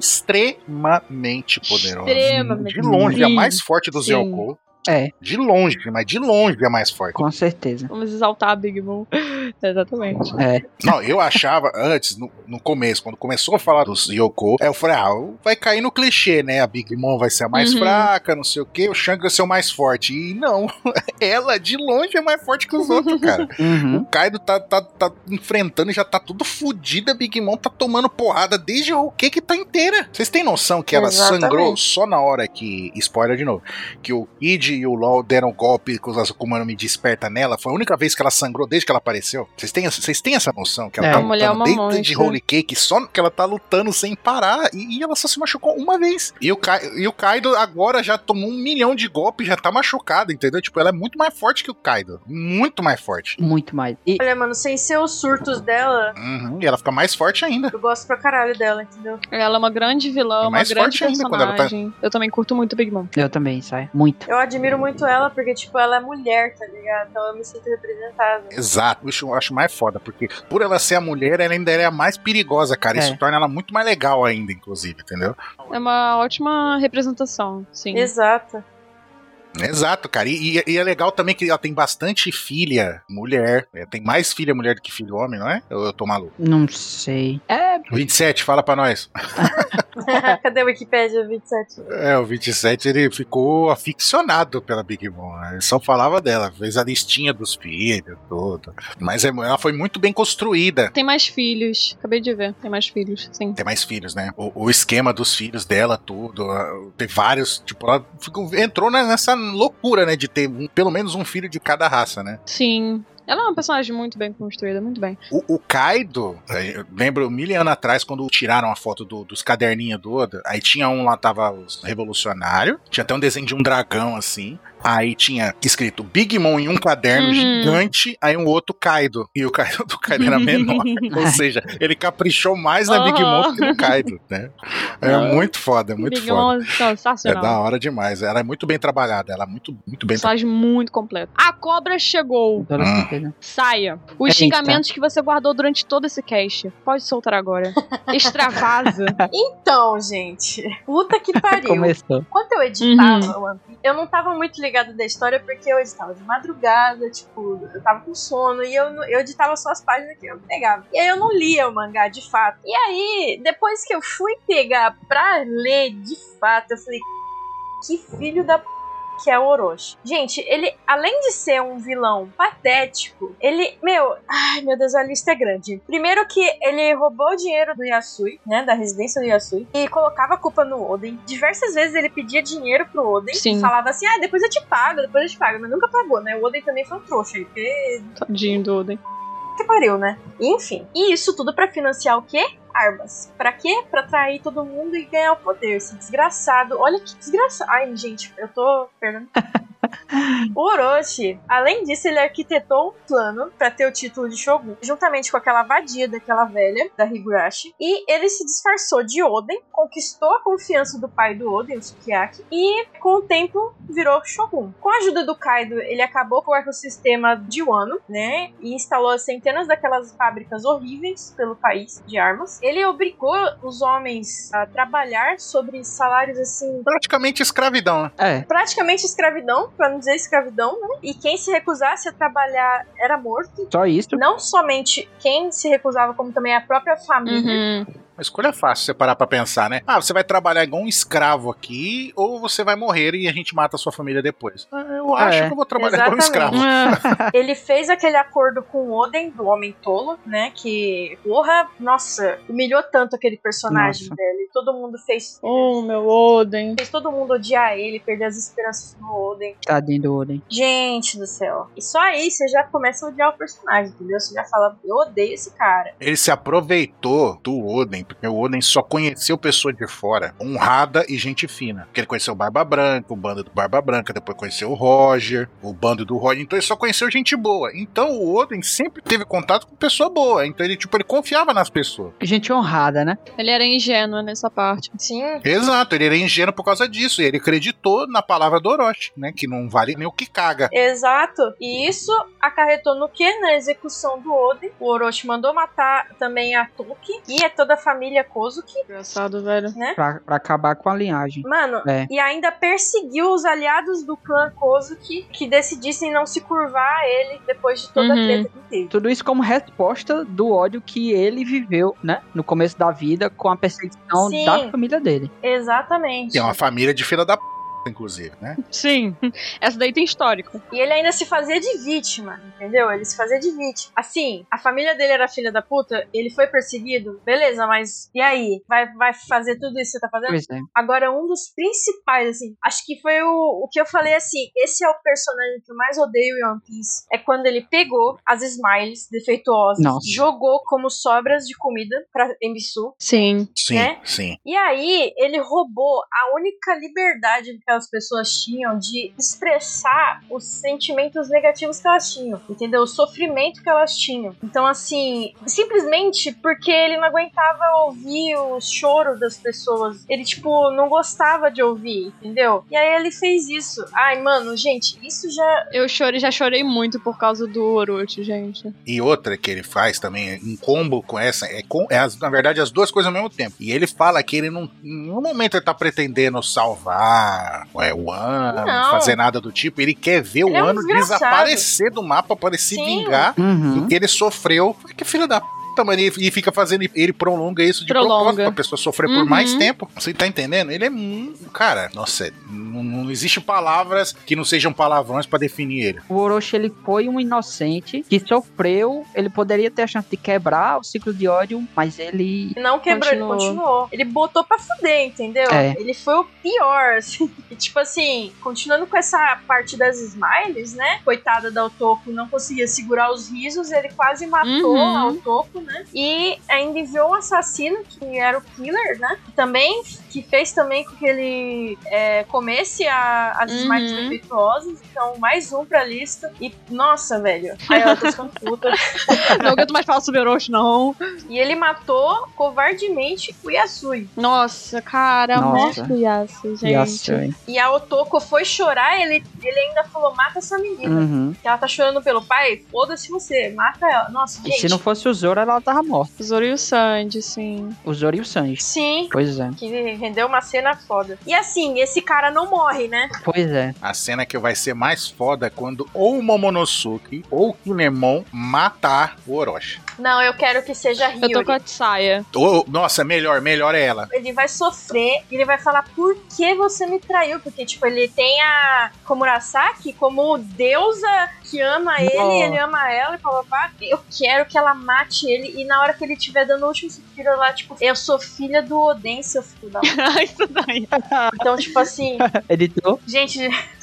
extremamente poderosa. Extremamente. De longe, é a Sim, mais forte dos sim. Yoko. É. De longe, mas de longe é a mais forte. Com certeza. Vamos exaltar a Big Moon. Exatamente. É. Não, eu achava antes, no, no começo, quando começou a falar dos Yoko, aí eu falei, ah, vai cair no clichê, né? A Big Mom vai ser a mais Uhum. fraca, não sei o quê, o Shang vai ser o mais forte. E não, ela de longe é mais forte que os outros, cara. Uhum. O Kaido tá, tá, tá enfrentando e já tá tudo fudido, a Big Mom tá tomando porrada desde o que que tá inteira. Vocês têm noção que ela Exatamente. sangrou só na hora que, spoiler de novo, que o Kid e o LOL deram golpe com as Akuma me desperta nela, foi a única vez que ela sangrou desde que ela apareceu. Vocês têm, vocês têm essa noção que ela É. tá A mulher é lutando uma dentro de monstra. Holy Cake, só que ela tá lutando sem parar e, e ela só se machucou uma vez. E o, Kai- e o Kaido agora já tomou um milhão de golpes, já tá machucado, entendeu? Tipo, ela é muito mais forte que o Kaido, muito mais forte. Muito mais. E Olha, mano, sem ser os surtos dela, Uhum, e ela fica mais forte ainda. eu gosto pra caralho dela, entendeu? Ela é uma grande vilã, É uma mais grande forte ainda quando ela tá- personagem. Eu também curto muito Big Mom. eu também, sai. Muito. Eu admiro muito ela porque, tipo, ela é mulher, tá ligado? Então eu me sinto representada. Exato, isso eu acho mais foda, porque por ela ser a mulher, ela ainda é a mais perigosa, cara. É. Isso torna ela muito mais legal ainda, inclusive, entendeu? É uma ótima representação, sim. Exato. Exato, cara. E, e- e é legal também que ela tem bastante filha mulher. É, Tem mais filha mulher do que filho homem, não é? Ou eu tô maluco? Não sei. É, 27, fala pra nós. Cadê a Wikipédia 27? É, o 27 ele ficou aficionado pela Big Mom. né? Ele só falava dela, fez a listinha dos filhos, tudo. Mas é- ela foi muito bem construída. Tem mais filhos. Acabei de ver. Tem mais filhos, sim. ter mais filhos, né? O, o esquema dos filhos dela, tudo. a- Ter vários. Tipo, ela ficou- entrou na- nessa loucura, né? De ter um- pelo menos um filho de cada raça, né? Sim. Ela é uma personagem muito bem construída, muito bem. O, o Kaido, eh, eu lembro mil anos atrás, quando tiraram a foto do- dos caderninhos do Oda, aí tinha um lá, tava os revolucionário, tinha até um desenho de um dragão assim. Aí tinha escrito Big Mom em um caderno Uhum. gigante, aí um outro Kaido. E o Kaido do Kaido era menor. Ou seja, ele caprichou mais na Big Mom Aham. que no Kaido, né? É muito foda, é muito Oh. Big foda. Mom, É sensacional. da hora demais. Ela é muito bem trabalhada. Ela é muito, muito bem Personagem muito completo. A cobra chegou. Adoro Ah. essa coisa. Saia. Os Eita. xingamentos que você guardou durante todo esse cast. Pode soltar agora. Extravasa. Então, gente, puta que Tá pariu. Começou. Quando eu editava, One Piece, eu não tava muito ligada da história porque eu editava de madrugada, tipo, eu tava com sono e eu, não- eu editava só as páginas que eu pegava. E aí eu não lia o mangá de fato. E aí, depois que eu fui pegar pra ler de fato, eu falei, que filho da p... que é o Orochi. Gente, ele, além de ser um vilão patético, ele, meu, ai meu Deus, a lista é grande. Primeiro que ele roubou o dinheiro do Yasui, né, da residência do Yasui, e colocava a culpa no Oden. Diversas vezes ele pedia dinheiro pro Oden Sim. e falava assim, ah, depois eu te pago, depois eu te pago, mas nunca pagou, né, o Oden também foi um trouxa, ele fez- Tadinho do Oden. que pariu, né? Enfim, e isso tudo pra financiar o quê? Armas. Pra quê? Pra atrair todo mundo e ganhar o poder. Esse desgraçado. Olha que desgraçado. Ai, gente, eu tô perdendo. O Orochi, além disso, ele arquitetou um plano pra ter o título de Shogun, juntamente com aquela vadia daquela velha, da Higurashi, e ele se disfarçou de Oden, conquistou a confiança do pai do Oden, o Sukiyaki, e com o tempo virou Shogun. Com a ajuda do Kaido, ele acabou com o ecossistema de Wano, né, e instalou centenas daquelas fábricas horríveis pelo país de armas. Ele obrigou os homens a trabalhar sobre salários assim Praticamente escravidão, né? É. praticamente escravidão, pra não dizer escravidão, né? E quem se recusasse a trabalhar era morto. Só isso. Não somente quem se recusava, como também a própria família. Uhum. Uma escolha fácil, você parar pra pensar, né? Ah, você vai trabalhar igual um escravo aqui, ou você vai morrer e a gente mata a sua família depois. Ah, eu acho É. que eu vou trabalhar igual um Exatamente. escravo. Ah, Ele fez aquele acordo com o Oden, do Homem Tolo, né? Que, porra, nossa, humilhou tanto aquele personagem Nossa. dele. Todo mundo fez. oh, meu Oden. Fez todo mundo odiar ele, perder as esperanças no Oden. Tadinho tá do Oden. Gente do céu. E só aí você já começa a odiar o personagem, entendeu? Você já fala, eu odeio esse cara. Ele se aproveitou do Oden, porque o Oden só conheceu pessoa de fora, honrada e gente fina. Porque ele conheceu o Barba Branca, o bando do Barba Branca, depois conheceu o Roger, o bando do Roger. Então ele só conheceu gente boa. Então o Oden sempre teve contato com pessoa boa. Então ele, tipo, ele confiava nas pessoas. Gente honrada, né? Ele era ingênuo nessa parte. Sim, Exato, ele era ingênuo por causa disso. E ele acreditou na palavra do Orochi, né? Que não vale nem o que caga. Exato. E isso acarretou no que? Na execução do Oden. O Orochi mandou matar também a Toki e é toda a família Kozuki. Engraçado, velho. Pra, pra acabar com a linhagem. Mano, É. e ainda perseguiu os aliados do clã Kozuki que decidissem não se curvar a ele depois de toda Uhum. a treta que teve. Tudo isso como resposta do ódio que ele viveu, né? No começo da vida, com a perseguição Sim. da família dele. Exatamente. Tem uma família de filha da p, inclusive, né? Sim. Essa daí tem histórico. E ele ainda se fazia de vítima, entendeu? Ele se fazia de vítima. Assim, a família dele era filha da puta, ele foi perseguido, beleza, mas e aí? Vai, vai fazer tudo isso que você tá fazendo? Pois é. Agora, um dos principais, assim, acho que foi o, o que eu falei assim: esse é o personagem que eu mais odeio em One Piece. É quando ele pegou as smiles defeituosas, Nossa. jogou como sobras de comida pra Embisu. Sim. Sim, É. sim. E aí, ele roubou a única liberdade que aquelas pessoas tinham de expressar os sentimentos negativos que elas tinham, entendeu? O sofrimento que elas tinham. Então, assim, simplesmente porque ele não aguentava ouvir o choro das pessoas. Ele, tipo, não gostava de ouvir, entendeu? E aí ele fez isso. Ai, mano, gente, isso já. Eu chorei, já chorei muito por causa do Orochi, gente. E outra que ele faz também, um combo com essa, é, com, é as- na verdade as duas coisas ao mesmo tempo. E ele fala que ele não, em nenhum momento ele tá pretendendo salvar é, o ano, Não. fazer nada do tipo. Ele quer ver Ele o é um ano desgraçado. desaparecer do mapa para ele se Sim. vingar Uhum. do que ele sofreu. Que filho da puta, mano. E e fica fazendo, ele prolonga isso de Prolonga. propósito pra pessoa sofrer por Uhum. mais tempo. Você tá entendendo? Ele é muito. Cara, nossa, não, não existe palavras que não sejam palavrões pra definir ele. O Orochi, ele foi um inocente que sofreu. Ele poderia ter a chance de quebrar o ciclo de ódio, mas ele. Não quebrou, Continuou. ele continuou. Ele botou pra fuder, entendeu? É. Ele foi o pior, assim. E, tipo assim, continuando com essa parte das smiles, né? Coitada da Otoko não conseguia segurar os risos, ele quase matou Uhum. a Otoko, né? E ainda enviou o assassino, que era o Killer, né? Também, que fez também com que ele é, comesse a- as Uhum. smites defeituosas. Então, mais um pra lista. E, nossa, velho. Aí ela tá ficando puta. Não aguento mais falar sobre Orochi, não. E ele matou covardemente o Yasui. Nossa, cara, Nossa. mostra o Yasu, gente. Nossa, hein? E a Otoko foi chorar, ele, ele ainda falou, mata essa Hum. menina. Uhum. Que ela tá chorando pelo pai, foda-se você, mata ela. Nossa, E gente. se não fosse o Zoro, ela tava morta. Zoro e o Sandy, sim. O Zoro e o Sanji. Sim, Pois é. que rendeu uma cena foda. E assim, esse cara não morre, né? Pois é. A cena que vai ser mais foda é quando ou o Momonosuke ou o Kinemon matar o Orochi. Não, eu quero que seja Eu Ryuri. tô com a Tsaya. Ou- nossa, melhor, melhor é ela. Ele vai sofrer, ele vai falar por que você me traiu, porque tipo, ele tem a Komurasaki como deusa que ama ele, Nossa. ele ama ela e fala, "Pá, eu quero que ela mate ele e na hora que ele estiver dando o último suspiro ela tipo, eu sou filha do Oden, seu filho da mãe." Isso daí. Então, tipo assim, Editor? gente,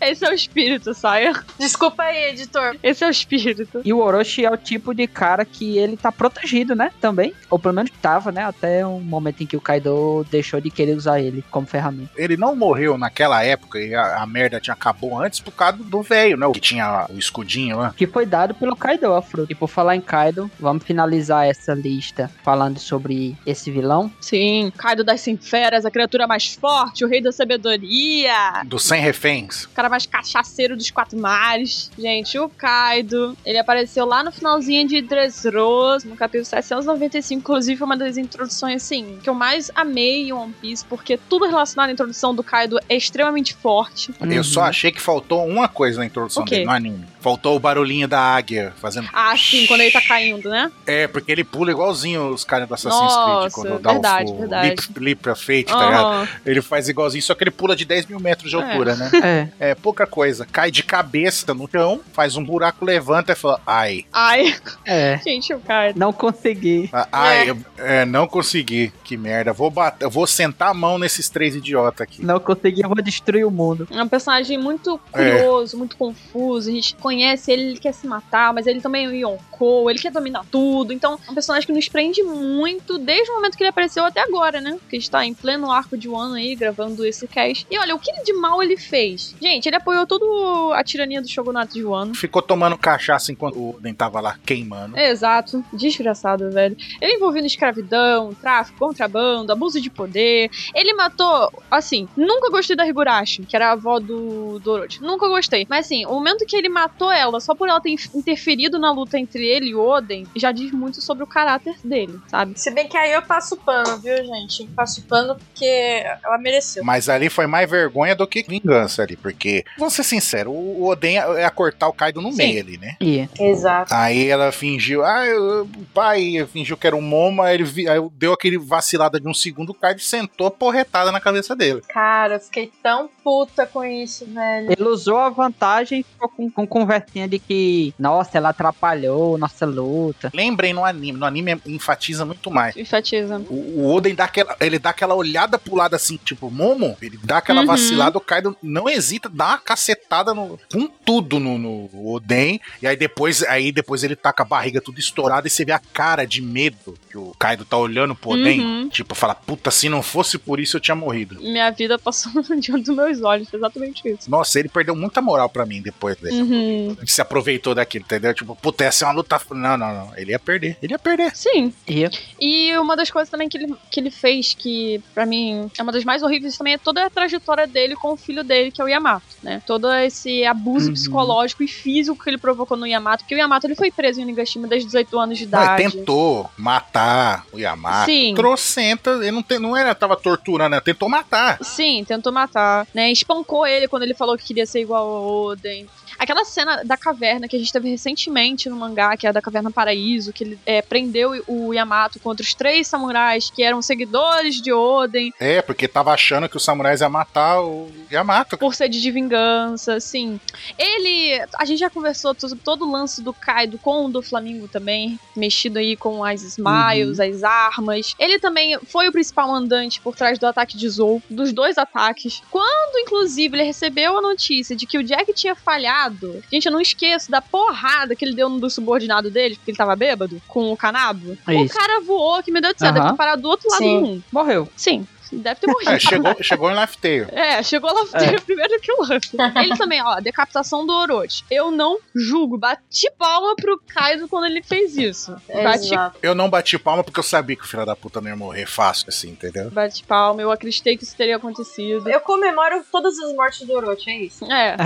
Esse é o espírito, Saia. desculpa aí, editor. Esse é o espírito. E o Orochi é o tipo de cara que ele tá protegido, né? Também. Ou pelo menos tava, né? Até um momento em que o Kaido deixou de querer usar ele como ferramenta. Ele não morreu naquela época e a, a merda tinha acabou antes por causa do velho, né? O que tinha o escudinho lá. Que foi dado pelo Kaido, a fruta. E por falar em Kaido, vamos finalizar essa lista falando sobre esse vilão. Sim, Kaido das Sinferas, a criatura mais forte, o rei da sabedoria. Dos 100 reféns. O cara mais cachaceiro dos quatro mares. Gente, o Kaido, ele apareceu lá no finalzinho de Dressrosa, no capítulo 795. Inclusive, foi uma das introduções, assim, que eu mais amei em One Piece, porque tudo relacionado à introdução do Kaido é extremamente forte. Eu só Uhum. achei que faltou uma coisa na introdução O quê? dele no anime. Faltou o barulhinho da águia fazendo. Ah, sim, quando ele tá caindo, né? É, porque ele pula igualzinho os caras do Assassin's Creed Nossa, quando dá verdade, o, o verdade. leap, leap pra frente, tá ligado? Aham. Ele faz igualzinho, só que ele pula de 10 mil metros de É. altura, né? É. É pouca coisa. Cai de cabeça no chão, faz um buraco, levanta e fala, ai, Ai, É. gente, o Kaido. Não consegui. a- ai, eu- é, não consegui. Que merda. Vou bater, eu vou sentar a mão nesses três idiotas aqui. Não consegui, eu vou destruir o mundo. É um personagem muito curioso, muito confuso. A gente conhece ele, ele quer se matar, mas ele também é um Yonkou, ele quer dominar tudo. Então, é um personagem que nos prende muito desde o momento que ele apareceu até agora, né? Que a gente tá em pleno arco de um ano aí, gravando esse cast. E olha, o que de mal ele fez? Gente, ele apoiou toda a tirania do Shogunato de Wano. Ficou tomando cachaça enquanto o Oden tava lá queimando. Exato, desgraçado, velho. Ele envolvido em escravidão, tráfico, contrabando, abuso de poder. Ele matou, assim, nunca gostei da Higurashi, que era a avó do do Orochi. Nunca gostei. Mas assim, o momento que ele matou ela, só por ela ter in- interferido na luta entre ele e o Oden, já diz muito sobre o caráter dele, sabe? Se bem que aí eu passo pano, viu, gente? Passo pano porque ela mereceu. Mas ali foi mais vergonha do que vingança ali, porque, vamos ser sinceros, o o Oden é a cortar o Kaido no Sim. meio ali, né? E Exato. Aí ela fingiu, ah, eu- o pai fingiu que era um Momo, aí ele vi- aí deu aquele vacilada de um segundo, o Kaido sentou a porretada na cabeça dele. Cara, eu fiquei tão puta com isso, né? velho. ele usou a vantagem e ficou com, com conversinha de que, nossa, ela atrapalhou nossa luta. Lembrem no anime, no anime enfatiza muito mais. Enfatiza. O, o Oden dá aquela, ele dá aquela olhada pro lado assim, tipo, Momo, ele dá aquela Uhum. vacilada, o Kaido não hesita, dá uma cacetada no, com tudo no, no Oden, e aí depois, aí depois ele tá com a barriga tudo estourada e você vê a cara de medo que o Kaido tá olhando pro Oden, Uhum. tipo, fala, puta, se não fosse por isso eu tinha morrido. Minha vida passou diante dos meus olhos, foi exatamente isso. Nossa, ele perdeu muita moral pra mim depois dele. Uhum. Se aproveitou daquilo, entendeu? Tipo, puta, essa é uma luta. f- Não, não, não. Ele ia perder. Ele ia perder. Sim, E E uma das coisas também que ele, que ele fez, que pra mim é uma das mais horríveis também, é toda a trajetória dele com o filho dele, que é o Yamato, né? Todo esse abuso Uhum. psicológico e físico que ele provocou no Yamato, porque o Yamato ele foi preso em Nigashima desde 18 anos de Não, ele idade. tentou matar o Yamato. Sim. Trocenta, ele não, te- não era, tava torturando, ele tentou matar. Sim, tentou matar, né? Espancou ele quando ele falou que queria ser igual ao Oden. Aquela cena da caverna que a gente teve recentemente no mangá, que é a da Caverna Paraíso, que ele é, prendeu o Yamato contra os três samurais que eram seguidores de Oden, É, porque tava achando que os samurais iam matar o Yamato. por sede de vingança, assim. Ele. A gente já conversou sobre todo o lance do Kaido com o do Flamengo também, mexido aí com as smiles, as armas. Ele também foi o principal mandante por trás do ataque de Zou, dos dois ataques. Quando, inclusive, ele recebeu a notícia de que o Jack tinha falhado errado. Gente, eu não esqueço da porrada que ele deu no do subordinado dele, porque ele tava bêbado, com o canabo. É o isso. cara voou, que meu Deus do céu, Aham. deve ter parado do outro lado Sim. do mundo. Morreu. Sim, deve ter morrido. É, chegou, chegou em Life Tale. É, chegou lá É. primeiro que o Luffy. Ele também, ó, decapitação do Orochi. Eu não julgo. Bati palma pro Kaido quando ele fez isso. Bati, Exato. Eu não bati palma porque eu sabia que o filho da puta não ia morrer fácil, assim, entendeu? bati palma, eu acreditei que isso teria acontecido. Eu comemoro todas as mortes do Orochi, é isso. É,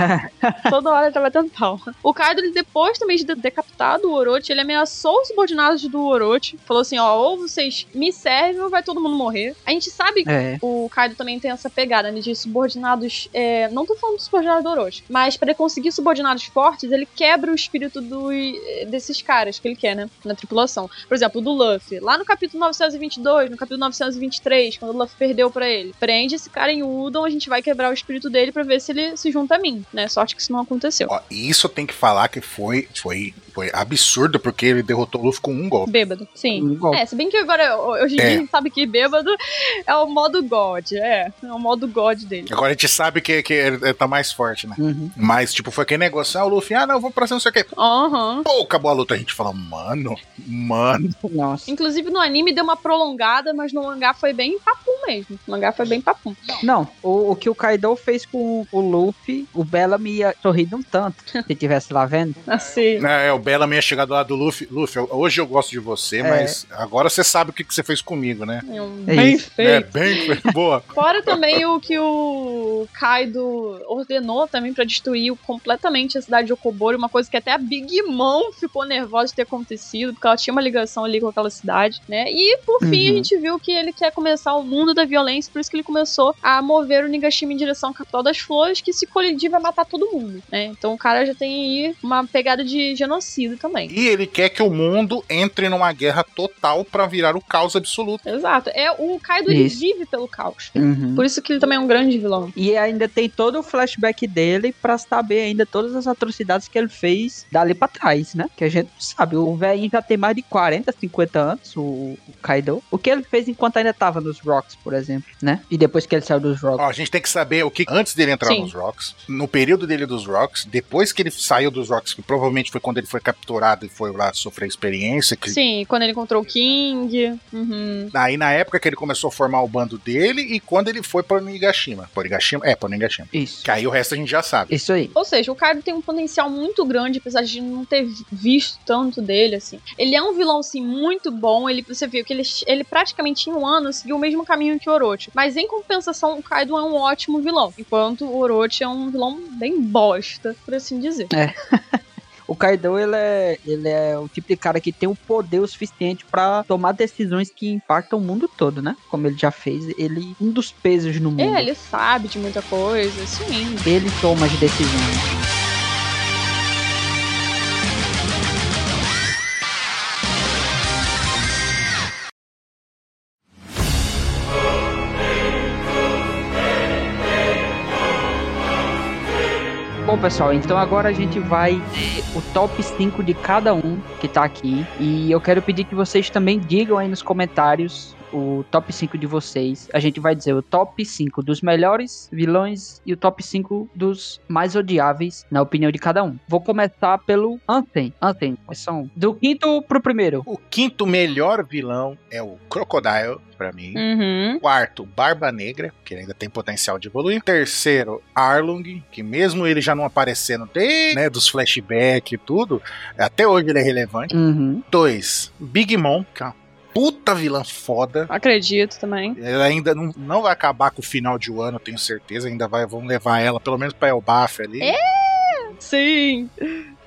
toda hora ele tá batendo palma. O Kaido, ele depois também de ter decapitado o Orochi, ele ameaçou os subordinados do Orochi. Falou assim, ó, ou vocês me servem ou vai todo mundo morrer. A gente sabe É. O Kaido também tem essa pegada né, de subordinados. é, não tô falando do subordinado do Orochi, mas para ele conseguir subordinados fortes, ele quebra o espírito do, é, desses caras que ele quer, né? Na tripulação. Por exemplo, o do Luffy. Lá no capítulo 922, no capítulo 923, quando o Luffy perdeu pra ele, prende esse cara em Udon, a gente vai quebrar o espírito dele pra ver se ele se junta a mim, né? Sorte que isso não aconteceu. Ó, e isso eu tenho que falar que foi, foi, foi absurdo, porque ele derrotou o Luffy com um golpe. Bêbado, sim. Um golpe. É, se bem que agora, hoje em É. dia, a gente sabe que bêbado é o modo God, é. É o modo God dele. Agora a gente sabe que, que ele ele tá mais forte, né? Uhum. Mas, tipo, foi aquele negócio, ah, o Luffy, ah, não, eu vou pra cima, não sei o quê. Aham. Pô, acabou a luta. A gente fala, mano, mano. Nossa. Inclusive no anime deu uma prolongada, mas no mangá foi bem papum mesmo. No mangá foi bem papum. Não, o, o que o Kaido fez com o Luffy, o Bellamy ia sorrir um tanto, se tivesse lá vendo. Assim. É, o Bellamy ia chegar do lado do Luffy. Luffy, eu- hoje eu gosto de você, É. mas agora você sabe o que, que você fez comigo, né? é um É bem isso. É, feito. bem, boa. Fora também o que o Kaido ordenou também pra destruir completamente a cidade de Okobori, uma coisa que até a Big Mom ficou nervosa de ter acontecido, porque ela tinha uma ligação ali com aquela cidade, né? E por fim a Uhum. gente viu que ele quer começar o mundo da violência, por isso que ele começou a mover o Nigashima em direção à capital das flores, que se colidir vai matar todo mundo, né? Então o cara já tem aí uma pegada de genocídio também. E ele quer que o mundo entre numa guerra total pra virar o caos absoluto. Exato. É, o Kaido ele Isso. vive pelo caos. Uhum. Por isso que ele também é um grande vilão. E ainda tem todo o flashback dele pra saber ainda todas as atrocidades que ele fez dali pra trás, né? Que a gente não sabe. O velhinho já tem mais de 40, 50 anos, o, o Kaido. O que ele fez enquanto ainda tava nos Rocks, por exemplo, né? E depois que ele saiu dos Rocks. Ó, a gente tem que saber o que antes dele entrar Sim. nos Rocks, no período dele dos Rocks, depois que ele saiu dos Rocks, que provavelmente foi quando ele foi capturado e foi lá sofrer experiência, que Sim, quando ele encontrou o King. Uhum. Aí na época que ele começou a formar o bando dele e quando ele foi para Nigashima. Para Nigashima? É, para Nigashima. Isso. Que aí o resto a gente já sabe. Isso aí. Ou seja, o Kaido tem um potencial muito grande, apesar de não ter vi- visto tanto dele, assim. Ele é um vilão, assim, muito bom. Ele, você viu que ele, ele praticamente em um ano seguiu o mesmo caminho que o Orochi. Mas em compensação, o Kaido é um ótimo vilão. Enquanto o Orochi é um vilão bem bosta, por assim dizer. O Kaido, ele é, ele é o tipo de cara que tem o poder o suficiente pra tomar decisões que impactam o mundo todo, né? Como ele já fez, ele um dos pesos no mundo. É, ele sabe de muita coisa, sim. ele toma as decisões. Bom, pessoal, então agora a gente vai ter o top 5 de cada um que tá aqui. E eu quero pedir que vocês também digam aí nos comentários o top 5 de vocês. A gente vai dizer o top 5 dos melhores vilões e o top 5 dos mais odiáveis, na opinião de cada um. Vou começar pelo Ansem. Ansem, quais são? Do quinto pro primeiro. O quinto melhor vilão é o Crocodile, pra mim. Uhum. Quarto, Barba Negra, que ele ainda tem potencial de evoluir. Terceiro, Arlong, que mesmo ele já não aparecendo desde né, dos flashbacks e tudo, até hoje ele é relevante. Uhum. Dois, Big Mom, que é uma puta vilã foda. Acredito também. Ela ainda não, não vai acabar com o final de um ano, tenho certeza. Ainda vai, vão levar ela pelo menos pra Elbaf ali. É. Sim.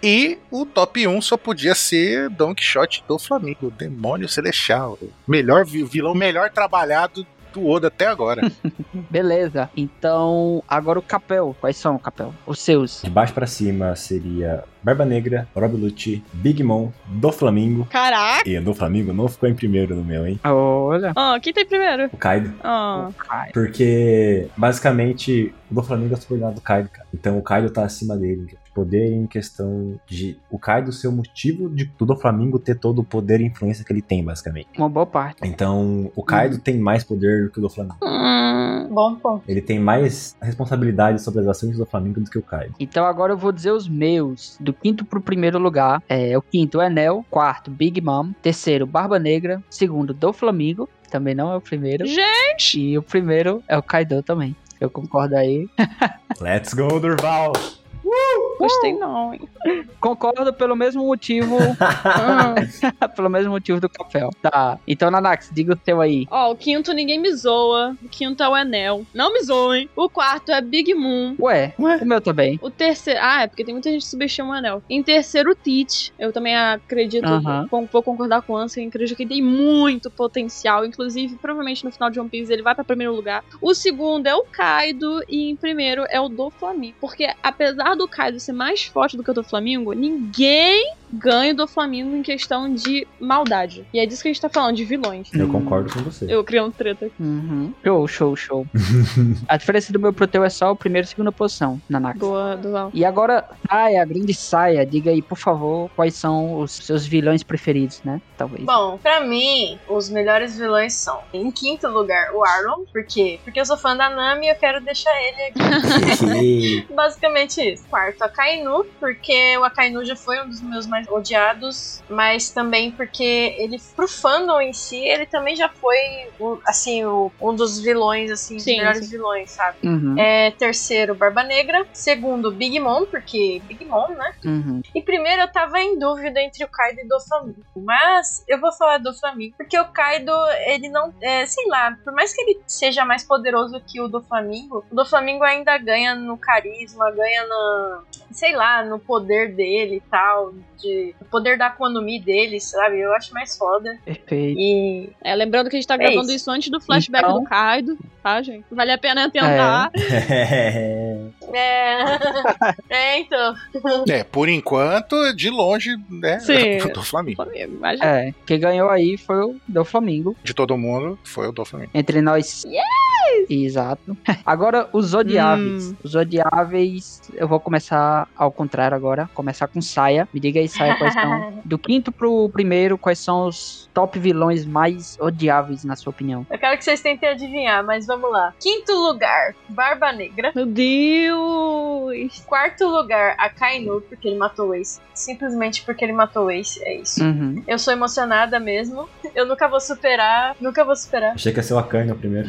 E o top 1 só podia ser Don Quixote do Flamengo, o Demônio Celestial. Melhor vi- vilão, melhor trabalhado do Oda até agora. Beleza. Então, agora o Capel. Quais são, Capel? Os seus. De baixo pra cima seria Barba Negra, Rob Lucci, Big Mom, do Flamingo. Caraca! E do Flamingo não ficou em primeiro no meu, hein? Olha. Ah, quem tem primeiro? O Kaido. Ah, Porque, basicamente, o do Flamengo é subordinado do Kaido, cara. Então o Kaido tá acima dele. de Poder em questão de. O Kaido ser o motivo de do Flamengo ter todo o poder e influência que ele tem, basicamente. Uma boa parte. Então, o Kaido tem mais poder do que o do Flamengo. hum, Bom ponto. Ele tem mais responsabilidade sobre as ações do Flamengo do que o Kaido. Então agora eu vou dizer os meus. Do quinto pro primeiro lugar. É, o quinto é Nel. Quarto, Big Mom. Terceiro, Barba Negra. Segundo, Do Flamingo. Também não é o primeiro. Gente! E o primeiro é o Kaido também. Eu concordo aí. Let's go, Durval! Gostei não, hein? Concordo pelo mesmo motivo. Ah. pelo mesmo motivo do Capel. Tá. Então, Nanax, diga o seu aí. Ó, o quinto ninguém me zoa. O quinto é o Enel. Não me zoem. O quarto é Big Moon. Ué, o meu também. O terceiro. Ah, é porque tem muita gente que subestima o anel. Em terceiro, o Teach. Eu também acredito. Aham. con- Vou concordar com o Ansem. Acredito que ele tem muito potencial. Inclusive, provavelmente no final de One Piece ele vai pra primeiro lugar. O segundo é o Kaido. E em primeiro é o do Flamengo. Porque apesar do Kaido ser mais forte do que o do Flamengo, ninguém ganha do Flamengo em questão de maldade. E é disso que a gente tá falando, de vilões. Eu concordo com você. Eu criei um treta aqui. Uhum. Show, show, show. a diferença do meu pro teu é só o primeiro e segunda posição, Nanax. Boa, Duval. E agora, saia, grande saia, diga aí, por favor, quais são os seus vilões preferidos, né? Talvez. Bom, pra mim, os melhores vilões são, em quinto lugar, o Arlon. Por quê? Porque eu sou fã da Nami e eu quero deixar ele aqui. Basicamente isso. Quarto, a Kainu, porque o Akainu já foi um dos meus mais odiados, mas também porque ele, pro fandom em si, ele também já foi, o- assim, o- um dos vilões, assim, dos Sim, melhores sim. vilões, sabe? Uhum, É, terceiro, Barba Negra. Segundo, Big Mom, porque Big Mom, né? uhum. E primeiro eu tava em dúvida entre o Kaido e o Doflamingo. Mas eu vou falar do Flamingo, porque o Kaido, ele não. É, sei lá, por mais que ele seja mais poderoso que o do Flamingo, o do Flamingo ainda ganha no carisma, ganha na. sei lá, no poder dele e tal. De, o poder da economia dele, sabe? Eu acho mais foda. Perfeito. E. É, lembrando que a gente tá gravando isso. isso antes do flashback Então- do Kaido, tá, gente? Vale a pena tentar. É. é, então. É, por enquanto, de longe, né? Sim. Do Flamengo. Flamengo, imagina. É, quem ganhou aí foi o do Flamengo. De todo mundo, foi o do Flamengo. Entre nós. Exato. Agora, os odiáveis. Os odiáveis, eu vou começar ao contrário agora. Começar com Saia. Me diga aí, Saia, quais são. Do quinto pro primeiro, quais são os top vilões mais odiáveis, na sua opinião? Eu quero que vocês tentem adivinhar, mas vamos lá. Quinto lugar, Barba Negra. É. Meu Deus! Quarto lugar, a Kainu, porque ele matou o Ace. Simplesmente porque ele matou o Ace, é isso. Uhum. Eu sou emocionada mesmo. Eu nunca vou superar. Nunca vou superar. Achei que ia ser o Akane o primeiro.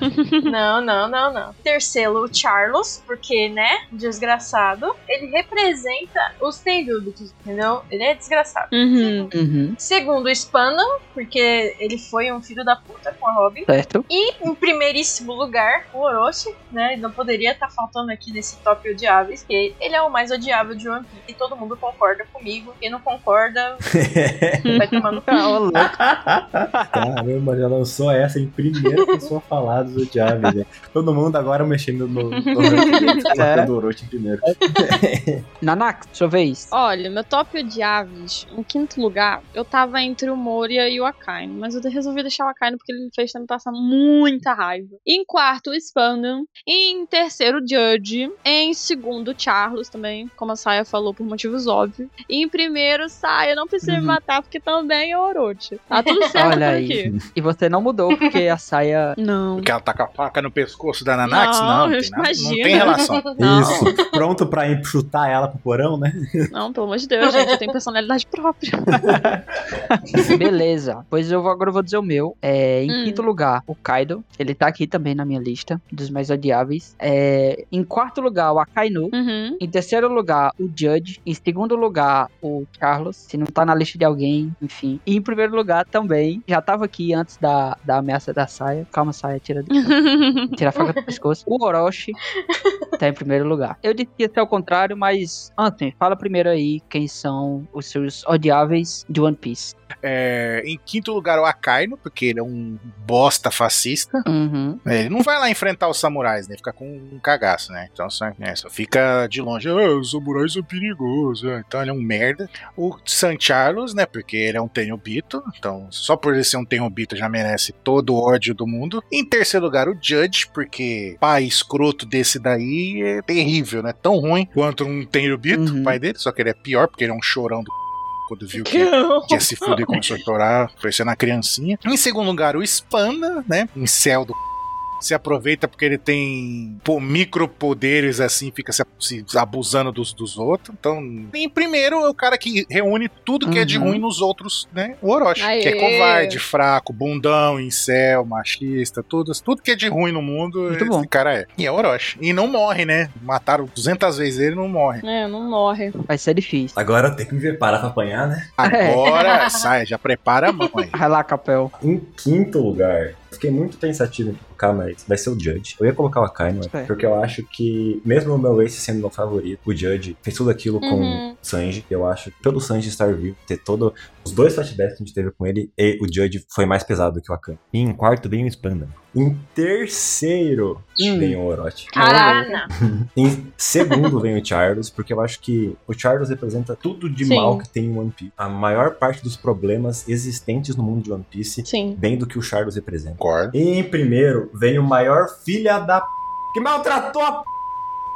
Não, não, não, não. Terceiro, o Charles, porque, né? Desgraçado. Ele representa os Tenryubitos, entendeu? Ele é desgraçado. Uhum. Uhum. Segundo, o Spanam, porque ele foi um filho da puta com a Robin. Certo? E em primeiríssimo lugar, o Orochi, né? Ele não poderia estar faltando aqui nesse top odiáveis, porque ele é o mais odiável de One Piece e todo mundo concorda comigo. Quem não concorda, vai tomar no Ah, ô, louco. Caramba, já lançou essa em primeira pessoa a falar dos odiáveis. né? Todo mundo agora mexendo no. no- no- no Orochi em primeiro. Nanak, sua vez. Olha, meu top odiáveis, em quinto lugar, eu tava entre o Moria e o Akainu, mas eu resolvi deixar o Akainu porque ele me fez também passar muita raiva. Em quarto, o Spandam. Em terceiro, o Judge. Em segundo, o Charles também, como a Saia falou, por motivos óbvios. E em primeiro, Saia, não precisa me Uhum. matar porque também é o Orochi. Tá tudo certo Olha por aí. aqui. E você não mudou porque a saia. Não. Porque ela tá com a faca no pescoço da Nanax? Não, Não, não, eu tem, nada- não imagino. tem relação. Não. Isso. Pronto pra ir chutar ela pro porão, né? Não, pelo amor de Deus, gente, eu tenho personalidade própria. Beleza. Pois eu vou, agora eu vou dizer o meu. É, em Hum. quinto lugar, o Kaido. Ele tá aqui também na minha lista dos mais odiáveis. É, em quarto lugar, o Akainu. Uhum. Em terceiro lugar, o Judge. Em segundo lugar, o Carlos. Se não tá na lista de alguém, enfim. E em primeiro lugar também, já tava aqui antes da, da ameaça da saia. Calma, saia, tira do. Tira a faca do pescoço. O Orochi tá em primeiro lugar. Eu disse que ia ser ao contrário, mas antes, fala primeiro aí quem são os seus odiáveis de One Piece. É, em quinto lugar, o Akainu, porque ele é um bosta fascista. Uhum. É, Ele não vai lá enfrentar os samurais, né? Fica com um cagaço, né? Então só, né, só fica de longe. Ah, os samurais são perigosos. né? Então ele é um merda. O San Charles, né? Porque ele é um tenhobito. Então, só por ele ser um tenhobito já merece todo o ódio do mundo. Em terceiro lugar, o Judge, porque pai escroto desse daí é terrível, né? Tão ruim quanto um tenhobito, Uhum. pai dele. Só que ele é pior, porque ele é um chorão do c... quando viu que que ia se fuder com o chorar, parecendo uma criancinha. Em segundo lugar, o Spanda, né? Um céu do c****. se aproveita porque ele tem pô, micropoderes assim, fica se, se abusando dos, dos outros. Então, em primeiro é o cara que reúne tudo que é de Uhum. ruim nos outros, né? O Orochi, Aê. que é covarde, fraco, bundão, incel, machista, tudo, tudo que é de ruim no mundo, Muito esse bom. cara é. E é o Orochi. E não morre, né? Mataram 200 vezes ele, não morre. É, não morre. Vai ser difícil. Agora tem que me preparar pra apanhar, né? É. Agora, sai, já prepara a mão aí. Vai lá, Capel. Em quinto lugar, fiquei muito pensativo em colocar, mas vai ser o Judge. Eu ia colocar o Akainu, Certo. porque eu acho que, mesmo o meu Ace sendo meu favorito, o Judge fez tudo aquilo com Uhum. o Sanji. Eu acho, pelo Sanji estar vivo, ter todo os dois flashbacks que a gente teve com ele, e o Judge foi mais pesado que o Akainu. E em quarto vem o Spanda. Em terceiro vem o Orochi. Carana. Em segundo vem o Charles, porque eu acho que o Charles representa tudo de Sim. mal que tem em One Piece. A maior parte dos problemas existentes no mundo de One Piece Sim. bem do que o Charles representa. Concordo. E em primeiro vem o maior filha da p... que maltratou a p...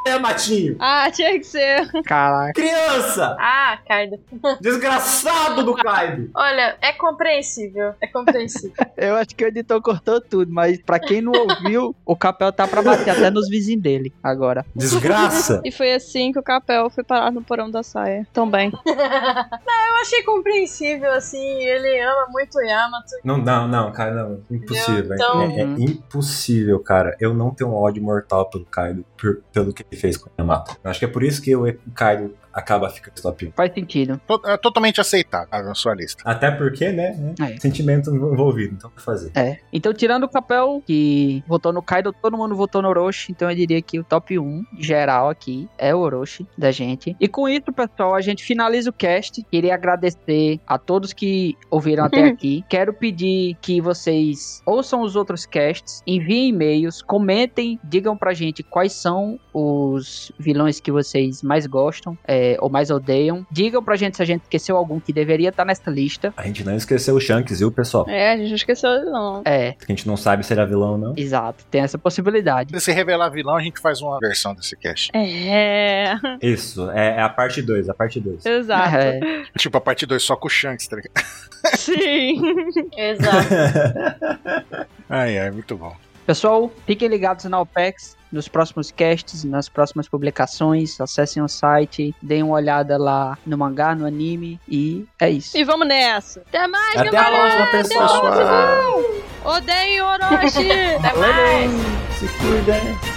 é Matinho. Ah, tinha que ser. Caraca. Criança! Ah, Kaido. Desgraçado do Kaido! Olha, é compreensível. É compreensível. Eu acho que o editor cortou tudo, mas pra quem não ouviu, o Capel tá pra bater até nos vizinhos dele agora. Desgraça! E foi assim que o Capel foi parar no porão da saia. Também. Não, eu achei compreensível, assim. Ele ama muito o Yamato. Não, não, não, cara, não. Impossível. é- Então- É, é impossível, cara. Eu não tenho um ódio mortal pelo Kaido, por- pelo que ele fez com o Yamato. Eu acho que é por isso que o Kaido acaba ficando top 1. Faz sentido. To- é Totalmente aceitável a sua lista. Até porque, né? É. é Sentimento envolvido, então o que fazer? É. Então, tirando o Capel, que votou no Kaido, todo mundo votou no Orochi. Então, eu diria que o top 1 geral aqui é o Orochi da gente. E com isso, pessoal, a gente finaliza o cast. Queria agradecer a todos que ouviram até aqui. Quero pedir que vocês ouçam os outros casts, enviem e-mails, comentem, digam pra gente quais são os vilões que vocês mais gostam é, ou mais odeiam. Digam pra gente se a gente esqueceu algum que deveria estar nessa lista. A gente não esqueceu o Shanks, viu, pessoal? É, a gente não esqueceu, não. É, Porque a gente não sabe se ele é vilão ou não. exato. Tem essa possibilidade. Se revelar vilão, a gente faz uma versão desse cast. É, Isso, é, é a parte 2, a parte 2. exato. É. Tipo, a parte 2 só com o Shanks, tá ligado? Sim. Exato. Ai, ai, muito bom. Pessoal, fiquem ligados na OPEX, nos próximos casts, nas próximas publicações. Acessem o site, deem uma olhada lá no mangá, no anime. E é isso. E vamos nessa. Até mais, Até a galera. próxima, pessoal. Pessoal. Odeio Orochi. Até mais. Se cuida.